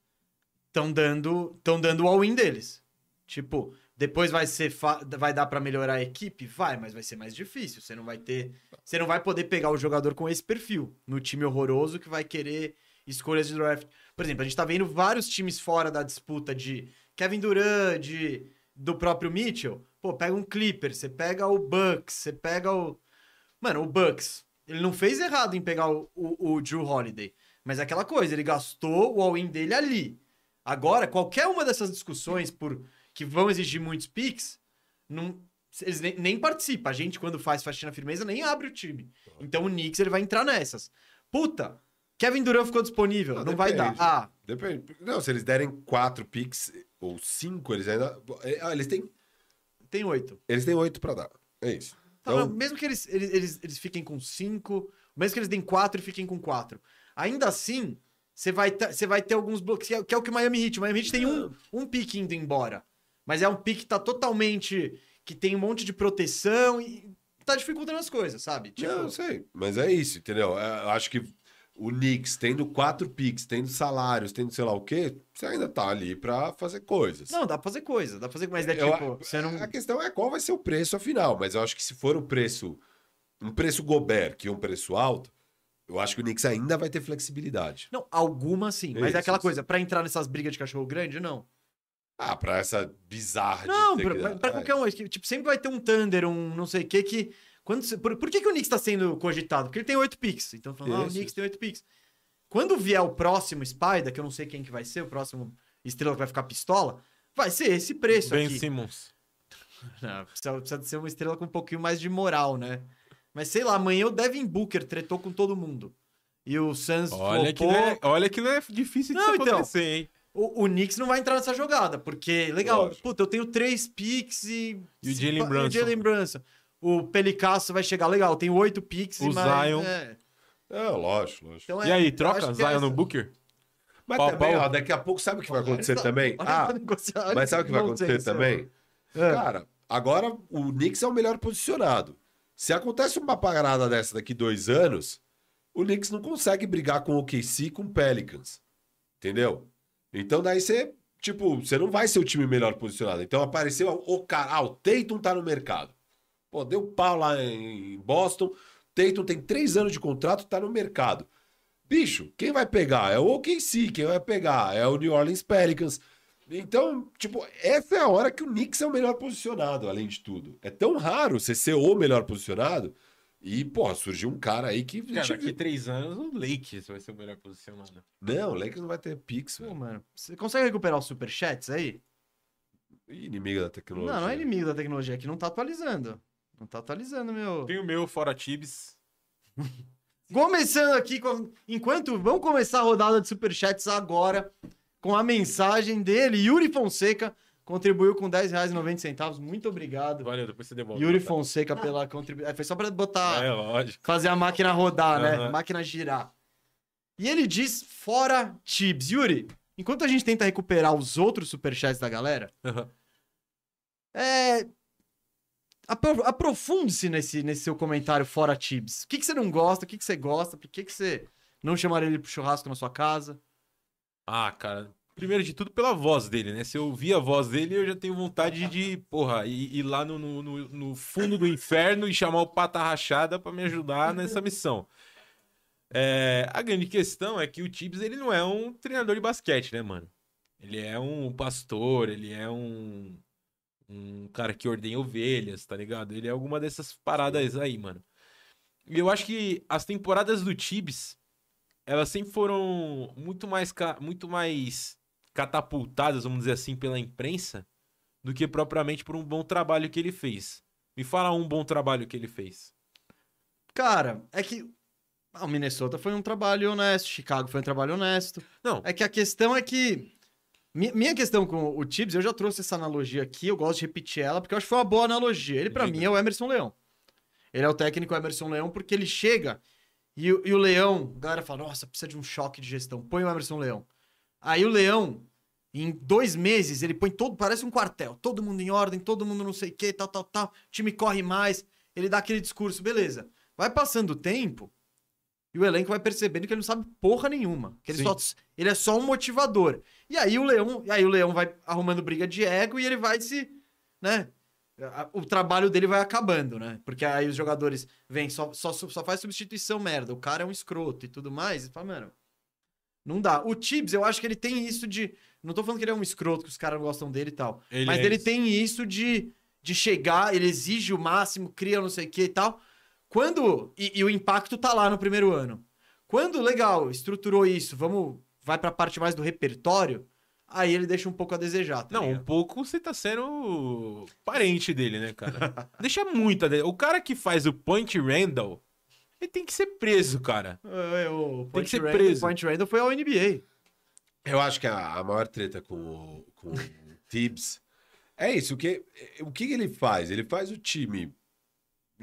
Estão dando, tão dando o all-in deles. Tipo, depois vai ser fa- vai dar pra melhorar a equipe, vai, mas vai ser mais difícil. Você não vai ter, você não vai poder pegar o jogador com esse perfil no time horroroso que vai querer escolhas de draft. Por exemplo, a gente tá vendo vários times fora da disputa de Kevin Durant, de, do próprio Mitchell. Pô, pega um Clipper, você pega o Bucks, você pega o Mano, o Bucks, ele não fez errado em pegar o, o, o Drew Holiday. Mas é aquela coisa, ele gastou o all-in dele ali. Agora, qualquer uma dessas discussões por que vão exigir muitos picks, não, eles nem, nem participam. A gente, quando faz faxina firmeza, nem abre o time. Então o Knicks ele vai entrar nessas. Puta, Kevin Durant ficou disponível, não,
Não,
vai dar.
depende.
Ah,
Depende. Não, se eles derem quatro picks ou cinco, eles ainda. Ah, Eles têm,
tem oito.
eles têm oito pra dar. É isso.
Tá,
Então,
mas mesmo que eles, eles, eles, eles fiquem com 5, mesmo que eles deem 4 e fiquem com 4, ainda assim, você vai, ta- você vai ter alguns blocos, que é, que é o que o Miami Heat, o Miami Heat tem
É.
um, um pique indo embora, mas é um pique que tá totalmente, que tem um monte de proteção e tá dificultando as coisas, sabe? Tipo,
não, eu sei. Mas é isso, entendeu? É, Eu acho que o Knicks, tendo quatro picks, tendo salários, tendo sei lá o quê, você ainda tá ali pra fazer coisas.
não, dá pra fazer coisa, dá pra fazer coisa, mas é
Eu-
tipo, você não...
A questão é qual vai ser o preço afinal, mas eu acho que se for o preço, um preço Gobert que um preço alto, eu acho que o Knicks ainda vai ter flexibilidade.
Não, alguma sim, mas
Isso,
é aquela
isso.
coisa, pra entrar nessas brigas de cachorro grande, não.
Ah, pra essa bizarra de
Não,
ter
pra,
que
pra-
dar-
pra
Ah,
qualquer um. Tipo, sempre vai ter um Thunder, um não sei o que que. Quando, você- por por que, que o Knicks tá sendo cogitado? Porque ele tem oito picks. Então falando, ah, o
Isso,
Knicks
isso.
tem oito picks. Quando vier o próximo Spider, que eu não sei quem que vai ser, o próximo estrela que vai ficar pistola, vai ser esse preço
Ben
É aqui.
Simmons.
Não, precisa, precisa de ser uma estrela com um pouquinho mais de moral, né? Mas sei lá, amanhã o Devin Booker tretou com todo mundo. E o Suns
Olha que,
flopou.
não é, olha que não é difícil de
Não,
isso
então.
acontecer, hein?
O, o Knicks não vai entrar nessa jogada, porque, legal,
Lógico.
puta, eu tenho três picks e.
E o Jalen
e
Brunson.
Jalen Brunson. O Pelicasso vai chegar, legal, tem oito picks
O
e mais.
Zion.
é.
É, lógico, lógico.
Então
E
é-
aí,
eu
troca
acho que
Zion
é
no
essa.
Booker?
Mas
Pau,
também,
pau.
ó, daqui a pouco, sabe o que vai acontecer
Olha
também?
essa- olha
Ah,
essa negociação, olha
mas sabe o que vai
nonsense,
acontecer
né?
também? Ah.
É.
Cara, agora o Knicks é o melhor posicionado. Se acontece uma parada dessa daqui dois anos, o Knicks não consegue brigar com o OKC e com o Pelicans. Entendeu? Então daí você, tipo, você não vai ser o time melhor posicionado. Então apareceu o cara, ah, o Tatum tá no mercado. Pô, deu pau lá em Boston. Tatum tem três anos de contrato, tá no mercado. Bicho, quem vai pegar? É o OKC, quem vai pegar? É o New Orleans Pelicans. Então, tipo, essa é a hora que o Knicks é o melhor posicionado, além de tudo. É tão raro você ser o melhor posicionado. E, pô, surgiu um cara aí que.
Cara, daqui três anos o Lakers vai ser o melhor posicionado.
Não, o Lakers não vai ter Pix,
Pô,
velho.
mano, você consegue recuperar os superchats aí?
Ih, Inimiga da tecnologia.
Não, não é inimigo da tecnologia, é que não tá atualizando. Não tá atualizando, meu.
Tem o meu, fora Tibs.
Começando aqui, com... enquanto vamos começar a rodada de superchats agora, com a mensagem dele, Yuri Fonseca, contribuiu com R$10,90. Muito obrigado.
Valeu, depois você devolve.
Yuri
Tá.
Fonseca pela contribuição. Foi só pra botar,
É, lógico.
fazer a máquina rodar, né?
Aham.
A máquina girar. E ele diz, fora Tibbs. Yuri, enquanto a gente tenta recuperar os outros superchats da galera, é... apro- aprofunde-se nesse, nesse seu comentário fora Tibbs. O que, que você não gosta? O que, que você gosta? Por que, que você não chamaria ele pro churrasco na sua casa?
Ah, cara. Primeiro de tudo, pela voz dele, né? Se eu ouvir a voz dele, eu já tenho vontade de, porra, ir, ir lá no, no- no- no fundo do inferno e chamar o Pata Rachada pra me ajudar nessa missão. É, a grande questão é que o Tibbs, ele não é um treinador de basquete, né, mano? Ele é um pastor, ele é um, um cara que ordenha ovelhas, tá ligado? Ele é alguma dessas paradas aí, mano. E eu acho que as temporadas do Tibbs, elas sempre foram muito mais, ca- muito mais catapultadas, vamos dizer assim, pela imprensa, do que propriamente por um bom trabalho que ele fez. Me fala um bom trabalho que ele fez.
Cara, é que... Ah, o Minnesota foi um trabalho honesto, Chicago foi um trabalho honesto.
Não,
É que a questão é que. mi- Minha questão com o Tibbs, eu já trouxe essa analogia aqui, eu gosto de repetir ela, porque eu acho que foi uma boa analogia. Ele, pra
Diga.
mim, é o Emerson Leão. Ele é o técnico Emerson Leão, porque ele chega e, o- e o Leão, a galera fala: nossa, precisa de um choque de gestão, põe o Emerson Leão. Aí o Leão Em dois meses, ele põe todo, parece um quartel. Todo mundo em ordem, todo mundo não sei o que, tal, tal, tal. O time corre mais. Ele dá aquele discurso, beleza. Vai passando o tempo e o elenco vai percebendo que ele não sabe porra nenhuma. Que ele,
Sim.
só, ele é só um motivador. E aí o leão, e aí o leão vai arrumando briga de ego e ele vai se, né? a- O trabalho dele vai acabando, né? Porque aí os jogadores vêm, só, só, só faz substituição merda. O cara é um escroto e tudo mais. E fala, mano, não dá. O Tibbs, eu acho que ele tem isso de. Não tô falando que ele é um escroto, que os caras não gostam dele e tal.
Ele
mas
é
ele
isso.
tem isso de, de chegar, ele exige o máximo, cria não sei o que e tal. Quando. E, e o impacto tá lá no primeiro ano. Quando, legal, estruturou isso, vamos. Vai pra parte mais do repertório. Aí ele deixa um pouco a desejar. tá
Não, um
é.
ligado?
pouco você tá sendo parente dele, né, cara? Deixa muito a de- O cara que faz o Point Randall, ele tem que ser preso, cara.
É, o Point
que ser
Randall-
preso.
Point Randall foi ao NBA.
Eu acho que a, a maior treta com o, com o Tibbs é isso. O que, o que ele faz? Ele faz o time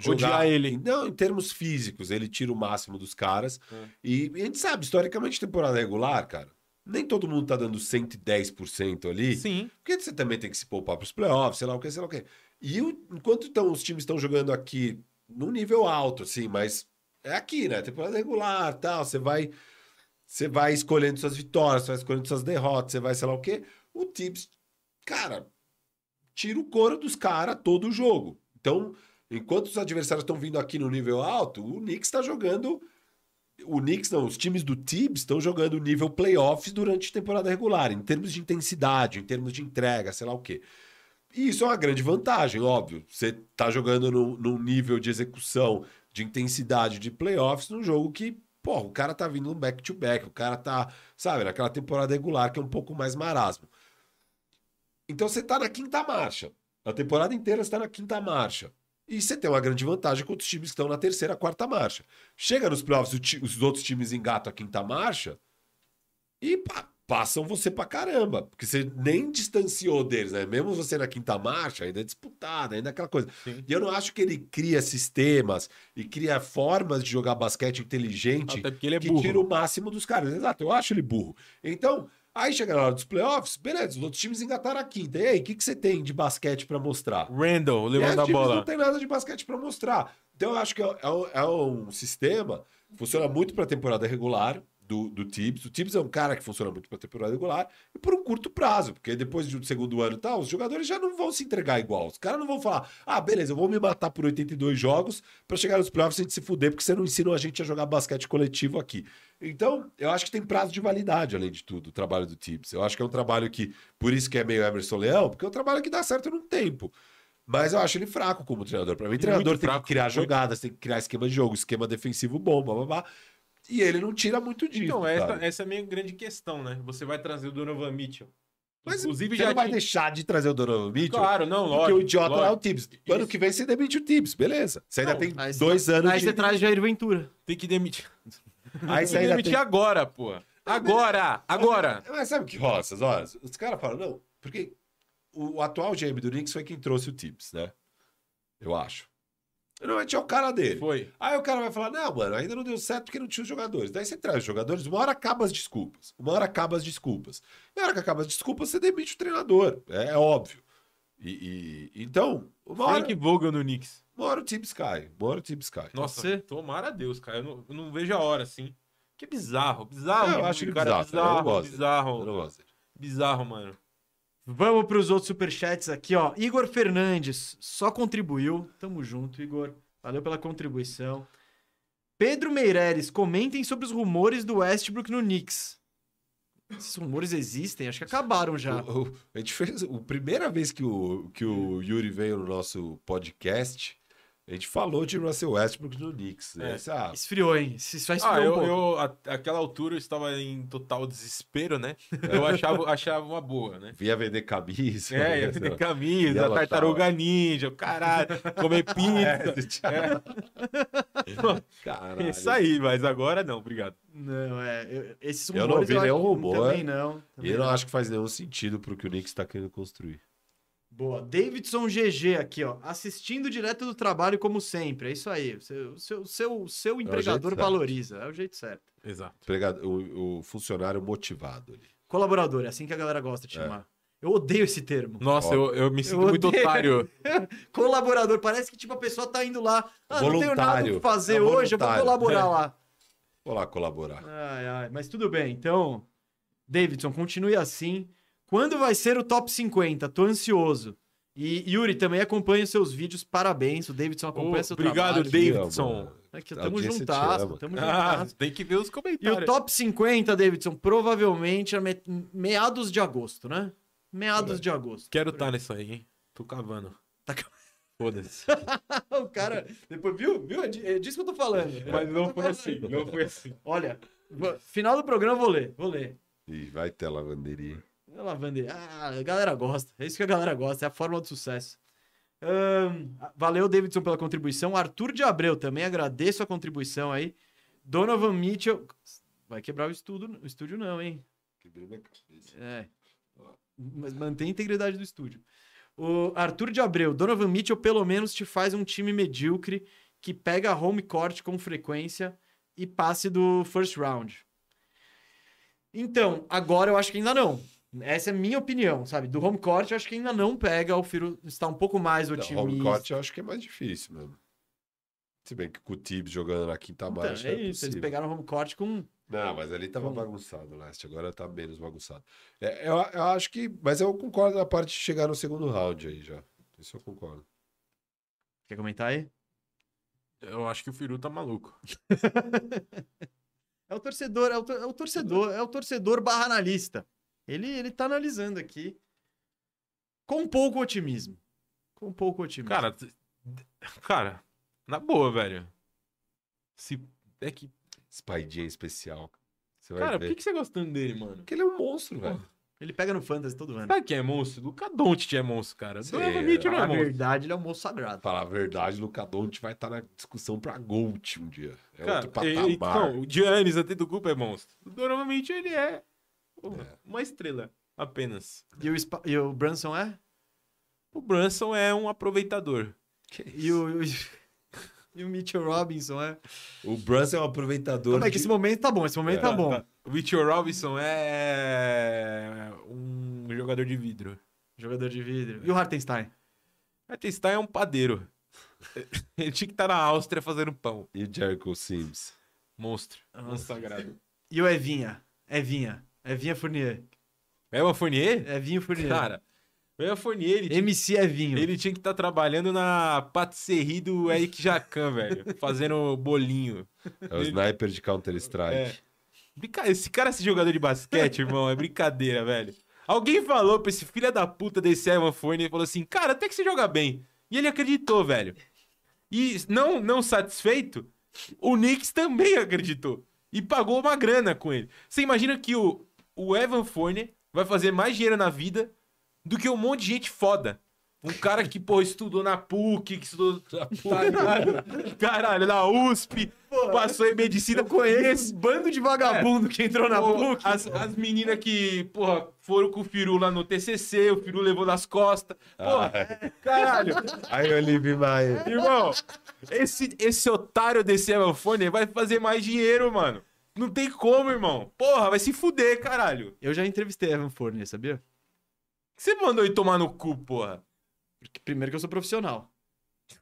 Odiar ele.
Não, em termos físicos, ele tira o máximo dos caras.
É.
E a gente sabe, historicamente, temporada regular, cara, nem todo mundo tá dando 110% ali.
Sim.
Porque você também tem que se poupar para os playoffs, sei lá o que, sei lá o que. E o- enquanto então, os times estão jogando aqui num nível alto, assim, mas é aqui, né? Temporada regular, tal, você vai você vai escolhendo suas vitórias, você vai escolhendo suas derrotas, você vai sei lá o quê. O Tibbs, cara, tira o couro dos caras todo o jogo. Então, enquanto os adversários estão vindo aqui no nível alto, o Knicks está jogando... O Knicks, não, os times do Tibbs estão jogando nível playoffs durante a temporada regular, em termos de intensidade, em termos de entrega, sei lá o quê. E isso é uma grande vantagem, óbvio. Você tá jogando num, num nível de execução, de intensidade de playoffs, num jogo que, porra, o cara tá vindo no back-to-back, o cara tá, sabe, naquela temporada regular que é um pouco mais marasmo. Então você tá na quinta marcha. A temporada inteira você tá na quinta marcha. E você tem uma grande vantagem contra os times que estão na terceira, quarta marcha. Chega nos playoffs, o ti- os outros times engatam a quinta marcha e pá, passam você pra caramba. Porque você nem distanciou deles, né? Mesmo você na quinta marcha, ainda é disputada, ainda é aquela coisa.
Sim.
E eu não acho que ele cria sistemas e cria formas de jogar basquete inteligente
Até porque ele é
que
burro.
tira o máximo dos caras. Exato, eu acho ele burro. Então, aí chega na hora dos playoffs, beleza, os outros times engataram a quinta. E aí, o que, que você tem de basquete pra mostrar?
Randall
E aí,
levando
os
a
times não
bola.
tem nada de basquete para mostrar. Então eu acho que é, é um- é um sistema que funciona muito para temporada regular do, do Tibbs. O Tibbs é um cara que funciona muito para temporada regular e por um curto prazo, porque depois do segundo ano e tal, os jogadores já não vão se entregar igual. Os caras não vão falar, ah, beleza, eu vou me matar por 82 jogos para chegar nos playoffs e a gente se fuder, porque você não ensina a gente a jogar basquete coletivo aqui. Então, eu acho que tem prazo de validade, além de tudo, o trabalho do Tibbs. Eu acho que é um trabalho que, por isso que é meio Emerson Leão, porque é um trabalho que dá certo num tempo. Mas eu acho ele fraco como treinador. Pra mim, treinador
é Muito
tem
fraco,
que criar
muito.
jogadas, tem que criar esquema de jogo, esquema defensivo bom, blá, blá, blá. E ele não tira muito disso.
Então, essa,
sabe?
essa é a minha grande questão, né? Você vai trazer o Donovan Mitchell.
Mas
Inclusive,
você
já
não vai
tinha-
deixar de trazer o Donovan Mitchell.
Claro, não,
porque
lógico.
o idiota lá é o
lógico.
Tibbs. Ano que vem você demite o Tibbs, beleza. Você ainda
Não, tá-
tem
aí você-
dois anos
Aí
de...
você traz Jair Ventura.
Tem que demitir.
Aí você
tem que
ainda
demitir
tem...
agora, pô. Agora! Agora!
Mas sabe o que rola essas horas? Os caras falam, não, porque o atual GM do Knicks foi quem trouxe o Tibbs, né? Eu acho. Normalmente é o cara dele.
Foi.
Aí o cara vai falar: não, mano, ainda não deu certo porque não tinha os jogadores. Daí você traz os jogadores, uma hora acaba as desculpas. Uma hora acaba as desculpas. Na hora que acaba as desculpas, você demite o treinador. É, é óbvio. E, e- então, uma hora,
Frank Vogel no Knicks.
uma hora o Tibbs cai. Uma hora o Tibbs cai. Então,
Nossa,
Você?
tomara a Deus, cara. Eu não, eu não vejo a hora, assim. Que bizarro, bizarro.
É, eu acho ele bizarro, cara. Eu não
bizarro,
gosto. Eu
bizarro,
não gosto dele.
bizarro, mano.
Vamos para os outros superchats aqui, ó. Igor Fernandes só contribuiu. Tamo junto, Igor. Valeu pela contribuição. Pedro Meireles, comentem sobre os rumores do Westbrook no Knicks. Esses rumores existem? Acho que acabaram já.
O- o- a gente fez. A primeira vez que o, que o Yuri veio no nosso podcast, a gente falou de Russell Westbrook no Knicks. né?
É.
Essa-
Ah. Esfriou, hein? Se só esfriou
Ah,
um
eu,
pouco.
eu a- àquela altura eu estava em total desespero, né? Eu achava, achava uma boa, né?
vinha vender camisa. né?"
É, ia ter camisa,
E ela É.
tartaruga ninja, o caralho, comer pizza. É,
Caralho.
Isso aí, mas agora não, obrigado.
Não, é. eu- esses
Eu não
rumores.
vi nenhum
acho-
rumor. é.
Também não.
E
também
eu não
não.
acho que faz nenhum sentido pro que o Knicks tá querendo construir.
Boa. Davidson GG aqui, ó. Assistindo direto do trabalho, como sempre. É isso aí. O seu, o seu, o seu, o seu
É jeito
empregador
certo.
valoriza. É o jeito certo.
Exato.
Pregado- O, o funcionário motivado ali.
Colaborador, é assim que a galera gosta de chamar. Eu odeio esse termo.
Nossa,
Ó.
eu, eu me sinto muito
odeio.
otário.
Colaborador, parece que tipo a pessoa tá indo lá. Ah, não tenho nada
Voluntário.
que fazer
É
hoje, eu vou
voluntário.
colaborar
É.
lá.
Vou lá colaborar.
Ai, ai, mas tudo bem. Então, Davidson, continue assim. Quando vai ser o top 50? Tô ansioso. E Yuri, também acompanha os seus vídeos, parabéns. O Davidson acompanha
Ô,
seu
obrigado,
trabalho.
Te
Davidson.
amo.
Aqui,
A
tamo
audiência te
juntas,
ama.
tamo
Ah,
juntas.
tem que ver os
E o
comentários.
top 50, Davidson, provavelmente a me- meados de agosto, né? Meados de agosto.
Quero estar nisso aí, hein? Tô cavando.
Tá ca-
Foda-se.
o cara, depois viu, viu? É di- é disso que eu tô falando.
Mas não foi assim, não foi assim.
Olha, va- final do programa eu vou ler, vou ler.
E vai ter lavanderia.
É Lavanderia. Ah, a galera gosta. É isso que a galera gosta, é a fórmula do sucesso. Ahn, valeu, Davidson, pela contribuição. Arthur de Abreu também agradeço a contribuição aí. Donovan Mitchell. Vai quebrar o estudo, o estúdio, não, hein?
Quebrei minha cabeça.
É. Mas mantém a integridade do estúdio. O Arthur de Abreu, Donovan Mitchell pelo menos te faz um time medíocre que pega home court com frequência e passe do first round. Então, agora eu acho que ainda não. Essa é a minha opinião, sabe? Do home court eu acho que ainda não pega. O Firo está um pouco mais
Não,
otimista.
home court eu acho que é mais difícil mesmo. Se bem que com o Tibbs jogando na quinta
Então,
marcha.
é
é
isso, eles
possível.
pegaram home court com
É.
Não, mas ali tava
Hum.
bagunçado o leste, agora tá menos bagunçado. É, eu, eu acho que. Mas eu concordo na parte de chegar no segundo round aí já. Isso eu concordo.
Quer comentar aí?
Eu acho que o Firu tá maluco.
É o torcedor, é o, tor- é o torcedor, é o torcedor barra analista. Ele, ele tá analisando aqui com pouco otimismo. Com pouco otimismo.
Cara, t- d- cara, na boa, velho. Se é que,
Spidinha especial. Você vai
cara, por
ver.
que, que você tá gostando dele, mano?
Porque ele é um monstro, velho.
ele pega no fantasy todo ano.
Sabe quem é monstro? Luca Doncic é monstro, cara.
Sim,
Donovan Mitchell não
Na
é monstro.
verdade, ele é um moço sagrado.
Falar a verdade, o Luka Doncic vai estar na discussão pra Gold um dia. É outro
Cara, e-
patamar.
e- então, o Giannis Antetokounmpo é monstro. O Donovan Mitchell, ele é, porra, uma estrela apenas.
E o, Spa- e o Brunson é?
O Brunson é um aproveitador.
Que isso?
E o, e o- e o Mitchell Robinson é?
o... Brunson é um aproveitador.
Ah,
Como é que
de-
esse momento tá bom? Esse momento
É.
tá bom.
O Mitchell Robinson é um jogador de vidro.
Jogador de vidro. E o Hartenstein?
Atestar é um padeiro. ele tinha que estar na Áustria fazendo pão.
E o Jericho Sims.
Monstro. Monstro sagrado.
E o Evinha? Evinha. Evinha Fournier.
É uma Fournier?
Evinho Fournier.
Cara, é uma Fournier. Ele tinha,
MC Evinho.
ele tinha que estar trabalhando na patisserie do Eric Jacan, velho. Fazendo bolinho.
É o sniper de
É.
Counter-Strike.
Brinca- Esse cara, é esse jogador de basquete, irmão, é brincadeira, velho. Alguém falou pra esse filho da puta desse Evan Fournier, falou assim, cara, até que você joga bem. E ele acreditou, velho. E não, não satisfeito, o Knicks também acreditou. E pagou uma grana com ele. Você imagina que o, o Evan Fournier vai fazer mais dinheiro na vida do que um monte de gente foda. Um cara que, pô, estudou na PUC, que estudou. Tá ligado? Caralho, na USP, passou em medicina.
Esse bando de vagabundo que entrou na
Pô,
PUC.
As, as meninas que, porra, foram com o Firu lá no TCC, o Firu levou nas costas.
Ah.
Porra,
Ah,
é, caralho.
Aí, Olive Maia.
Irmão, esse, esse otário desse Evan Fournier vai fazer mais dinheiro, mano. Não tem como, irmão. Porra, vai se fuder, caralho.
Eu já entrevistei Evan Fournier, sabia?
Você mandou ele tomar no cu, porra.
Porque primeiro que eu sou profissional.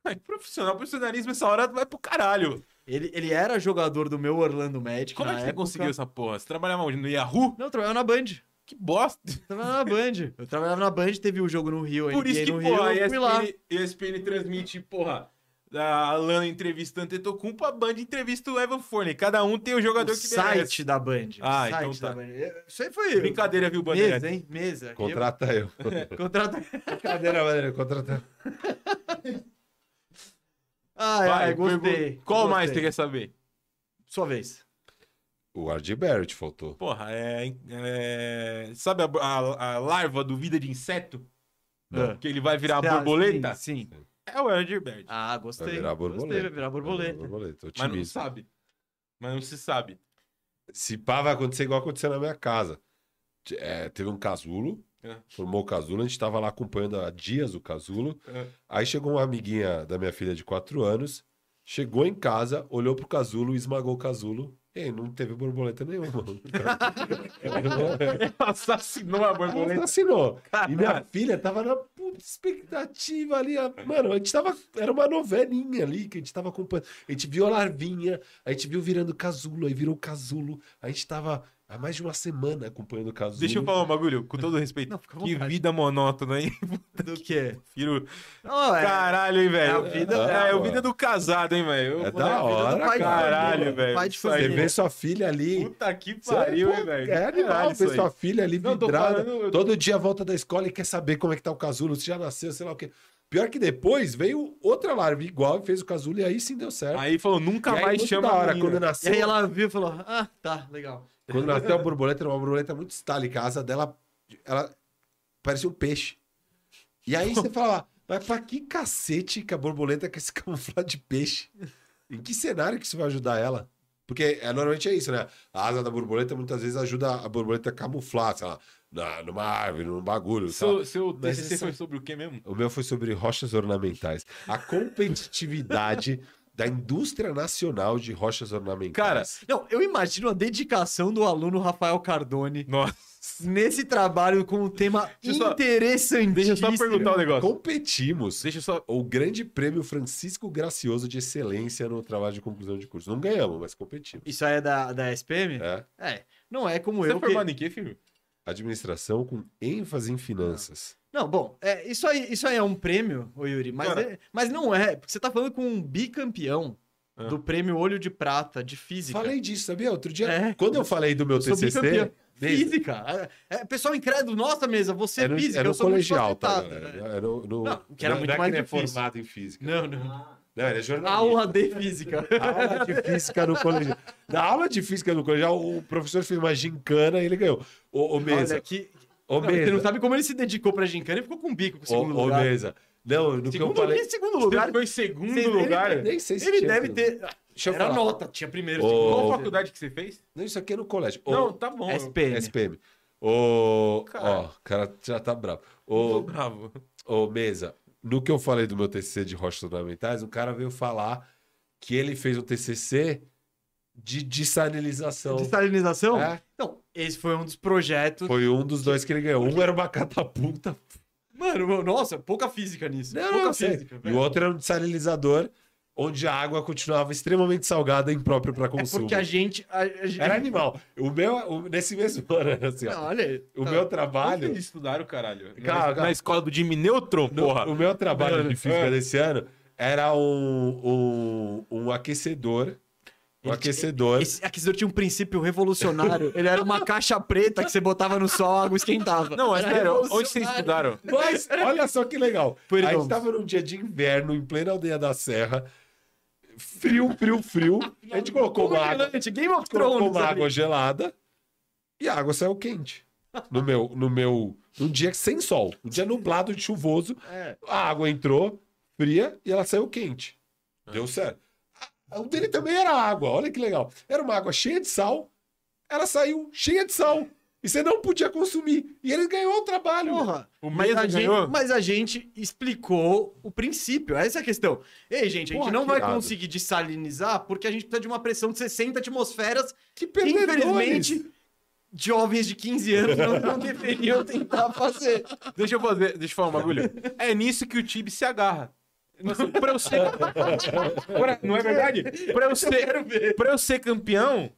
Ai, profissional, profissionalismo, essa hora vai pro caralho.
Ele, ele era jogador do meu Orlando Magic
Como
na
é que você
época.
conseguiu essa porra? Você trabalhava onde? No Yahoo?
Não, eu trabalhava na Band.
Que bosta.
Eu trabalhava na Band. Eu trabalhava na Band, teve o jogo no Rio,
Por
NBA
isso que, é
no
porra,
Rio, eu fui lá.
a ESPN, ESPN transmite, porra, a Alana entrevistando Tetocumpo, a Band entrevista o Evan Fournier. Cada um tem o jogador
O
que
site da Band.
Ah,
o site
então tá.
da Band. Eu- Isso aí foi...
merece. Brincadeira, viu,
Mesa,
Bandeira?
hein? Mesa.
Contrata eu.
Eu- Contrata...
Brincadeira, maneira. Contrata eu.
Ai, ai, Ah, é, gostei.
pergunta. Qual
Gostei.
mais você quer saber?
Sua vez.
O R.J. Barrett faltou.
Porra, é... é- sabe a, a- a larva do Vida de Inseto?
Ah.
Que ele vai virar
Tá,
borboleta?
Sim, sim.
É o Elder Bird.
Ah, gostei.
Vai virar
Gostei,
borboleta.
Vai virar borboleta.
borboleta.
mas não
Otimista.
sabe. Mas não se sabe.
Se pá, vai acontecer igual aconteceu na minha casa. T- é, teve um casulo,
É.
formou o casulo, a gente tava lá acompanhando há dias o casulo.
É.
Aí chegou uma amiguinha da minha filha de 4 anos, chegou em casa, olhou pro casulo, esmagou o casulo Ei, não teve borboleta nenhuma. né?
Assassinou a borboleta.
Assinou. E minha
Caralho.
filha tava na puta expectativa ali. a- Mano, a gente tava. Era uma novelinha ali que a gente tava acompanhando. A gente viu a larvinha, a gente viu virando casulo, aí virou casulo. A gente tava há mais de uma semana acompanhando o casulo.
Deixa eu falar um bagulho, com todo respeito.
Não, fica à
que
vontade.
vida monótona, hein?
Do que?
Filho.
Não, é.
Caralho, hein, velho?
É a vida-
é,
é,
a
mano.
vida do casado, hein, velho?
É
Eu-
da hora,
pai de
Tá Caralho,
família,
velho.
pai de
Isso
Você
aí,
família.
vê sua filha ali.
Puta que
Você-
pariu,
pô,
hein, velho?
É animal,
Caralho,
ver
isso aí.
sua filha ali
Não, eu tô
vidrada.
falando, eu tô-
Todo dia volta da escola e quer saber como é que tá o casulo, se já nasceu, sei lá o quê. Pior que depois veio outra larva igual e fez o casulo e aí sim deu certo.
Aí falou, nunca
E aí,
mais
muito da
chama a
hora,
menina.
quando
E
nasceu,
aí ela viu e falou: Ah, tá, legal.
quando nasceu a borboleta, era uma borboleta muito estálica, a asa dela ela parecia um peixe. E aí você fala, mas pra que cacete que a borboleta quer se camuflar de peixe? Em que cenário que isso vai ajudar ela? Porque é, normalmente é isso, né? A asa da borboleta muitas vezes ajuda a borboleta a camuflar, sei lá, na, numa árvore, num bagulho. sei lá.
Seu, seu
Tá. Mas é
TCC
essa-
foi sobre o que mesmo?
O meu foi sobre rochas ornamentais. A competitividade da indústria nacional de rochas
Cara,
ornamentais.
Não, eu imagino a dedicação do aluno Rafael Cardone
Nossa.
nesse trabalho com um tema
Deixa eu só-
interessantíssimo.
Deixa eu só perguntar
né?
um negócio.
competimos.
Deixa eu só.
o grande prêmio Francisco Gracioso de excelência no trabalho de conclusão de curso. Não ganhamos, mas competimos.
Isso aí é da, da SPM?
É.
É. Não é como
Você
eu.
é
que-
formado em quê, filho?
Administração com ênfase em finanças.
Não, bom, é, isso, aí, isso aí é um prêmio, ô Yuri, mas,
Cara.
é- mas não é, porque você tá falando com um bicampeão
É.
do prêmio Olho de Prata de Física.
Falei disso, sabia? Outro dia,
É.
quando eu falei do meu
Sou bicampeão.
TCC, beleza,
Física. É, é, pessoal incrédulo, nossa mesa, você é
era no,
física,
era
eu
no
sou muito
colegial, tá?
facilitado,
galera?
né?
Era no, no-
Não, que era muito
é
mais
ele é
difícil.
formado em física.
Não, não.
Não, ele é jornalista.
Aula de física.
aula de física no colegial. Na aula de física no colegial, o professor fez uma gincana e ele ganhou. Ô, ô
Olha
mesa,
que.
ô
Não, você
mesa,
não sabe como ele se dedicou pra gincana e ficou com bico com o
ô,
segundo
ô Então
lugar.
mesa. Não, no que eu
Segundo,
falei...
em segundo
Você
lugar.
ficou em segundo
Você- ele-
lugar.
ele-
Nem sei se
Ele
tinha
deve
segundo.
ter.
Deixa eu
Era
falar.
nota, tinha primeiro,
Ô,
segundo.
Qual
ô,
faculdade que você fez?
Não, isso aqui é no colégio. Ô,
Não, tá bom. eu-
SPM.
SPM. Ô,
Cara.
ó, o cara já tá bravo.
Tô
Ô,
bravo.
ô, Mesa, no que eu falei do meu TCC de rochas ornamentais, um cara veio falar que ele fez um TCC de dessalinização.
De salinização?
É.
Então, esse foi um dos projetos.
Foi um dos dois que ele ganhou. Um era uma catapulta.
Mano, nossa, pouca física nisso. pouca física.
E
velho. É
o outro era um dessalinizador, onde a água continuava extremamente salgada e imprópria para
É
consumo.
porque a gente. a- a gente-
Era animal. O meu, o- nesse mesmo ano, era assim,
Não,
ó.
olha aí.
O
Tá.
meu
Onde
trabalho.
eles estudaram, caralho? Na-
Cara,
na,
cara.
escola do Jimmy Neutron,
No-
porra.
O meu trabalho
Mano,
de física
é.
desse ano era um, um, um aquecedor. Um
Ele-
aquecedor.
Esse aquecedor tinha um princípio revolucionário. Ele era uma caixa preta que você botava no sol, a água esquentava.
é
Não, mas é
Era
sério, onde vocês
revolucionário.
estudaram?
Mas olha só que legal.
Perdão.
A gente tava num dia de inverno, em plena aldeia da serra. Frio, frio, frio. A gente colocou uma água,
Congelante, Game of
colocou
Thrones.
uma
ali.
água gelada e a água saiu quente. No meu, no meu. Num dia sem sol. Um dia nublado e chuvoso.
É.
A água entrou fria e ela saiu quente. Deu certo. A- O dele também era água, olha que legal. Era uma água cheia de sal, ela saiu cheia de sal. E você não podia consumir. E ele ganhou o trabalho.
Porra,
O
mas
Mesa
a, gente,
ganhou?
mas a gente explicou o princípio, essa é a questão. Ei, gente, a gente
Porra,
não
que
vai
irado.
conseguir dessalinizar porque a gente precisa de uma pressão de 60 atmosferas
Que
que,
perdedores.
infelizmente, jovens de 15 anos não, não deveriam tentar fazer.
Deixa eu fazer, deixa eu falar um bagulho. É nisso que o Tibi se agarra. Nossa, pra eu ser. Pra- não é verdade? Pra eu ser, pra eu ser campeão,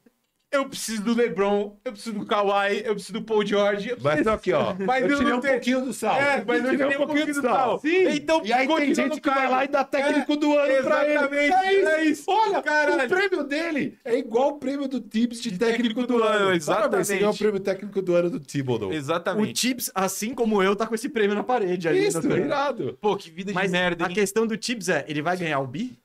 eu preciso do LeBron, eu preciso do Kawhi, eu preciso do Paul George. eu
Mas aqui, ó.
Mas eu
eu tirei
não
um
tenho-
pouquinho do sal.
É, mas eu tirei um pouquinho do sal.
Sim.
Então,
e aí tem
continua
gente
no
que vai
cara.
lá e dá técnico do ano pra ele.
exatamente, é isso.
Olha,
Caralho.
o prêmio dele é igual o prêmio do Tibbs de, técnico, do, ano.
exatamente.
Esse é o prêmio técnico do ano do Thibodeau.
O
Exatamente.
Tips, assim como eu, tá com esse prêmio na parede ali.
Isso,
doutor.
irado.
Pô, que vida de
Mas
merda,
a
hein?
questão do Tips é, ele vai ganhar o bi?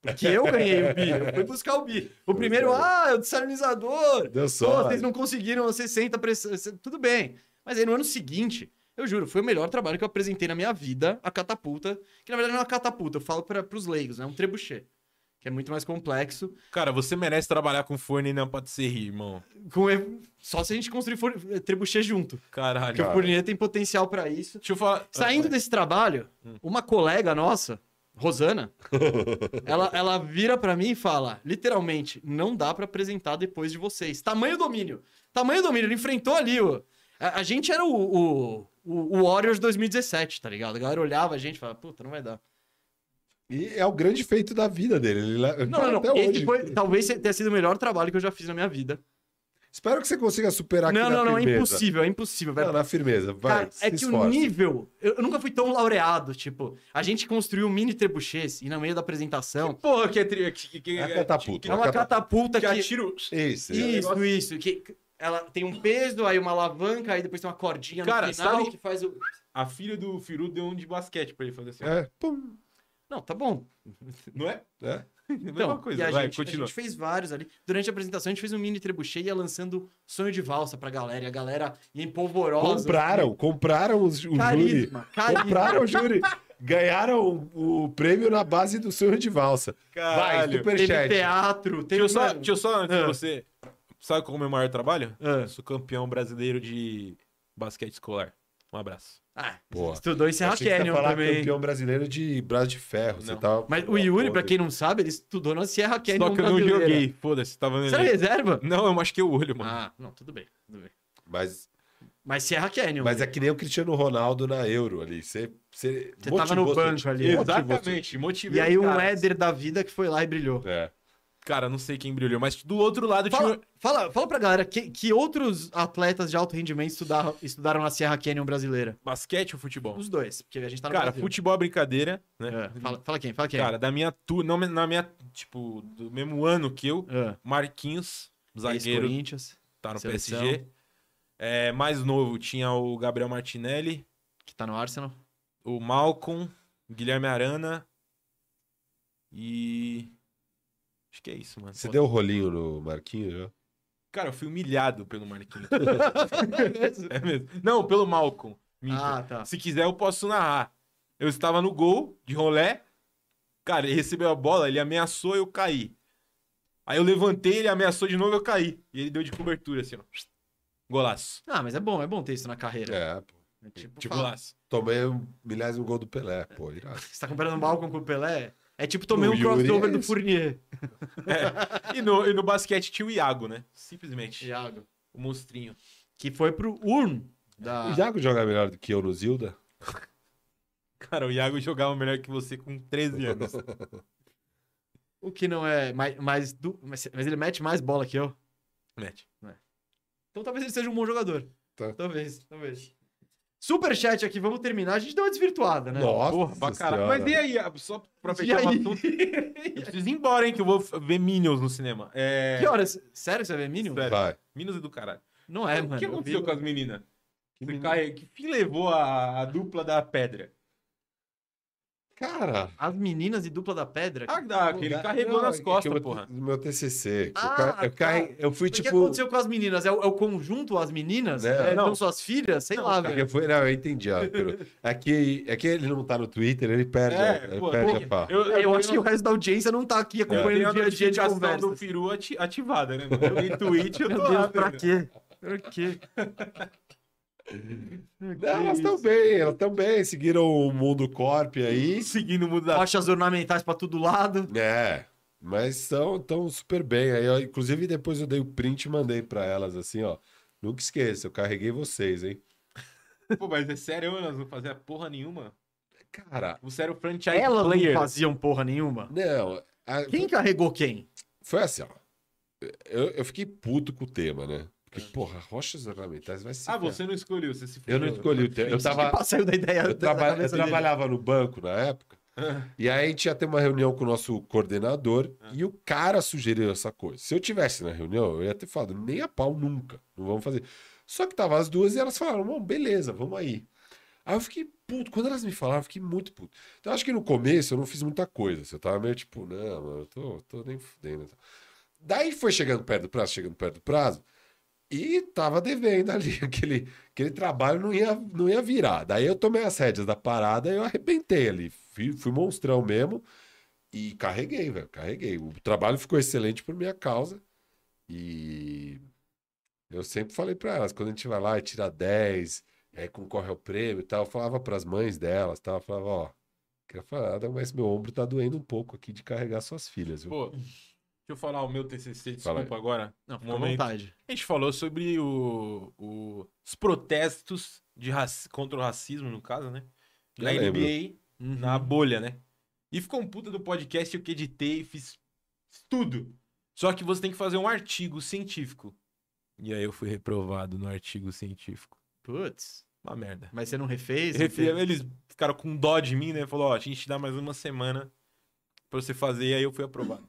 Porque eu ganhei o bi, eu fui buscar o bi. O primeiro, ah, é o dessalinizador.
Deu
Pô,
só.
vocês não conseguiram 60 pressão. Tudo bem. Mas aí no ano seguinte, eu juro, foi o melhor trabalho que eu apresentei na minha vida, a catapulta. Que na verdade não é uma catapulta, eu falo para pros leigos, né? Um trebuchet. Que é muito mais complexo.
Cara, você merece trabalhar com forno e não pode ser rir, irmão.
Com... e- Só se a gente construir for... eh, trebuchet junto.
Caralho.
Porque o Fournier tem potencial para isso.
Deixa eu falar.
Hum.
Saindo desse trabalho, uma colega nossa Rosana, ela, ela vira pra mim e fala, literalmente, não dá pra apresentar depois de vocês. Tamanho domínio. Tamanho domínio. Ele enfrentou ali, ó. A, a gente era o, o, o, o Warriors 2017, tá ligado? A galera olhava a gente e falava, puta, não vai dar.
E é o grande feito da vida dele. Ele lá-
Não, não,
até
não. Ele
hoje.
foi- talvez tenha sido o melhor trabalho que eu já fiz na minha vida.
Espero que você consiga superar Tá aqui
Não,
na
não, não, é
firmeza.
impossível, é impossível, velho.
Não, na firmeza. Vai,
Cara, é
se
que o
esforce.
nível. Eu, eu nunca fui tão laureado. Tipo, a gente construiu um mini trebuchês e no meio da apresentação.
Porra, que é tri... que, que,
É a catapulta.
é uma
cata-
catapulta que.
que atira o-
Isso. é.
Isso, isso. Que que ela tem um peso, aí uma alavanca, aí depois tem uma cordinha
Cara,
no final
sabe-
que faz o.
A filha do Firu deu um de basquete pra ele fazer assim. ó.
É, pum.
Não, tá bom.
Não é?
É.
Então,
Mesma coisa.
e a,
Vai,
gente, a
continua.
gente fez vários ali. Durante a apresentação, a gente fez um mini trebuchet e ia lançando sonho de valsa pra galera. E a galera ia em polvorosa.
Compraram,
assim,
compraram os, o júri.
Carisma, carisma.
Compraram o júri. Ganharam o, o prêmio na base do sonho de valsa. Vai,
Caralho.
Teve
superchat.
teatro, teve.
Deixa eu só,
mano,
deixa eu só antes
Ah.
de você. Sabe qual é o meu maior trabalho?
Ah.
Sou campeão brasileiro de basquete escolar. Um abraço.
Ah,
Boa.
estudou em Serra
Achei que você ia
Canyon
falar
também.
campeão brasileiro de braço de ferro. Você tá
Não.
tava...
Mas o Yuri, pra
Foda-se.
quem não sabe, ele estudou na Serra Canyon
Só que eu não
brasileira.
joguei. Foda-se, tava no
Você era
elenco.
reserva?
Não, eu machuquei o olho, mano.
Ah, não, tudo bem, tudo bem.
Mas,
Mas Serra Canyon.
mas é que nem o Cristiano Ronaldo na Euro ali. Você, você,
Você tava no banco ali.
né? Exatamente, motivei.
E aí
os
um
caras.
Éder da vida que foi lá e brilhou.
É.
Cara, não sei quem brilhou, mas do outro lado
Fala,
tinha.
fala, fala pra galera que, que outros atletas de alto rendimento estudaram, estudaram na Serra Canyon brasileira.
Basquete ou futebol?
Os dois, porque a gente tá no
Cara,
Brasil.
futebol é brincadeira, né?
É, fala, fala quem, fala quem.
Cara, da minha tu, não me- na minha, tipo, do mesmo ano que eu,
Ah,
Marquinhos, zagueiro,
Corinthians,
tá no
seleção.
PSG. É, mais novo tinha o Gabriel Martinelli,
que tá no Arsenal.
o Malcolm, Guilherme Arana e acho que é isso, mano.
Você
Pô,
deu o rolinho no Marquinhos né? já?
Cara, eu fui humilhado pelo Marquinhos.
É mesmo?
é mesmo. Não, pelo Malcolm. Minto.
ah, tá.
Se quiser, eu posso narrar. Eu estava no gol de rolé. Cara, ele recebeu a bola, ele ameaçou eu caí. Aí eu levantei, ele ameaçou de novo, eu caí. E ele deu de cobertura, assim, ó. Golaço.
Ah, mas é bom, é bom ter isso na carreira.
É, pô.
É
Tipo,
fala-
golaço.
Tomei um milésimo gol do Pelé, pô. Irado.
Você tá comparando o Malcolm com o Pelé? É tipo tomei
O
um
Yuri
crossover
é
do
isso.
Fournier.
E no, e no basquete tinha o Iago, né? Simplesmente.
Thiago.
O monstrinho.
Que foi pro Urn da.
Ah.
O Iago joga melhor do que eu no Zilda?
Cara, o Iago jogava melhor que você com 13 anos.
O que não é. Mais, mais du- mas, mas ele mete mais bola que eu.
Mete.
Então talvez ele seja um bom jogador.
Tá.
Talvez, talvez. Superchat aqui, vamos terminar. A gente deu uma desvirtuada, né?
Nossa,
Porra, pra caralho.
senhora.
Mas e aí, Ah, só pra
E
fechar o
aí?
assunto. Eu preciso ir embora, hein, que eu vou f- ver Minions no cinema. É.
Que horas? Sério que você vê Minion?
Sério.
Vai.
Minions é do caralho.
Não é, mano.
O que
eu
aconteceu
vi-
com as meninas? Que,
menina?
cai- que fim levou a, a dupla da pedra?
Cara.
As meninas e dupla da pedra?
Ah, dá, que ele
Não,
carregou
não,
nas
é
costas,
que eu-
porra.
No meu TCC. que eu,
Ah,
ca- eu,
tá.
carre- eu fui,
o que
tipo...
aconteceu com as meninas? É o, é o conjunto, as meninas?
É,
É,
não.
não. suas filhas? Sei lá,
É que
velho.
eu fui- não, eu entendi. ó, Peru. É que, é que ele não tá no Twitter, ele perde, a- ele
É, pô,
perde
pô,
a farra.
eu,
É, Eu acho que o resto da audiência não tá aqui
eu tenho
acompanhando
a
o dia a dia de
É. notificação
conversa.
do Firu ati- ativada, né? mano? Eu dei tweet, eu tô
Meu
lá, tá
Deus, pra
velho.
quê? Pra quê?
Não, elas
tá
estão bem, elas estão bem. Seguiram o mundo corp aí.
Seguindo o mundo da...
Faixas ornamentais pra todo lado.
É, mas estão tão super bem. Aí, ó, inclusive, depois eu dei o print e mandei pra elas assim, ó. Nunca esqueça, eu carreguei vocês, hein?
Pô, mas é sério, elas não faziam porra nenhuma.
Cara,
Você era o franchise
Elas não
player.
faziam porra nenhuma.
não. a-
Quem carregou quem?
Foi assim, ó. Eu, eu fiquei puto com o tema, né? Porque, porra, rochas ornamentais vai ser.
Ah, você não escolheu, você se
Eu não escolhi o tema. Eu tava,
Que saiu da ideia.
Eu,
da
traba- eu
cabeça dele?
trabalhava no banco na época.
Ah,
E aí a gente ia ter uma reunião com o nosso coordenador e o cara sugeriu essa coisa. Se eu tivesse na reunião, eu ia ter falado, nem a pau nunca, não vamos fazer. Só que tava as duas e elas falaram, bom, beleza, vamos aí. Aí eu fiquei puto, quando elas me falaram, eu fiquei muito puto. Então eu acho que no começo eu não fiz muita coisa, assim, eu tava meio tipo, não, mano, eu tô, tô nem fudendo. tá e tal. Daí foi chegando perto do prazo, chegando perto do prazo, e tava devendo ali, aquele, aquele trabalho não ia, não ia virar. Daí eu tomei as rédeas da parada e eu arrebentei ali. Fui, fui monstrão mesmo e carreguei, velho, carreguei. O trabalho ficou excelente por minha causa e eu sempre falei pra elas, quando a gente vai lá e tira 10, aí concorre ao prêmio e tal, eu falava pras mães delas, tal, eu falava, ó, Queria falar nada, mas meu ombro tá doendo um pouco aqui de carregar suas filhas, viu?
Pô, deixa eu falar o meu TCC,
Fala aí.
desculpa agora.
Não, fica à
um Momento.
vontade.
A gente falou sobre o- o- os protestos de raci- contra o racismo, no caso, né?
Eu
Na
lembro.
NBA,
Uhum.
na bolha, né? E ficou um puta do podcast eu que editei e fiz tudo. Só que você tem que fazer um artigo científico. E aí eu fui reprovado no artigo científico.
Putz.
Uma merda.
Mas você não refez?
Refi-
Não teve-
Eles ficaram com dó de mim, né? Falou, ó, a gente te dá mais uma semana pra você fazer, e aí eu fui aprovado.
O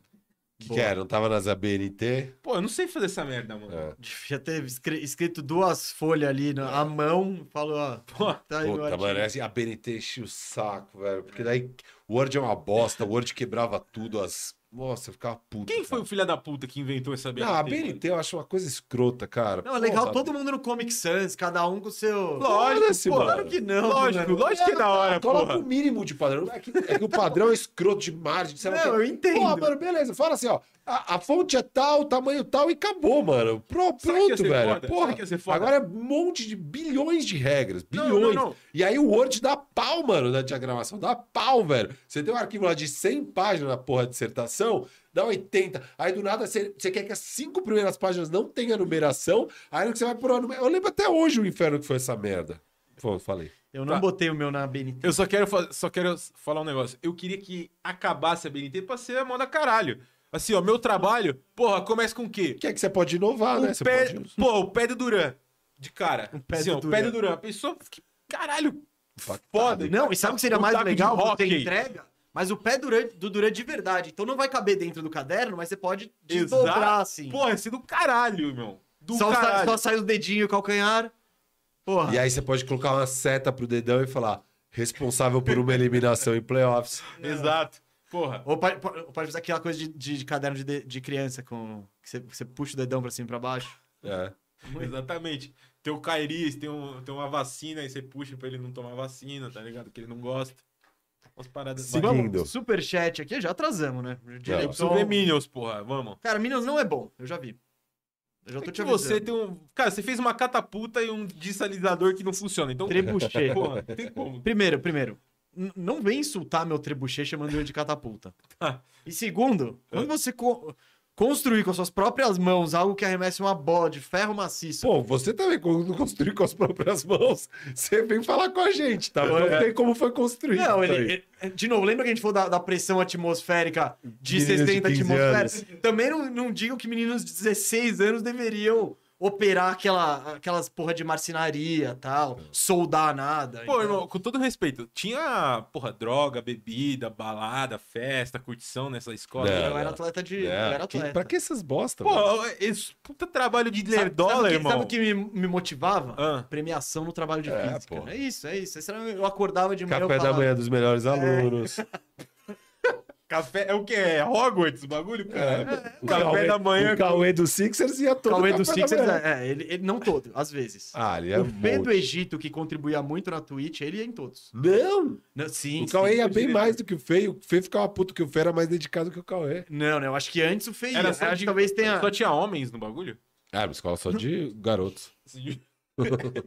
que,
Boa.
que era? Não tava nas ABNT?
Pô, eu não sei fazer essa merda, mano.
É.
Devia ter escri- escrito duas folhas ali na à mão. Falou, ó.
Pô,
Tá aí meu
Puta,
artigo.
mano, essa- a BNT enchia o saco, velho. Porque daí o Word é uma bosta, o Word quebrava tudo, as. Nossa, eu ficava puto.
quem foi o
cara.
filho da puta que inventou essa BNT?
Não, a
mano?
BNT eu acho uma coisa escrota, cara.
Não, é legal
Porra,
todo mundo no Comic Sans, cada um com o seu.
Foda-se,
Lógico, pô.
mano.
Claro que não,
Lógico,
mano.
lógico que é da hora,
Coloca o
porra.
mínimo de padrão. É que, é que o padrão é escroto de margem.
é
Sei lá o quê.
Não, eu entendo.
Porra, mano, beleza. Fala assim, ó. A, a fonte é tal, o tamanho tal e acabou, mano. Pro,
Sabe que ia
pronto,
ser
velho.
foda?
Porra.
Sabe que ia ser foda?
Agora é um monte de bilhões de regras.
Não,
Bilhões.
não, não.
E aí o Word dá pau, mano, na diagramação. Dá pau, velho. Você tem um arquivo lá de 100 páginas na porra de dissertação, dá 80. Aí do nada você, você quer que as cinco primeiras páginas não tenha numeração. Aí você vai por uma. Eu lembro até hoje o inferno que foi essa merda. Pô, falei.
Eu não
Tá.
botei o meu na BNT.
Eu só quero, fa- só quero falar um negócio. Eu queria que acabasse a BNT pra ser a moda caralho. Assim, ó, meu trabalho, porra, começa com o quê?
O que é que você pode inovar, né?
O
Você
pé,
pode.
pô, o pé do Duran. De cara. O
pé
assim,
do
ó, o
Duran.
pé do Duran. A pessoa, que- caralho,
Impactado.
foda.
Não, e sabe o que seria
Um
mais
taco de
legal? Você
hockey.
entrega, mas o pé Duran- do Duran de verdade. Então não vai caber dentro do caderno, mas você pode
Exato.
desdobrar assim.
Porra, esse é do caralho, meu. Do
só, sai,
caralho.
só sai o dedinho e o calcanhar. Porra.
E aí você pode colocar uma seta pro dedão e falar responsável por uma eliminação em playoffs.
Exato. Porra.
Ou pode, pode pode fazer aquela coisa de, de- de caderno de, de- de criança com. Que você, você puxa o dedão pra cima e pra baixo.
É.
Exatamente. Tem o Kairis, tem, um, tem uma vacina, aí você puxa pra ele não tomar vacina, tá ligado? Que ele não gosta. Umas paradas.
Sim.
Vamos-
Lindo.
super chat aqui, já atrasamos, né?
Eu preciso ver Minions, porra. Vamos.
Cara, Minions não é bom, eu já vi. Eu já tô
É
te
que
avisando.
você tem um. Cara, você fez uma catapulta e um dissalizador que não funciona. Então,
Trebuchet.
porra, não tem como.
Primeiro, primeiro, n- não vem insultar meu trebuchet chamando eu de catapulta.
Tá.
E segundo, quando você co- construir com as suas próprias mãos algo que arremesse uma bola de ferro maciço.
Pô, você também quando construiu com as próprias mãos, você vem falar com a gente, tá? Não tem como foi construído. é
não,
isso aí.
ele, ele- De novo, lembra que a gente falou da, da pressão atmosférica de
Meninos de
60
15
atmosferas? Também não, não digo que meninos de 16 anos deveriam operar aquela, aquelas porra de marcenaria tal, soldar nada.
Pô, irmão, com todo respeito, tinha, porra, droga, bebida, balada, festa, curtição nessa escola.
Não.
eu era atleta de. eu
É,
era
que-
atleta.
pra que essas bosta? velho?
Pô, é, esse puta trabalho de
Sabe-
nerdola,
sabe o que-
irmão.
Sabe o que me, me motivava?
Ah.
Premiação no trabalho de
É,
física.
pô.
É isso, é isso. Esse era- Eu acordava de manhã. eu
Café da
falava,
manhã dos melhores alunos.
Café é o que? É Hogwarts o bagulho, cara?
O
É. Café
Cauê-
da manhã.
O Cauê do Sixers ia todo
Cauê
café
do
da
Sixers,
manhã.
é, é, ele, ele não todo, às vezes.
Ah, ele é
o Fê
um
do
monte.
Egito, que contribuía muito na Twitch, ele ia em todos.
Não!
Não, sim,
o Cauê
sim.
ia Então é bem
direito.
mais do que o Fê. O Fê ficava puto que o Fê era mais dedicado que o Cauê.
Não, não, eu acho que antes o Fê ia. né?
Era
Acho
só
que
de-
talvez tenha...
Só tinha homens no bagulho?
Ah, uma escola só de garotos.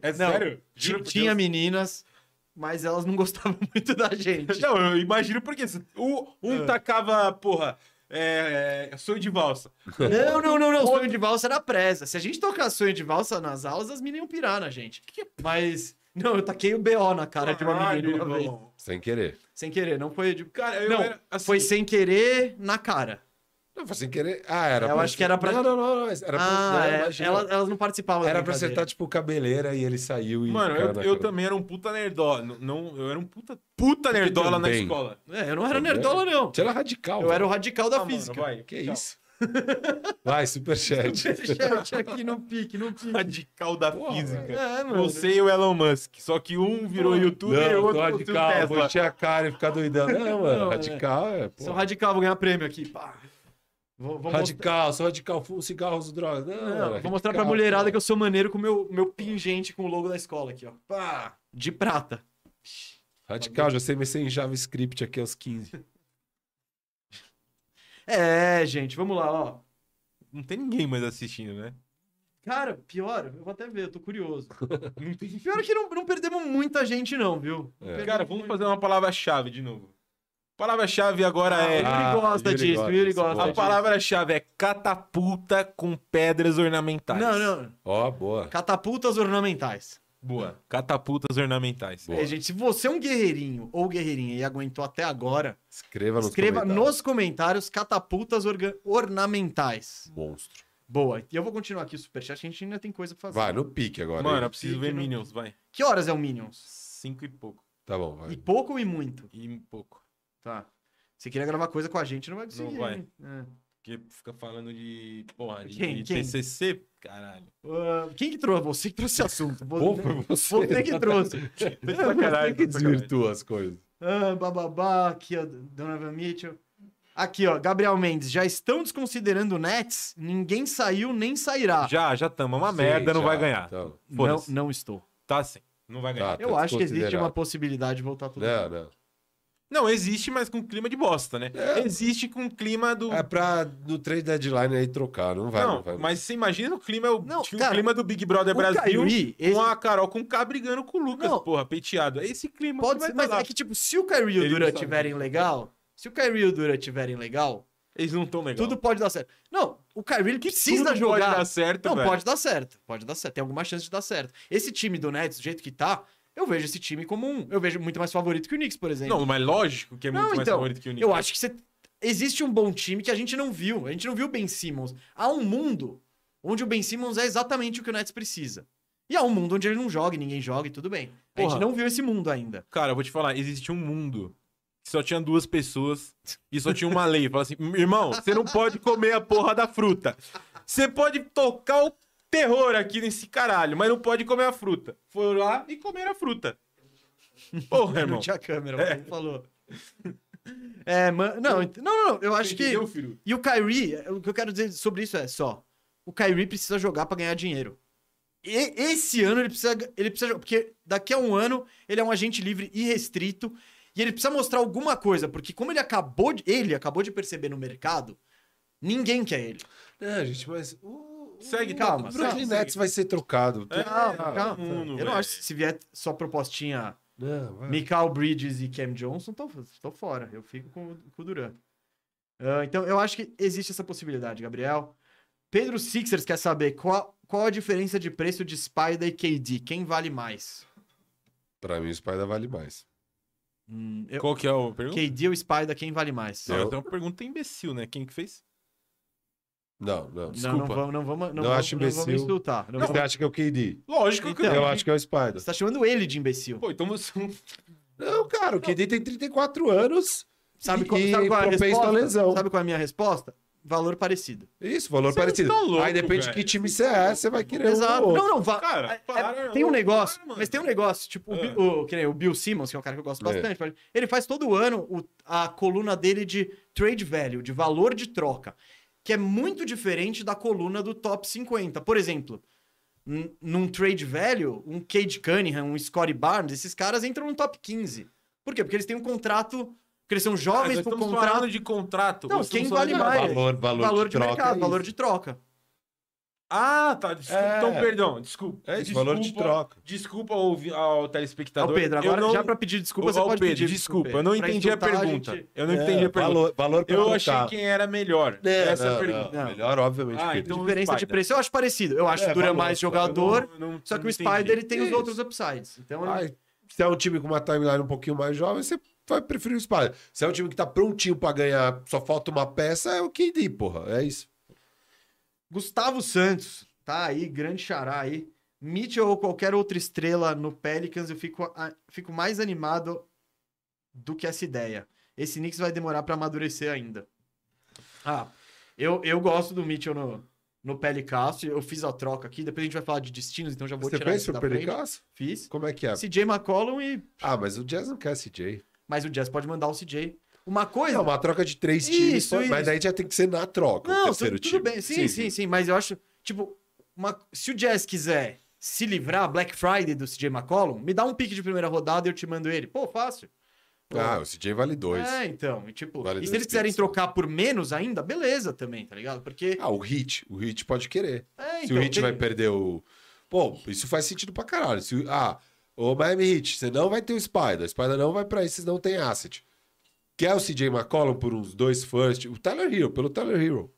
É
Não,
sério?
ti- tinha meninas, mas elas não gostavam muito da gente.
Não, eu imagino porque se o,
Ah.
um tacava, porra, é, é, sonho de valsa.
Não, não, não, não. Sonho de valsa era presa. Se a gente tocar sonho de valsa nas aulas, as meninas iam pirar na gente. Mas. Não, eu taquei o BO na cara de uma
Caralho,
menina uma vez.
irmão.
Sem querer.
Sem querer, não foi de.
Cara, eu
não,
era assim-
foi sem querer na cara.
Não, foi sem querer. Ah, era
Eu acho que era pra-
Não, não, não. não, Era pra...
ah,
não,
é,
imagina.
ela- elas não participavam da
Era pra
brincadeira.
acertar, tipo, cabeleira e ele saiu e...
Mano,
cara
eu,
na
eu
cara.
também era um puta nerdola. Não, não, eu era um puta, puta nerdola na
também.
escola.
É, eu não era
Tá
nerdola, não.
Você era radical.
Eu era o
velho.
radical da
Ah, mano,
física.
vai,
Que
tchau.
isso? Vai, superchat.
Chat aqui no pique, no pique.
Radical da
Porra,
física.
É, mano.
Você e o Elon Musk. Só que um virou youtuber e o
Não,
outro
tô
construiu
radical, vou
Tesla.
encher a cara e ficar doidão. Não, mano,
Não,
radical é... pô.
Sou um radical, vou ganhar prêmio aqui. Pá. Vou, vou mostrar,
Radical, sou radical, fumo cigarros, drogas. Não,
não,
mano,
vou mostrar pra
radical,
mulherada
pô.
que eu sou maneiro com o meu, meu pingente com o logo da escola aqui, ó. Pá. De prata.
Radical, já sei mexer em JavaScript aqui aos 15.
É, gente, vamos lá, ó.
Não tem ninguém mais assistindo, né?
Cara, pior, eu vou até ver, eu tô curioso. Pior é que não, não perdemos muita gente, não, viu? Não
É.
perdemos
Cara, vamos
muito.
fazer uma palavra-chave de novo. Palavra-chave agora é.
Ah,
ele gosta
Yuri
disso,
gosta
o Yuri
disso,
gosta
boa.
A
disso.
palavra-chave é catapulta com pedras
Tá.
ornamentais.
Não, não.
Ó, boa.
Catapultas ornamentais.
Boa. Catapultas ornamentais.
Boa.
É, gente, se você é um guerreirinho ou guerreirinha e aguentou até agora,
Escreva Tá nos
escreva
comentários.
nos comentários catapultas orga- ornamentais.
Monstro.
Boa. E eu vou continuar aqui o superchat, que a gente ainda tem coisa pra fazer.
Vai, no pique agora.
Mano,
hein?
eu preciso ver Minions, vai.
Que horas é o Minions?
Cinco e pouco.
Tá bom, vai.
E pouco ou e muito?
E pouco.
Tá. Se queria gravar coisa com a gente, não vai conseguir.
vai.
hein? É.
Porque fica falando de. Porra, de,
Quem,
de
quem?
TCC? Caralho.
Ah, quem que trouxe? Você que trouxe esse assunto. Vou-
Bom pra você.
Você que trouxe.
pra caralho,
Você que
pra caralho.
desvirtua as coisas.
Ah, bababá, aqui, ó, Donovan Mitchell. Aqui, ó, Gabriel Mendes. Já estão desconsiderando o Nets? Ninguém saiu nem sairá.
Já, já tamo. É uma
Sim,
merda, não
já,
vai ganhar.
Então,
Não,
Foda-se.
não estou.
Tá sim. Não vai ganhar.
Tá.
Eu acho que existe
desconsiderado.
uma possibilidade de voltar tudo.
não, não.
Não, existe, mas com clima de bosta, né? Existe com clima do.
É pra no trade deadline aí trocar, não vai,
não,
não, vai.
mas você imagina o clima. é o-
Não,
tinha
cara,
o clima do Big Brother
O
Brasil
Kyrie,
com
ele-
a Carol com K brigando com o Lucas,
Não.
porra, peiteado. É esse clima
Pode
que
ser,
vai
mas
tá lá.
é que, tipo, se o Kyrie e o
Ele não
Duran
sabe.
tiverem legal, se o Kyrie e o Duran tiverem legal,
Eles não estão legal.
tudo pode dar certo. Não, o Kyrie ele precisa
Tudo
jogar.
Pode dar certo,
Não,
velho.
pode dar certo. Pode dar certo. Tem alguma chance de dar certo. Esse time do Nets, do jeito que tá, eu vejo esse time como um. Eu vejo muito mais favorito que o Knicks, por exemplo.
Não, mas lógico que é muito
Não,
mais
então,
favorito que o Knicks.
eu acho que você. Existe um bom time que a gente não viu. A gente não viu o Ben Simmons. Há um mundo onde o Ben Simmons é exatamente o que o Nets precisa. E há um mundo onde ele não joga, e ninguém joga e tudo bem. A gente
Porra.
não viu esse mundo ainda.
Cara, eu vou te falar, existia um mundo que só tinha duas pessoas e só tinha uma lei. Fala assim, irmão, você não pode comer a porra da fruta. Você pode tocar o terror aqui nesse caralho, mas não pode comer a fruta. Foram lá e comeram a fruta. Porra,
não
irmão.
tinha câmera, mas ele falou. É, mano. Não, ent- não, não, não, eu acho que.
Entendeu, filho?
E o Kyrie, o que eu quero dizer sobre isso é só: o Kyrie precisa jogar pra ganhar dinheiro. E esse ano ele precisa, ele precisa jogar, porque daqui a um ano ele é um agente livre e restrito e ele precisa mostrar alguma coisa, porque como ele acabou de, ele acabou de perceber no mercado, ninguém quer ele.
Não, É, gente, mas o
Segue, tá
o-
calma,
O
calma,
Brooklyn Nets
segue.
vai ser trocado.
É,
Calma, calma.
mundo,
Então, eu não
velho.
acho que se vier só propostinha
Não, vai.
Michael Bridges e Cam Johnson, tô, tô fora. Eu fico com, o- com o Duran. Ah, então, eu acho que existe essa possibilidade, Gabriel. Pedro Sixers quer saber qual, qual a diferença de preço de Spider e KD. Quem vale mais?
Pra mim o Spider vale mais.
Hum, eu-
Qual que é o pergunta?
KD ou Spider, quem vale mais?
Não,
Eu-
Então, pergunta imbecil, né? Quem que fez?
Não, não.
Não, não
desculpa.
vamos, não vamos, não
Não
vamos-
acho
não vamos
imbecil.
insultar. Não
Você
vamos-
acha que é o KD?
Lógico que
Então,
eu
não.
acho que é o Spider.
Você tá chamando ele de imbecil.
Pô, então você não
Não, cara, o KD tem 34 anos.
Sabe,
e-
qual-
e
sabe qual é a
propenso à
resposta?
lesão.
Sabe qual é a minha resposta? Valor parecido.
Isso, valor
Você
parecido.
tá louco,
Aí depende de
velho.
que time você é, você vai querer um
Exato.
ou outro.
Não, não, va-
Cara,
é- é-
para,
tem um
ô,
negócio,
para, mano.
mas tem um negócio, tipo, o,
É.
Bi- o, que nem o Bill Simmons, que é um cara que eu gosto
É.
bastante, ele faz todo ano o- a coluna dele de trade value, de valor de troca, que é muito diferente da coluna do top 50. Por exemplo, n- num trade value, um Cade Cunningham, um Scottie Barnes, esses caras entram no top 15. Por quê? Porque eles têm um contrato, porque eles são
Cara,
jovens
Ah, nós
com
estamos
contrato,
falando de contrato.
Não,
nós
quem
estamos falando
vale
de-
mais?
Valor, valor,
valor de,
troca,
mercado,
é
valor
isso.
de troca.
Ah, tá. Desculpa,
É.
Então, perdão. Desculpa.
É isso, valor de
Desculpa-
troca.
Desculpa ao, vi- ao
Tá,
telespectador.
o Pedro,
Eu
agora
não...
já pra pedir desculpa,
Ô,
você
ô,
pode
Pedro,
pedir
desculpa.
Pedro.
Eu não
Pra
entendi a
insultar,
pergunta.
gente- tá,
Eu não entendi a
É,
pergunta.
Valor, valor pra
Eu
trocar.
achei quem era melhor.
É,
Essa é
não,
a pergunta.
não,
Não.
Melhor, obviamente,
Ah,
KD.
então
diferença de
Spider.
preço, eu acho parecido. Eu acho
É,
que o Duran é
valor,
mais
cara, eu
jogador,
Não, não-
só que
não
o
entendi.
Spider ele tem os
Isso.
outros upsides. Então ele-
Ah, se é um time com uma timeline um pouquinho mais jovem, você vai preferir o Spider. Se é um time que tá prontinho pra ganhar, só falta uma peça, é o KD, porra. É isso.
Gustavo Santos, tá aí, grande xará aí. Mitchell ou qualquer outra estrela no Pelicans, eu fico, a- fico mais animado do que essa ideia. Esse Knicks vai demorar pra amadurecer ainda. Ah, eu, eu gosto do Mitchell no, no Pelicans, eu fiz a troca aqui, depois a gente vai falar de destinos, então já vou
você
tirar
pensa
isso
no
da frente.
Pelicans?
Fiz.
Como é que é?
CJ McCollum e
Ah, mas o Jazz não quer CJ.
Mas o Jazz pode mandar o CJ. Uma coisa.
É
Não,
uma troca de três
Isso,
times,
isso.
mas daí já tem que ser na troca. o
tu-
terceiro
tudo
time.
bem. Sim, sim, sim, Mas eu acho, tipo, uma- se o Jazz quiser se livrar Black Friday do CJ McCollum, me dá um pique de primeira rodada e eu te mando ele. Pô, fácil. Pô,
Ah, o CJ vale dois.
É, então. E, tipo,
Vale
e se
dois
eles quiserem
picks.
trocar por menos ainda, beleza também, tá ligado? Porque.
Ah, o Hit. O Hit pode querer.
é,
se
então,
o Hit
tem-
vai perder o. Pô, isso faz sentido pra caralho. Se, o- ah, o Miami Hit, você não vai ter o Spider. O Spider não vai pra aí, vocês não tem asset. Quer o CJ McCollum por uns dois first? O Tyler Hero, pelo Tyler Hero.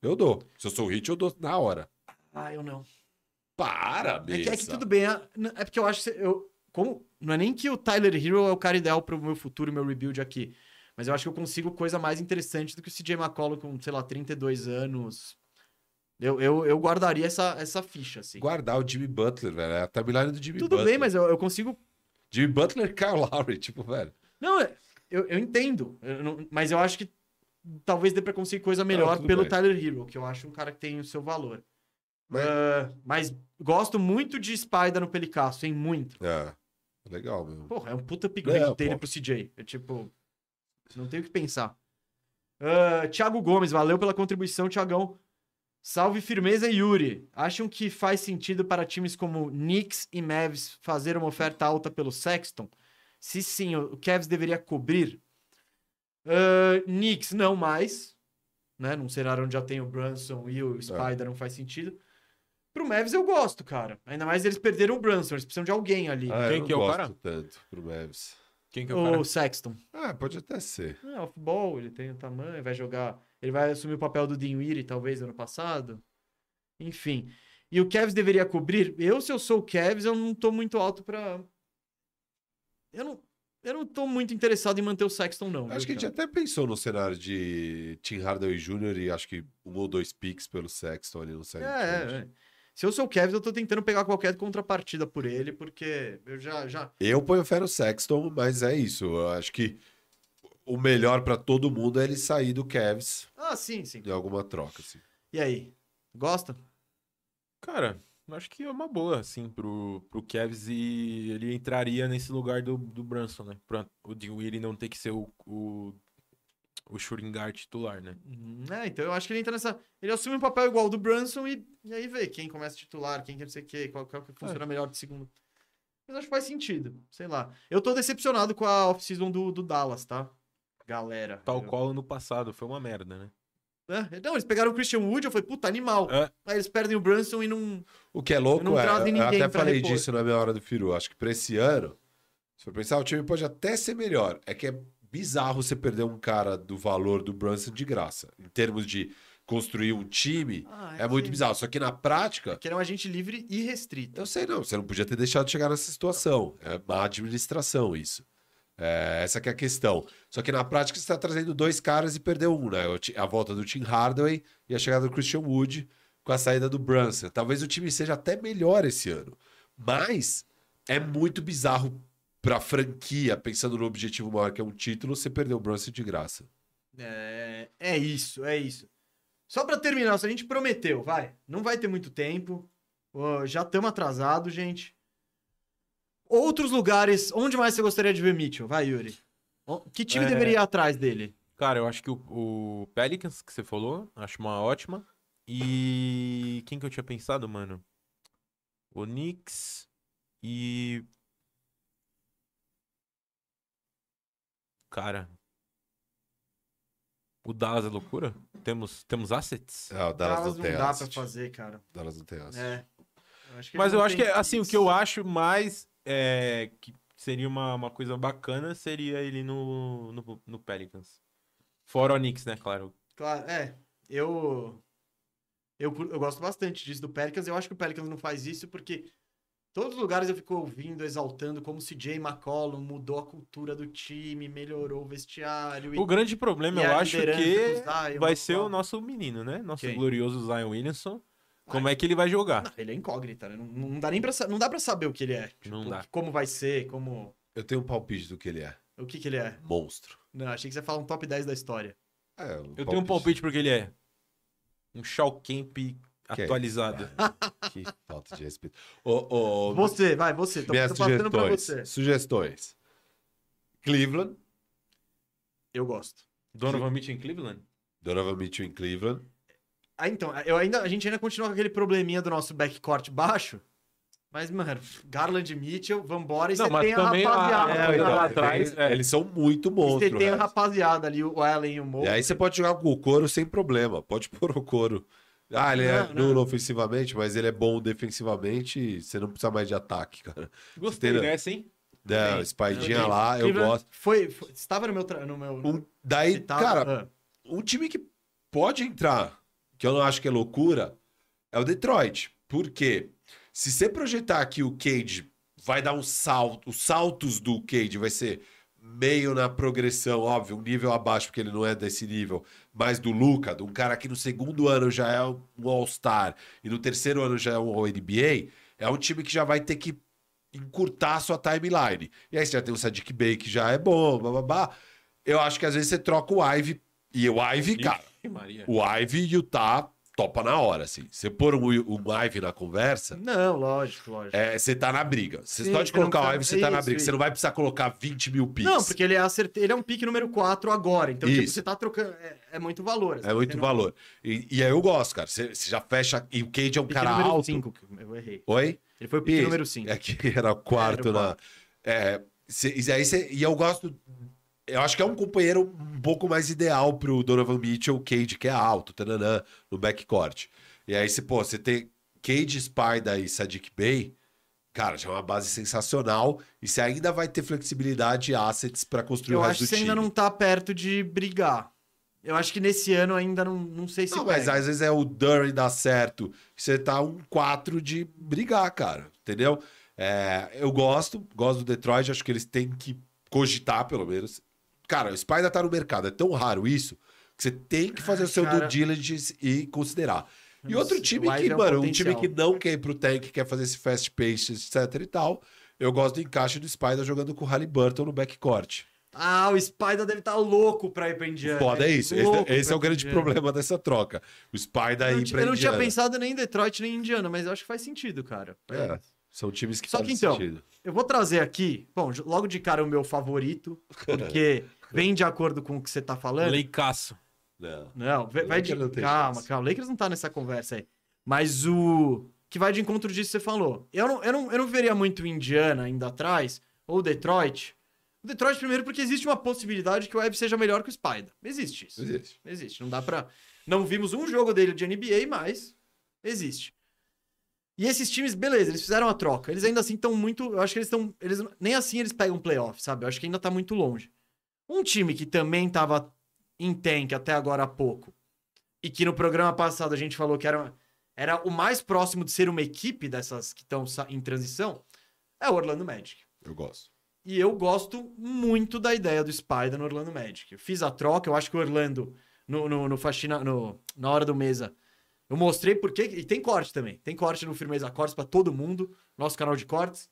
Eu dou. Se eu sou o Hit, eu dou na hora.
Ah, eu não.
Para,
É que,
bicho.
é que tudo bem, é, n- é porque eu acho que você- eu, como, não é nem que o Tyler Hero é o cara ideal pro meu futuro e meu rebuild aqui, mas eu acho que eu consigo coisa mais interessante do que o CJ McCollum com, sei lá, 32 anos. Eu, eu, eu guardaria essa, essa ficha, assim.
Guardar o Jimmy Butler, velho. É a timeline do Jimmy
Tudo
Butler.
bem, mas eu, eu consigo.
Jimmy Butler e Kyle Lowry, tipo, velho.
Não, é- eu, eu entendo, eu não- mas eu acho que talvez dê pra conseguir coisa melhor
tudo
pelo
bem.
Tyler Hero, que eu acho um cara que tem o seu valor.
Mas-
Ah, mas gosto muito de Spider no Pelicasso, hein? Muito.
É. Legal, meu.
Porra, é um puta upgrade
É,
dele
pô.
pro CJ. É tipo. Não tem o que pensar. Ah, Thiago Gomes, valeu pela contribuição, Thiagão. Salve firmeza e Yuri. Acham que faz sentido para times como Knicks e Mavs fazer uma oferta alta pelo Sexton? Se sim, o Cavs deveria cobrir? Ah, Knicks não mais, né? Num cenário onde já tem o Brunson e
É.
o Spider não faz sentido. Pro Mavs eu gosto, cara. Ainda mais eles perderam o Brunson, eles precisam de alguém ali.
Ah, eu
Quem
não
que é o
gosto
cara?
tanto pro Mavis.
Quem que é o cara?
O Sexton.
Ah, pode até ser.
É, off-ball, ele tem o tamanho, vai jogar. Ele vai assumir o papel do Dinwiddie, talvez, ano passado. Enfim. E o Cavs deveria cobrir? Eu, se eu sou o Cavs, eu não tô muito alto pra. Eu não, eu não tô muito interessado em manter o Sexton, não.
Acho que a
viu,
gente
cara?
até pensou no cenário de Tim Hardaway Jr. e acho que um ou dois picks pelo Sexton ali no Sexton.
É, é, é. Se eu sou o Cavs, eu tô tentando pegar qualquer contrapartida por ele, porque eu já. já...
Eu ponho fé no Sexton, mas é isso. Eu acho que o melhor pra todo mundo é ele sair do Cavs
Ah, sim, sim.
de alguma troca. Assim.
E aí? Gosta?
Cara, eu acho que é uma boa, assim, pro, pro Cavs e ele entraria nesse lugar do, do Brunson, né? Pra o Dinwiddie não ter que ser o, o, o shooting guard titular, né?
Hum, É, então eu acho que ele entra nessa. Ele assume um papel igual ao do Brunson e, e aí vê quem começa a titular, quem quer não sei o quê, qual, qual que funciona melhor de segundo. Mas acho que faz sentido, sei lá. Eu tô decepcionado com a off-season do, do Dallas, tá? Galera.
Tal
eu...
qual ano passado, foi uma merda, né?
É, Não, eles pegaram o Christian Wood, eu falei, puta, animal.
É.
Aí eles perdem o Brunson e não.
O que é
Não
louco é.
trazem
Eu
ninguém
até
pra
falei
repor.
disso na minha hora do Firu. Acho que pra esse ano, se for pensar, o time pode até ser melhor. É que é bizarro você perder um cara do valor do Brunson de graça. Em termos de construir um time,
Ah,
é muito bizarro. Só que na prática,
Que era um agente livre e restrito.
eu sei não, você não podia ter deixado de chegar nessa situação. É má administração isso. É, essa que é a questão. Só que na prática você está trazendo dois caras e perdeu um, né? O ti- A volta do Tim Hardaway e a chegada do Christian Wood com a saída do Brunson. Talvez o time seja até melhor esse ano. Mas é muito bizarro pra franquia, pensando no objetivo maior que é um título, você perder o Brunson de graça.
É, é isso, é isso. Só pra terminar, se a gente prometeu, vai. Não vai ter muito tempo. Ó, já estamos atrasados, gente. Outros lugares, onde mais você gostaria de ver Mitchell? Vai, Yuri. Ó, Que time
É.
deveria ir atrás dele?
Cara, eu acho que o, o Pelicans, que você falou, acho uma ótima. E quem que eu tinha pensado, mano? O Knicks e... Cara... O Dallas é loucura? Temos, temos assets?
Ah, o Dallas, não tem
não dá pra
asset.
fazer, cara.
Dallas não tem asset.
É. Eu acho que
Mas
ele
eu
não
acho que,
tem
assim, o
isso.
que eu acho mais é, que seria uma, uma coisa bacana seria ele no, no, no Pelicans. Fora o Knicks, né, claro.
Claro, é. Eu, eu. cur- Eu gosto bastante disso do Pelicans. Eu acho que o Pelicans não faz isso porque todos os lugares eu fico ouvindo, exaltando como o CJ McCollum mudou a cultura do time, melhorou o vestiário. e-
O grande problema,
e
eu
a
acho
liderança
que
do Zion,
vai
blá,
ser
blá.
o nosso menino, né? Nosso
Quem?
glorioso Zion Williamson. Como é que ele vai jogar?
Ele é incógnita, né? Não, não dá nem pra, sa- não dá pra saber o que ele é.
Não
Tipo,
dá.
Como vai ser, como.
Eu tenho um palpite do que ele é.
O que que ele é.
Monstro.
Não, achei que você ia falar um top 10 da história.
É,
Eu tenho um palpite porque ele é um Shaw Camp atualizado.
Que falta de respeito. Ô, ô,
Você, vai, você. Tô,
minhas
tô passando pra
sugestões.
você.
Sugestões. Cleveland.
Eu gosto.
Donovan Mitchell em Cleveland?
Donovan Mitchell em Cleveland.
Ah, então, eu ainda, a gente ainda continua com aquele probleminha do nosso backcourt baixo. Mas, mano, Garland e Mitchell, vambora. E
Não,
você
mas
tem a
também a-
rapaziada.
é,
pra
então,
jogar.
lá atrás,
eles,
é.
eles são muito
E você
monstros.
tem um a
né?
rapaziada ali, o Allen e o Mo.
E aí você pode jogar com o couro sem problema. Pode pôr o couro. Ah, ele é
Não, não.
nulo ofensivamente, mas ele é bom defensivamente. e Você não precisa mais de ataque, cara.
Gostei
Entendeu?
dessa, hein?
Não, Spaidinha lá, eu
Então, Cleveland
gosto.
Foi, foi- estava no meu. tra- No meu
Um- daí,
citado-
cara,
Ah,
um time que pode entrar, que eu não acho que é loucura, é o Detroit. Por quê? Se você projetar que o Cade vai dar um salto, os saltos do Cade vai ser meio na progressão, óbvio, um nível abaixo, porque ele não é desse nível, mas do Luca, de um cara que no segundo ano já é um All-Star e no terceiro ano já é um All-NBA, é um time que já vai ter que encurtar a sua timeline. E aí você já tem o Sadiq Bey, que já é bom, bababá. Eu acho que às vezes você troca o Ive, e o Ive, cara,
Ixi, Maria.
o Ive e o Tá topa na hora, assim. Você pôr um, um Ive na conversa,
ah, Não, lógico, lógico.
é, você tá na briga. Você
Sim,
pode
você não
colocar
tá-
o Ive, você tá na
isso,
briga.
isso.
Você não vai precisar colocar 20 mil picks.
Não, porque ele é, acerte... ele é um pique número 4 agora. Então, tipo,
Isso.
você tá trocando. É, é muito valor.
É muito valor. E, e aí eu gosto, cara. Você você já fecha. E o Cade é um
O
cara alto.
5, eu errei.
Oi?
Ele foi o pique
Isso.
número 5.
É que era o quarto
assim. Era o
na. É, cê- e, aí cê- e eu gosto. Eu acho que é um companheiro um pouco mais ideal pro Donovan Mitchell, Cade, que é alto, tananã, no backcourt. E aí, você, pô, você tem Cade, Spider e Sadiq Bey, cara, já é uma base sensacional. E você ainda vai ter flexibilidade e assets pra construir
Eu
o
acho
resto
que
do
você
time.
ainda não tá perto de brigar. Eu acho que nesse ano ainda não, não sei se.
Não, mas
pega.
às vezes é o Durin dar certo. Você tá um 4 de brigar, cara. Entendeu? É, eu gosto, gosto do Detroit. Acho que eles têm que cogitar, pelo menos. Cara, o Spider tá no mercado. É tão raro isso que você tem que fazer o seu
Ah, cara.
due diligence e considerar. E
Não
outro
sei,
time
o
que,
Ive é um
mano, um
potencial.
time que não quer ir pro tank, quer fazer esse fast pace, etc e tal. Eu gosto do encaixe do Spider jogando com o Halliburton no backcourt.
Ah, o Spider deve estar louco pra ir pra Indiana. tá
O Foda é isso. Esse,
Louco
esse é
pra
o grande
Indiana.
problema dessa troca. O Spider
Eu
aí
não, ti- eu não tinha
Indiana.
pensado nem em Detroit nem em Indiana, mas eu acho que faz sentido, cara.
É, são times que
Só
fazem
que então,
sentido.
Eu vou trazer aqui, bom, j- logo de cara o meu favorito, porque vem de acordo com o que você tá falando.
Leicaço.
Não.
Não, vai, vai de.
Lakers não tem
calma,
chance.
calma. O Lakers não tá nessa conversa aí. Mas o. Que vai de encontro disso que você falou. Eu não, eu não, eu não veria muito Indiana ainda atrás, ou Detroit. O Detroit, primeiro, porque existe uma possibilidade que o Web seja melhor que o Spider. Existe isso.
Existe.
Existe. Não dá pra. Não vimos um jogo dele de NBA, mas existe. E esses times, beleza, eles fizeram a troca. Eles ainda assim estão muito. Eu acho que eles estão. Eles, nem assim eles pegam playoff, sabe? Eu acho que ainda tá muito longe. Um time que também tava em tank até agora há pouco, e que no programa passado a gente falou que era, era o mais próximo de ser uma equipe dessas que estão sa- em transição, é o Orlando Magic.
Eu gosto.
E eu gosto muito da ideia do Spider no Orlando Magic. Eu fiz a troca, eu acho que o Orlando, no, no, no faxina, no, na hora do mesa, eu mostrei porque. E tem corte também. Tem corte no Firmeza Cortes pra todo mundo, nosso canal de cortes.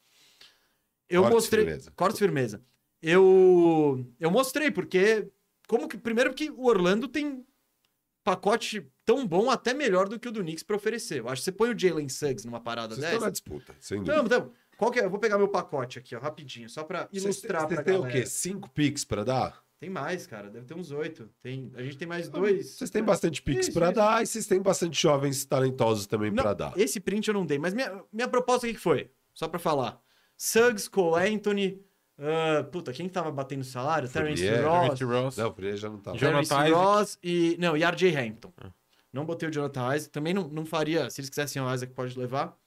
Eu
Cortes
mostrei.
Firmeza.
Cortes Firmeza. Eu, eu mostrei porque. Como que. Primeiro que o Orlando tem pacote tão bom, até melhor do que o do Knicks pra oferecer. Eu acho que você põe o Jalen Suggs numa parada
Vocês
dessa.
estão na disputa, sem dúvida.
Não, então, qual que é? Eu vou pegar meu pacote aqui, ó, rapidinho, só pra ilustrar
Vocês
pra
têm o
galera.
quê? Cinco picks pra dar?
Tem mais, cara, deve ter uns oito. Tem, a gente tem mais dois.
Ah, Vocês têm bastante picks
Isso,
pra
isso.
dar e vocês têm bastante jovens talentosos também
Não,
pra dar.
Esse print eu não dei, mas minha, minha proposta o que que foi? Só pra falar. Suggs, Cole Anthony, ah, puta, quem que tava batendo salário?
Fournier,
Terence
Derrick
Ross,
Rose.
Não, o Freire já não tá. lá.
Já-
Terence
Jonathan Isaac.
Ross e... Não, e RJ Hampton.
Ah.
Não botei o Jonathan Isaac, também não, não faria, se eles quisessem o Isaac pode levar.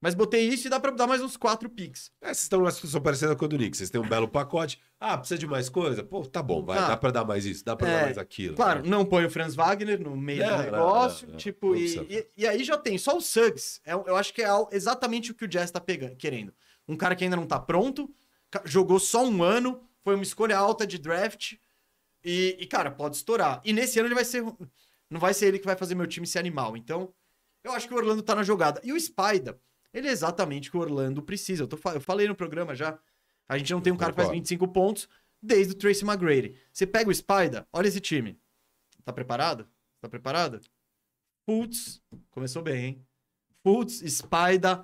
Mas botei isso e dá pra dar mais uns quatro picks.
É, vocês estão numa situação parecida com a do Nick. Vocês têm um belo pacote. Ah, precisa de mais coisa? Pô, tá bom, vai.
Tá.
Dá pra dar mais isso, dá pra
É,
dar mais aquilo. né?
Claro, não põe o Franz Wagner no meio
Não,
do
não,
negócio.
não, não.
Tipo,
Não
e,
precisa.
e- e aí já tem só o Suggs. É, eu acho que é al- exatamente o que o Jazz tá pegando, querendo. Um cara que ainda não tá pronto, ca- jogou só um ano, foi uma escolha alta de draft. E, e, cara, pode estourar. E nesse ano ele vai ser. Não vai ser ele que vai fazer meu time ser animal. Então, eu acho que o Orlando tá na jogada. E o Spider, ele é exatamente o que o Orlando precisa. Eu, tô fa- eu falei no programa já. A gente não tem um cara que faz
concordo.
25 pontos desde o Tracy McGrady. Você pega o Spider, olha esse time. Tá preparado? Tá preparado? Fultz, começou bem, hein? Fultz, Spider,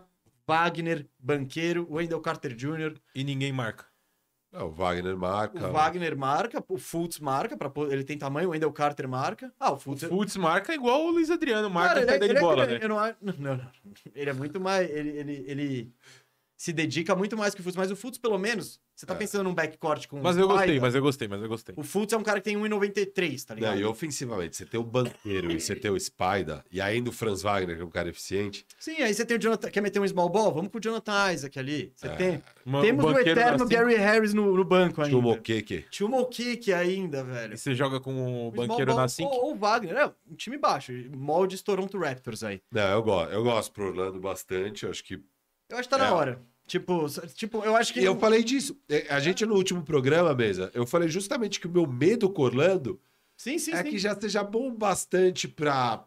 Wagner, Banqueiro, Wendell Carter Jr.,
E ninguém marca.
É, o Wagner
o
marca.
Wagner marca, o Fultz marca, pra, pô- ele tem tamanho, o Wendell Carter marca. Ah, o
O
Fultz...
Futs marca igual o Luiz Adriano, marca
Cara,
a
ele é-
perda
ele
de
é
bola,
grande,
né?
eu não acho- não, não, não. Ele é muito mais... Ele, ele, ele, se dedica muito mais que o Futs, mas o Futs, pelo menos, você tá
É.
pensando num backcourt com
Mas eu gostei,
Paida.
mas eu gostei, mas eu gostei.
O Futs é um cara que tem 1,93, tá ligado?
Não, Né, e ofensivamente, você tem o banqueiro e você tem o Spider, e ainda o Franz Wagner, que é um cara eficiente.
Sim, aí você tem o Jonathan. Quer meter um small ball? Vamos com o Jonathan Isaac ali. Você
É.
tem.
Mano,
Temos o,
banqueiro
eterno
dá cinco-
Gary Harris no, no banco ainda.
Chumokeke.
Chumo Kick ainda, velho.
E você joga com o banqueiro
small ball
na 5.
Ou, ou o Wagner. É, um time baixo. Moldes Toronto Raptors aí.
Não, eu gosto. Eu gosto pro Orlando bastante. Eu acho que.
Eu acho que tá
É.
na hora. Tipo, s- tipo, eu acho que.
E eu falei disso. É, A gente no último programa, mesa, eu falei justamente que o meu medo com o Orlando
Sim, sim,
é
sim.
que já esteja bom bastante pra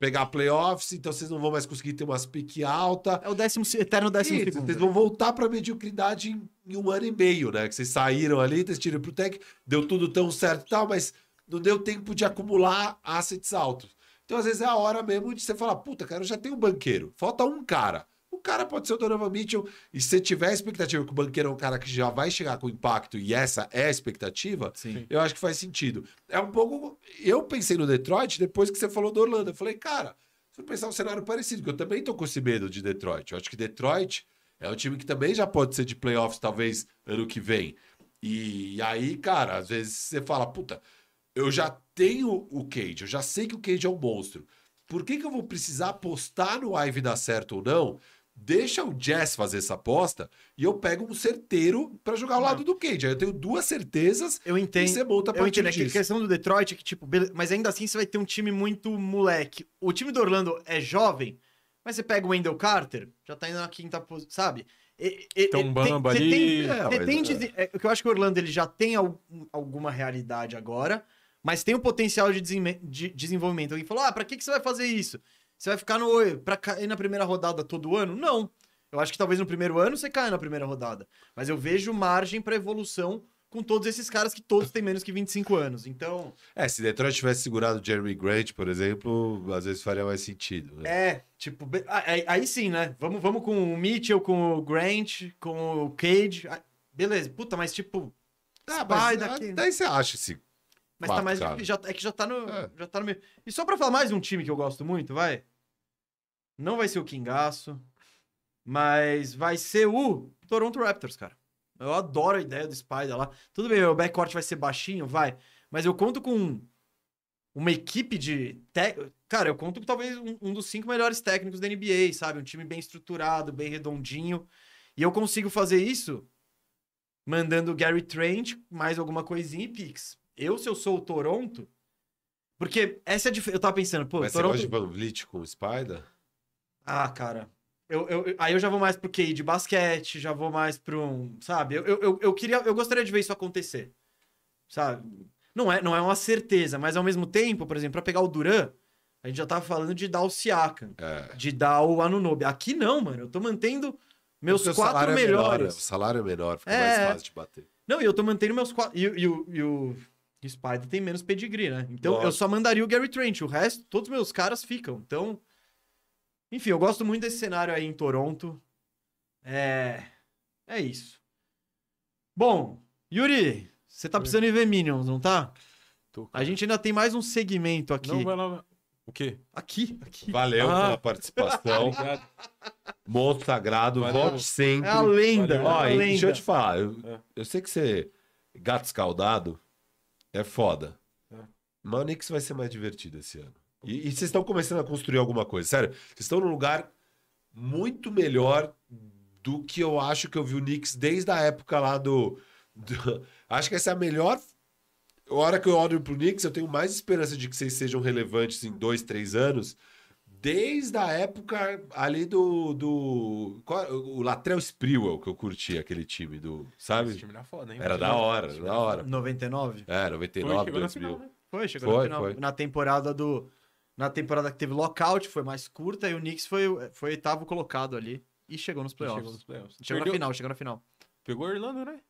pegar playoffs, então vocês não vão mais conseguir ter umas pique alta.
É o décimo, se- eterno décimo
Isso,
segundo.
vocês vão voltar pra mediocridade em, em um ano e meio, né? Que vocês saíram ali, vocês tiram pro Tech, deu tudo tão certo e tal, mas não deu tempo de acumular assets altos. Então, às vezes, é a hora mesmo de você falar, puta, cara, eu já tenho um banqueiro, falta um cara. O cara pode ser o Donovan Mitchell, e se você tiver a expectativa que o banqueiro é um cara que já vai chegar com impacto, e essa é a expectativa,
Sim.
eu acho que faz sentido. É um pouco. Eu pensei no Detroit depois que você falou do Orlando. Eu falei, cara, se eu pensar um cenário parecido, que eu também tô com esse medo de Detroit. Eu acho que Detroit é um time que também já pode ser de playoffs, talvez, ano que vem. E, aí, cara, às vezes você fala, puta, eu já tenho o Cage, eu já sei que o Cage é um monstro. Por que, que eu vou precisar apostar no Ive dar certo ou não? Deixa o Jazz fazer essa aposta e eu pego um certeiro pra jogar ao lado do Cage. Aí eu tenho duas certezas
Eu
e
entendo.
você monta a
Eu
partir
entendo. É que A
disso.
questão do Detroit é que, tipo, bele- mas ainda assim você vai ter um time muito moleque. O time do Orlando é jovem, mas você pega o Wendell Carter, já tá indo na quinta posição, sabe? E- e-
Tem um
e-
Bamba
você
ali.
tem-
É,
você
mas,
tem
é.
de- é, o que eu acho que o Orlando ele já tem al- alguma realidade agora, mas tem o potencial de, desenme- de desenvolvimento. Alguém falou: ah, pra que, que você vai fazer isso? Você vai ficar no oi, pra cair na primeira rodada todo ano? Não. Eu acho que talvez no primeiro ano você caia na primeira rodada. Mas eu vejo margem pra evolução com todos esses caras que todos têm menos que 25 anos. Então,
É, se Detroit tivesse segurado o Jeremy Grant, por exemplo, às vezes faria mais sentido. né?
é, tipo, be- ah, aí, aí sim, né? Vamos, vamos com o Mitchell, com o Grant, com o Cage. Ah, beleza, puta, mas tipo.
Tá,
Vai
mas
daqui.
daqui. daí você acha esse.
Mas tá
Quatro,
mais
cara.
difícil, já, é que já tá no.
É.
Já tá no meio. E só pra falar mais um time que eu gosto muito, vai. Não vai ser o Kingaço, mas vai ser o Toronto Raptors, cara. Eu adoro a ideia do Spider lá. Tudo bem, o backcourt vai ser baixinho, vai. Mas eu conto com uma equipe de. Te... Cara, eu conto com talvez um, um dos cinco melhores técnicos da NBA, sabe? Um time bem estruturado, bem redondinho. E eu consigo fazer isso mandando o Gary Trent, mais alguma coisinha e Pix. Eu, se eu sou o Toronto. Porque essa é a dif... Eu tava pensando, pô,
mas
Toronto.
você gosta de Van Vliet com o Spider?
Ah, cara. Eu, eu- eu- aí eu já vou mais pro QI de basquete, já vou mais pro um. Sabe? Eu, eu, eu, eu queria, eu gostaria de ver isso acontecer. Sabe? Não é, não é uma certeza, mas ao mesmo tempo, por exemplo, pra pegar o Duran, a gente já tava falando de dar o Siakam,
É.
de dar o Anunobi. Aqui não, mano. Eu tô mantendo meus
Porque o
quatro
salário é menor, né?
melhores.
o salário é menor, fica
É, é.
mais fácil de bater.
Não, e eu tô mantendo meus quatro. E, o- e o- e o e o Spider tem menos pedigree, né? Então eu
Lógico.
só mandaria o Gary Trent. O resto, todos os meus caras ficam. Então. Enfim, eu gosto muito desse cenário aí em Toronto. É. É isso. Bom, Yuri, você tá precisando ir ver Minions, não tá?
Tô, cara.
A gente ainda tem mais um segmento aqui.
Não, vai lá. vai- O quê?
Aqui, aqui.
Valeu
Ah.
pela
Ah,
participação.
Obrigado.
Monte Sagrado,
Valeu.
volte sempre.
É a lenda.
Valeu.
é
Ó,
a
e
lenda.
deixa eu te falar, eu,
É.
eu sei que você. Gato escaldado é foda.
É.
Mas o Knicks vai ser mais divertido esse ano. E, e vocês estão começando a construir alguma coisa. Sério, vocês estão num lugar muito melhor do que eu acho que eu vi o Knicks desde a época lá do. do- acho que essa é a melhor. A hora que eu olho pro Knicks, eu tenho mais esperança de que vocês sejam relevantes em dois, três anos. Desde a época ali do. do qual- o Latrell Sprewell, que eu curti aquele time do.
Esse
Sabe?
time era foda, hein?
Era da hora,
Esse
da hora.
99?
É,
Foi,
99,
chegou na final,
2000.
né?
Foi, chegou na
Foi,
final.
foi.
Na temporada do. Na temporada que teve lockout, foi mais curta, e o Knicks foi, foi oitavo colocado ali e chegou nos playoffs.
Chegou
Chegou,
nos playoffs.
na
Perdeu-
final, chegou na final.
Pegou Orlando, né? Ou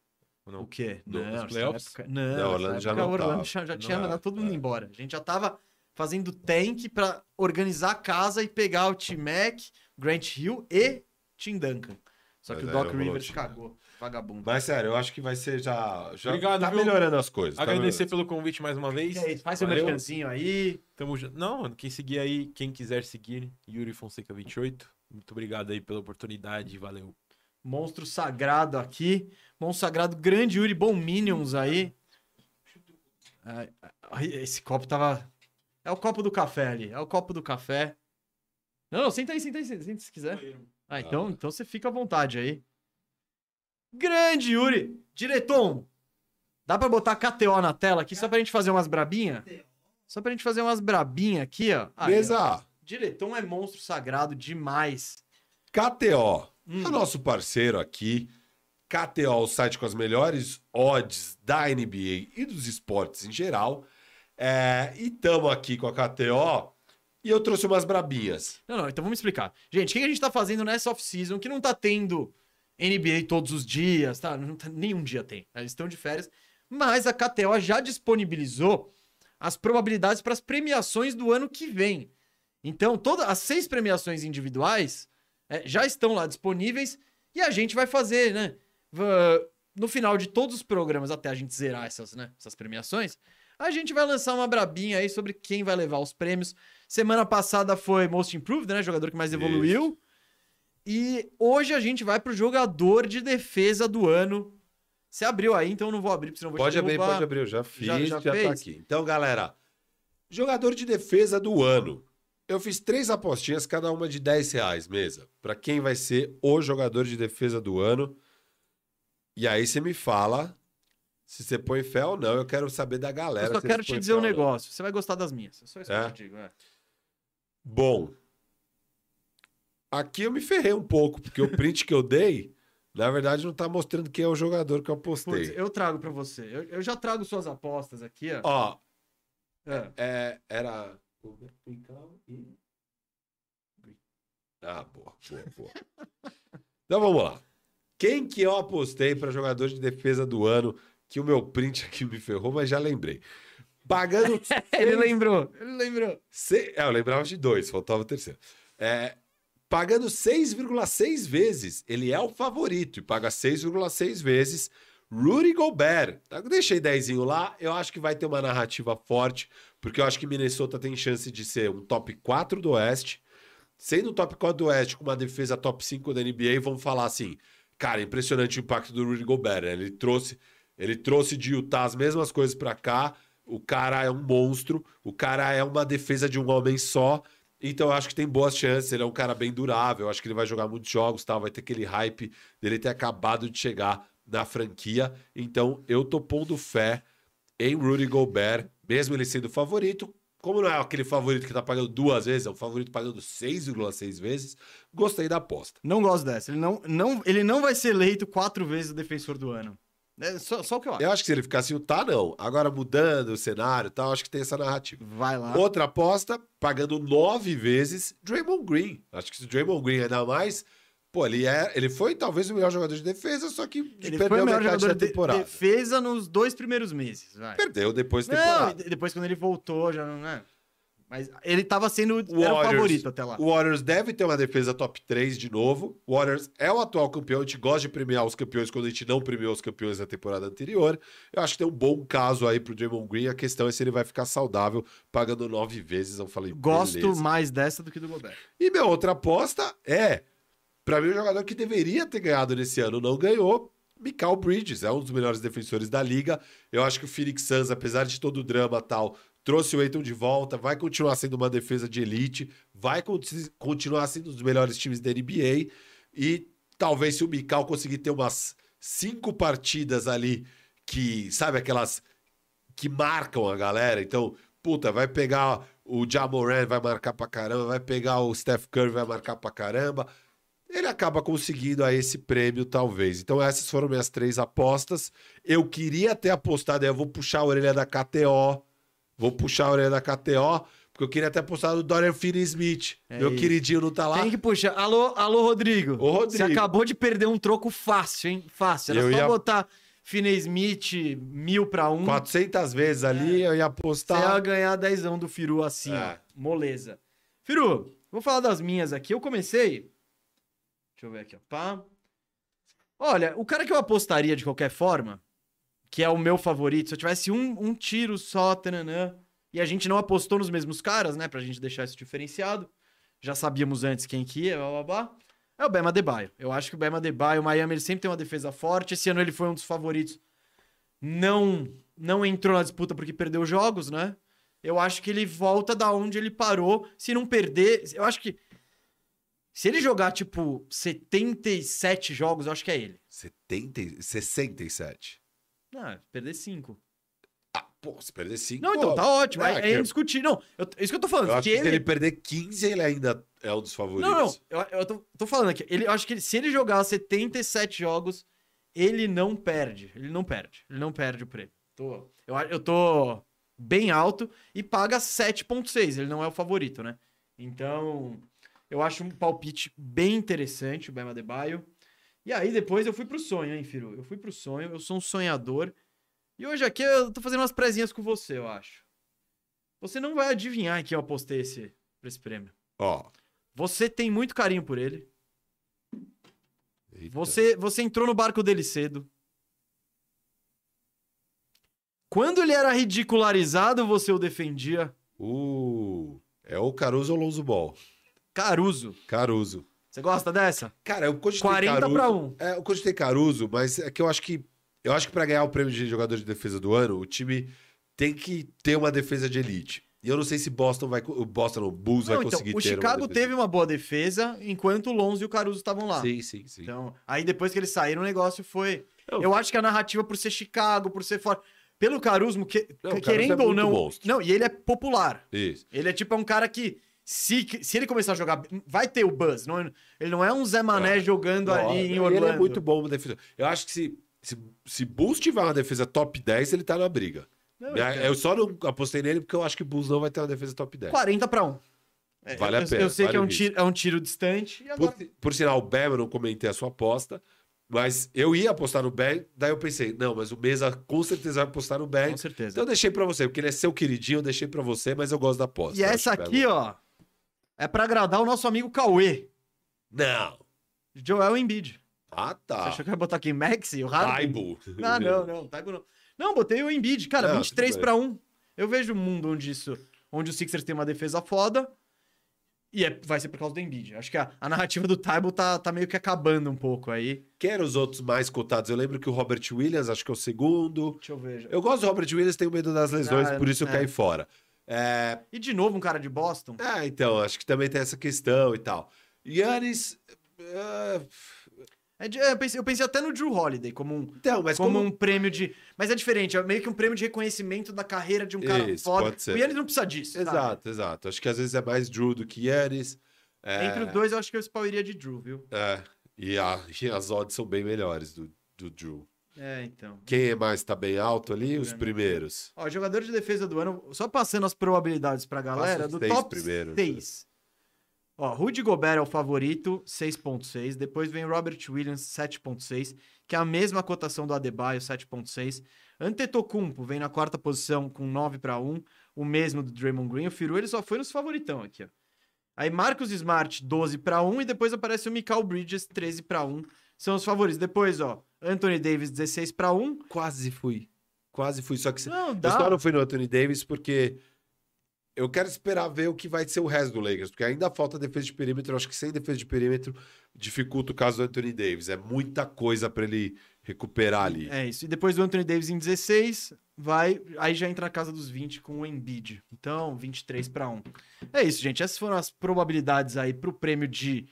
Então,
não?
O quê?
No- nos
nessa
playoffs?
época- não,
Não,
Orlando já não
tava.
Orlando já, já
Não
tinha
era,
mandado todo mundo embora. A gente já tava fazendo tank pra organizar a casa e pegar o T-Mac, Grant Hill e Tim Duncan. Só que
Mas
o
aí
Doc
não rolou
Rivers
o Tim
cagou. Vagabundo.
Mas sério, eu acho que vai ser já. já
Obrigado,
tá
viu?
melhorando as coisas. tá
Agradecer pelo convite mais uma vez.
E aí, faz seu
Valeu.
merchanzinho aí.
Tamo junto. Não, mano, quem seguir aí, quem quiser seguir, Yuri Fonseca 28. Muito obrigado aí pela oportunidade, valeu.
Monstro sagrado aqui. Monstro sagrado, grande Yuri, bom Minions aí. Ai, ai, Esse copo tava. É o copo do café ali. É o copo do café. Não, não, senta aí, senta aí, senta, senta se quiser. Ah, então, então você fica à vontade aí. Grande Yuri! Diretor, dá pra botar KTO na tela aqui só pra gente fazer umas brabinha? Só pra gente fazer umas brabinha aqui, ó. Aí, ó.
Ah,
Beleza?
Diretor é monstro sagrado demais.
KTO.
Hum.
É o nosso parceiro aqui. KTO, o site com as melhores odds da NBA e dos esportes em geral. É, e tamo aqui com a KTO. E eu trouxe umas brabinhas.
Não, não, então vamos explicar. Gente, o que a gente tá fazendo nessa off-season que não tá tendo NBA todos os dias, tá? Não tá- nenhum dia tem. né? Eles estão de férias. Mas a KTO já disponibilizou as probabilidades para as premiações do ano que vem. Então, todas as seis premiações individuais é, já estão lá disponíveis e a gente vai fazer, né? Va- No final de todos os programas, até a gente zerar essas, né, essas premiações, a gente vai lançar uma brabinha aí sobre quem vai levar os prêmios. Semana passada foi Most Improved, né? Jogador que mais
Isso.
evoluiu. E hoje a gente vai pro jogador de defesa do ano. Você abriu aí, então eu não vou abrir, porque senão eu vou
Pode
te
abrir,
derrubar.
pode abrir. Eu já fiz,
Já-
já,
já fez?
tá aqui. Então, galera, jogador de defesa do ano. Eu fiz três apostinhas, cada uma de 10 reais, mesa. Pra quem vai ser o jogador de defesa do ano. E aí você me fala se você põe fé ou não. Eu quero saber da galera.
Eu só
se
quero
eles
te
põem
dizer
fé
um
ou não.
negócio. Você vai gostar das minhas. É só isso que
É?
eu te digo. é.
Bom, aqui eu me ferrei um pouco, porque o print que eu dei, na verdade, não tá mostrando quem é o jogador que eu
Putz,
apostei.
eu trago pra você. Eu, eu já trago suas apostas aqui, ó.
Ó,
É.
É, era. e. Ah, boa, boa, boa. então vamos lá. Quem que eu apostei para jogador de defesa do ano? Que o meu print aqui me ferrou, mas já lembrei. Pagando.
Ele lembrou. Ele lembrou.
se- É, eu lembrava de dois, faltava o terceiro. É, pagando 6,6 vezes. Ele é o favorito e paga 6,6 vezes. Rudy Gobert. Tá, Eu deixei 10 lá. Eu acho que vai ter uma narrativa forte, porque eu acho que Minnesota tem chance de ser um top 4 do Oeste. Sendo um top 4 do Oeste com uma defesa top 5 da NBA, vão falar assim: cara, impressionante o impacto do Rudy Gobert. né? Ele trouxe, ele trouxe de Utah as mesmas coisas pra cá. O cara é um monstro, o cara é uma defesa de um homem só. Então eu acho que tem boas chances, ele é um cara bem durável, eu acho que ele vai jogar muitos jogos, tal, vai ter aquele hype dele ter acabado de chegar na franquia. Então eu tô pondo fé em Rudy Gobert, mesmo ele sendo o favorito. Como não é aquele favorito que tá pagando duas vezes, é um favorito pagando 6,6 vezes, gostei da aposta.
Não gosto dessa. Ele não, não, ele não vai ser eleito quatro vezes o defensor do ano. É só, só o que eu acho.
Eu acho que se ele ficasse o tá, não. Agora mudando o cenário e tal, acho que tem essa narrativa.
Vai lá.
Outra aposta, pagando nove vezes, Draymond Green. Acho que se o Draymond Green ainda mais, pô, ele, é, ele foi talvez o melhor jogador de defesa, só que
Ele
perdeu
foi o melhor
metade
jogador
da
de
temporada.
defesa nos dois primeiros meses. Vai.
Perdeu depois da
Não, e
temporada.
de- depois quando ele voltou, já não é. Mas ele tava sendo era o
Warriors.
favorito até lá.
O Warriors deve ter uma defesa top 3 de novo. O Warriors é o atual campeão. A gente gosta de premiar os campeões quando a gente não premiou os campeões na temporada anterior. Eu acho que tem um bom caso aí pro Draymond Green. A questão é se ele vai ficar saudável pagando nove vezes. Eu falei,
Gosto
beleza.
mais dessa do que do Gobert.
E minha outra aposta é, pra mim, o jogador que deveria ter ganhado nesse ano não ganhou. Michael Bridges é um dos melhores defensores da liga. Eu acho que o Phoenix Suns, apesar de todo o drama e tal, trouxe o Eiton de volta, vai continuar sendo uma defesa de elite, vai conti- continuar sendo um dos melhores times da NBA. E talvez se o Michael conseguir ter umas cinco partidas ali que, sabe, aquelas que marcam a galera. Então, puta, vai pegar o Jamoran, vai marcar pra caramba, vai pegar o Steph Curry, vai marcar pra caramba. Ele acaba conseguindo aí esse prêmio, talvez. Então, essas foram minhas três apostas. Eu queria ter apostado, aí eu vou puxar a orelha da KTO. Vou puxar a orelha da KTO, porque eu queria ter apostado no Dorian Finney Smith.
É
Meu
isso.
queridinho não tá lá.
Tem que puxar. Alô, alô, Rodrigo.
Ô, Rodrigo.
Você acabou de perder um troco fácil, hein? Fácil. Era
Eu
só
ia-
botar Finney Smith mil pra um.
400 vezes
É.
ali, eu ia
Você ia
apostar.
ganhar dezão do Firu assim,
É.
ó. Moleza. Firu, vou falar das minhas aqui. Eu comecei. Deixa eu ver aqui, ó. Pá. Olha, o cara que eu apostaria de qualquer forma, que é o meu favorito, se eu tivesse um, um tiro só, tananã, e a gente não apostou nos mesmos caras, né? Pra gente deixar isso diferenciado. Já sabíamos antes quem que ia, blá blá blá. É o Bema Adebayo. Eu acho que o Bema Adebayo, o Miami, ele sempre tem uma defesa forte. Esse ano ele foi um dos favoritos. Não, não entrou na disputa porque perdeu jogos, né? Eu acho que ele volta da onde ele parou. Se não perder, eu acho que se ele jogar tipo 77 jogos, eu acho que é ele.
70, e- 67.
Ah, perder 5.
Ah, pô, se perder 5.
Não, então tá ótimo.
é
É,
que-
é indiscutível. Não, eu- é isso que eu tô falando.
Eu acho
que
que se ele perder 15, ele ainda é um dos favoritos.
Não, não. Eu, eu tô, tô falando aqui. Ele, eu acho que ele- se ele jogar 77 jogos, ele não perde. Ele não perde. Ele não perde o prêmio. Tô- eu, a- eu tô bem alto e paga 7,6. Ele não é o favorito, né? Então, eu acho um palpite bem interessante o Bema Debaio. E aí, depois eu fui pro sonho, hein, Firu? Eu fui pro sonho. Eu sou um sonhador. E hoje aqui eu tô fazendo umas prezinhas com você, eu acho. Você não vai adivinhar em quem eu apostei esse, pra esse prêmio.
Ó.
Você tem muito carinho por ele.
eita.
Você, você entrou no barco dele cedo. Quando ele era ridicularizado, você o defendia.
Uh, é o Caruso ou Lonzo Ball?
Caruso.
Caruso.
Você gosta dessa?
Cara, eu cogitei
40
Caruso.
pra 1.
É, eu cogitei Caruso, mas é que eu acho que eu acho que para ganhar o prêmio de jogador de defesa do ano, o time tem que ter uma defesa de elite. E eu não sei se Boston vai, co- o Boston não, o Bulls
Não,
vai
então,
conseguir
o
ter
Chicago
uma defesa.
teve uma boa defesa, enquanto o Lonzo e o Caruso estavam lá.
Sim, sim, sim.
Então, aí depois que eles saíram, o negócio foi.
Eu-
Eu, acho que a narrativa por ser Chicago, por ser fora. Pelo Caruso, que-
Não, o Caruso
querendo
é
ou
muito
não.
monstro.
Não, e ele é popular.
Isso.
Ele é tipo é um cara que se, se ele começar a jogar, vai ter o buzz. Não, ele não é um Zé Mané jogando
Não,
ali em
ele
Orlando.
é muito bom na defesa. Eu acho que se se, se Bulls tiver uma defesa top 10, ele tá na briga.
Não,
Né?
então,
eu só não apostei nele porque eu acho que Bulls não vai ter uma defesa top 10.
40 pra 1. É,
Vale
eu,
a
eu-
pena,
Eu sei
vale
que é
o
um,
risco.
tiro, é um tiro distante. E agora,
Por, por sinal, o Bam, eu não comentei a sua aposta, mas eu ia apostar no Bam, daí eu pensei, não, mas o Mesa com certeza vai apostar no Bam.
com certeza.
Então eu deixei pra você, porque ele é seu queridinho, eu deixei pra você, mas eu gosto da aposta.
e essa aqui, ó, é pra agradar o nosso amigo Cauê,
Não.
Joel Embiid.
Ah,
Você
tá.
achou que eu ia botar aqui Maxi, o Harden?
Taibo.
Não, Ah, não, não, Taibo não. Não, botei o Embiid, cara,
Não,
23
Ah, tudo
pra 1. Eu vejo um mundo onde isso, onde o Sixers tem uma defesa foda e é- vai ser por causa do Embiid. Acho que a, a narrativa do Taibo tá, tá meio que acabando um pouco aí.
Quem eram os outros mais cotados? Eu lembro que o Robert Williams, acho que é o segundo.
Deixa eu ver. já.
Eu gosto do Robert Williams, tenho medo das lesões,
Ah,
por isso eu
é.
caí fora. É,
E de novo um cara de Boston.
é, então, acho que também tem essa questão e tal. Yannis. é,
É de- é, eu, pensei, eu pensei até no Drew Holiday como um
então, mas
como,
como,
um prêmio de, mas é diferente, é meio que um prêmio de reconhecimento da carreira de um cara
Isso,
foda.
pode ser.
O Yannis não precisa disso. sabe?
Exato, exato. Acho que às vezes é mais Drew do que Yannis. É,
Entre os dois eu acho que eu espalharia de Drew, viu?
é, e, a- e as odds são bem melhores do, do Drew.
É, então.
Quem é mais tá bem alto ali? Os primeiros.
Ó, jogador de defesa do ano, só passando as probabilidades pra galera,
Passa os
do
seis
top
primeiros,
6. Ó, Rudy Gobert é o favorito, 6.6. Depois vem Robert Williams, 7.6, que é a mesma cotação do Adebayo, 7.6. Antetokounmpo vem na quarta posição com 9 para 1, o mesmo do Draymond Green. O Firu, ele só foi nos favoritão aqui, ó. Aí Marcos Smart, 12 para 1, e depois aparece o Michael Bridges, 13 para 1. São os favoritos. Depois, ó, Anthony Davis, 16 para 1.
Quase fui. Quase fui. Só que você.
Não,
Eu
dá.
só não fui no Anthony Davis porque eu quero esperar ver o que vai ser o resto do Lakers, porque ainda falta defesa de perímetro. Eu acho que sem defesa de perímetro dificulta o caso do Anthony Davis. É muita coisa pra ele recuperar ali.
É isso. E depois do Anthony Davis em 16, vai, aí já entra na casa dos 20 com o Embiid. Então, 23 para 1. É isso, gente. Essas foram as probabilidades aí pro prêmio de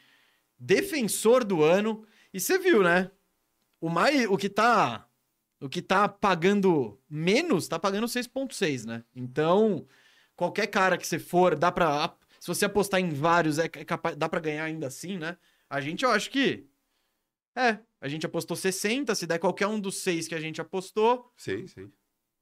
defensor do ano. E você viu, né? O mais o que tá o que tá pagando menos, tá pagando 6.6, né? Então, qualquer cara que você for, dá para se você apostar em vários, é ca- é capaz, dá pra ganhar ainda assim, né? A gente eu acho que é, a gente apostou 60, se der qualquer um dos seis que a gente apostou,
Sim, sim.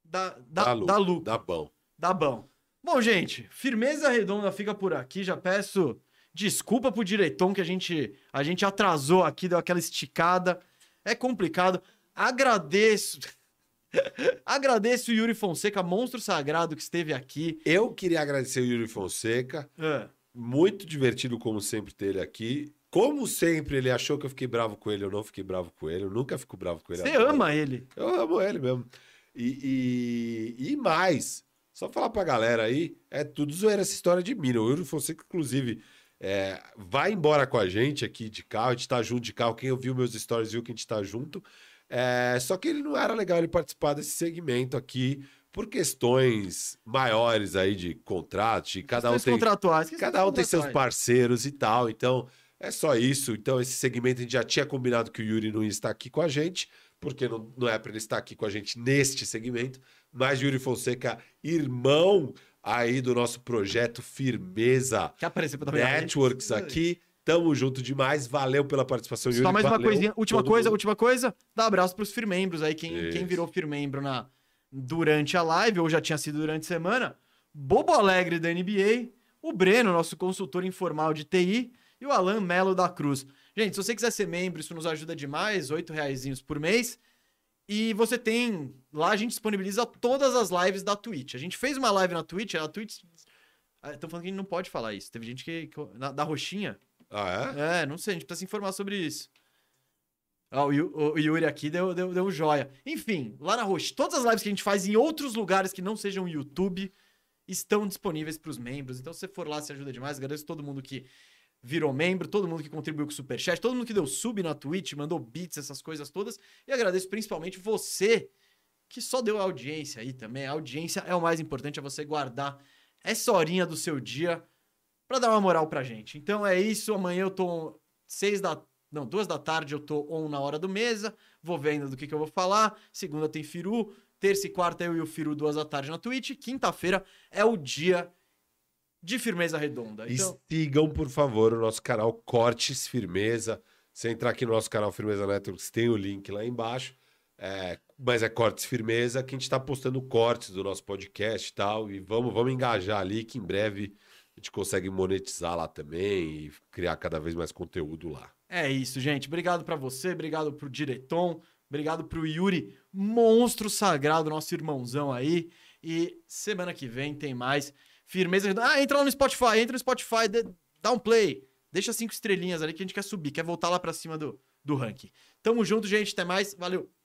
dá, dá,
Dá
dá,
lucro.
lucro,
Dá bom.
dá bom. Bom, gente, firmeza redonda fica por aqui. Já peço desculpa pro diretor que a gente, a gente atrasou aqui, deu aquela esticada. É complicado. Agradeço. Agradeço o Yuri Fonseca, monstro sagrado que esteve aqui.
Eu queria agradecer o Yuri Fonseca. Muito divertido, como sempre, ter ele aqui. Como sempre, ele achou que eu fiquei bravo com ele, eu não fiquei bravo com ele, eu nunca fico bravo com ele.
Você
Adoro.
ama ele.
Eu amo ele mesmo. E, e, e mais, só falar pra galera aí, é tudo zoeira essa história de mim. O Yuri Fonseca, inclusive, É, vai embora com a gente aqui de carro, a gente tá junto de carro. Quem ouviu meus stories viu que a gente tá junto. É, só que ele não era legal ele participar desse segmento aqui por questões maiores aí de contrato, e cada um
Questões
tem
contratuais. questões
Cada um tem seus
contratuais.
parceiros e tal, então é só isso. Então, esse segmento a gente já tinha combinado que o Yuri não ia estar aqui com a gente, porque não, não é para ele estar aqui com a gente neste segmento. Mas Yuri Fonseca, irmão aí do nosso projeto Firmeza
Quer aparecer
É,
pra trabalhar?
Networks aqui. Tamo junto demais, valeu pela participação, Yuri.
Só mais uma
valeu
coisinha. Última
todo
coisa,
mundo.
última coisa. Dá um abraço pros firmembros aí. Quem,
Isso.
quem virou firmembro na, durante a live, ou já tinha sido durante a semana. Bobo Alegre da NBA. O Breno, nosso consultor informal de TI. E o Alan Melo da Cruz. Gente, se você quiser ser membro, isso nos ajuda demais. R$ 8,00 por mês. E você tem. Lá a gente disponibiliza todas as lives da Twitch. A gente fez uma live na Twitch. A Twitch. Estão falando que a gente não pode falar isso. Teve gente que. que na- da Roxinha.
Ah, é?
É, não sei, a gente precisa se informar sobre isso. Ó, o, Yu- o Yuri aqui deu, deu, deu um joia. Enfim, lá na Roche, todas as lives que a gente faz em outros lugares que não sejam YouTube estão disponíveis para os membros. Então, se você for lá, se ajuda demais. Agradeço todo mundo que virou membro, todo mundo que contribuiu com o Superchat, todo mundo que deu sub na Twitch, mandou beats, essas coisas todas. E agradeço principalmente você que só deu audiência aí também. A audiência é o mais importante, é você guardar essa horinha do seu dia pra dar uma moral pra gente. Então é isso, amanhã eu tô seis da... Não, duas da tarde eu tô on na hora do mesa, vou vendo do que, que eu vou falar, segunda tem Firu, terça e quarta eu e o Firu duas da tarde na Twitch, quinta-feira é o dia de firmeza redonda.
E
Então...
sigam, por favor, o nosso canal Cortes Firmeza. Se entrar aqui no nosso canal Firmeza Networks, tem o link lá embaixo. É, mas é Cortes Firmeza, que a gente está postando cortes do nosso podcast e tal. E vamos, vamos engajar ali, que em breve a gente consegue monetizar lá também e criar cada vez mais conteúdo lá.
É isso, gente. Obrigado pra você, obrigado pro Direton, obrigado pro Yuri, monstro sagrado, nosso irmãozão aí. E semana que vem tem mais firmeza. Ah, entra lá no Spotify, entra no Spotify, dê- dá um play, deixa cinco estrelinhas ali que a gente quer subir, quer voltar lá pra cima do, do ranking. Tamo junto, gente. Até mais. Valeu.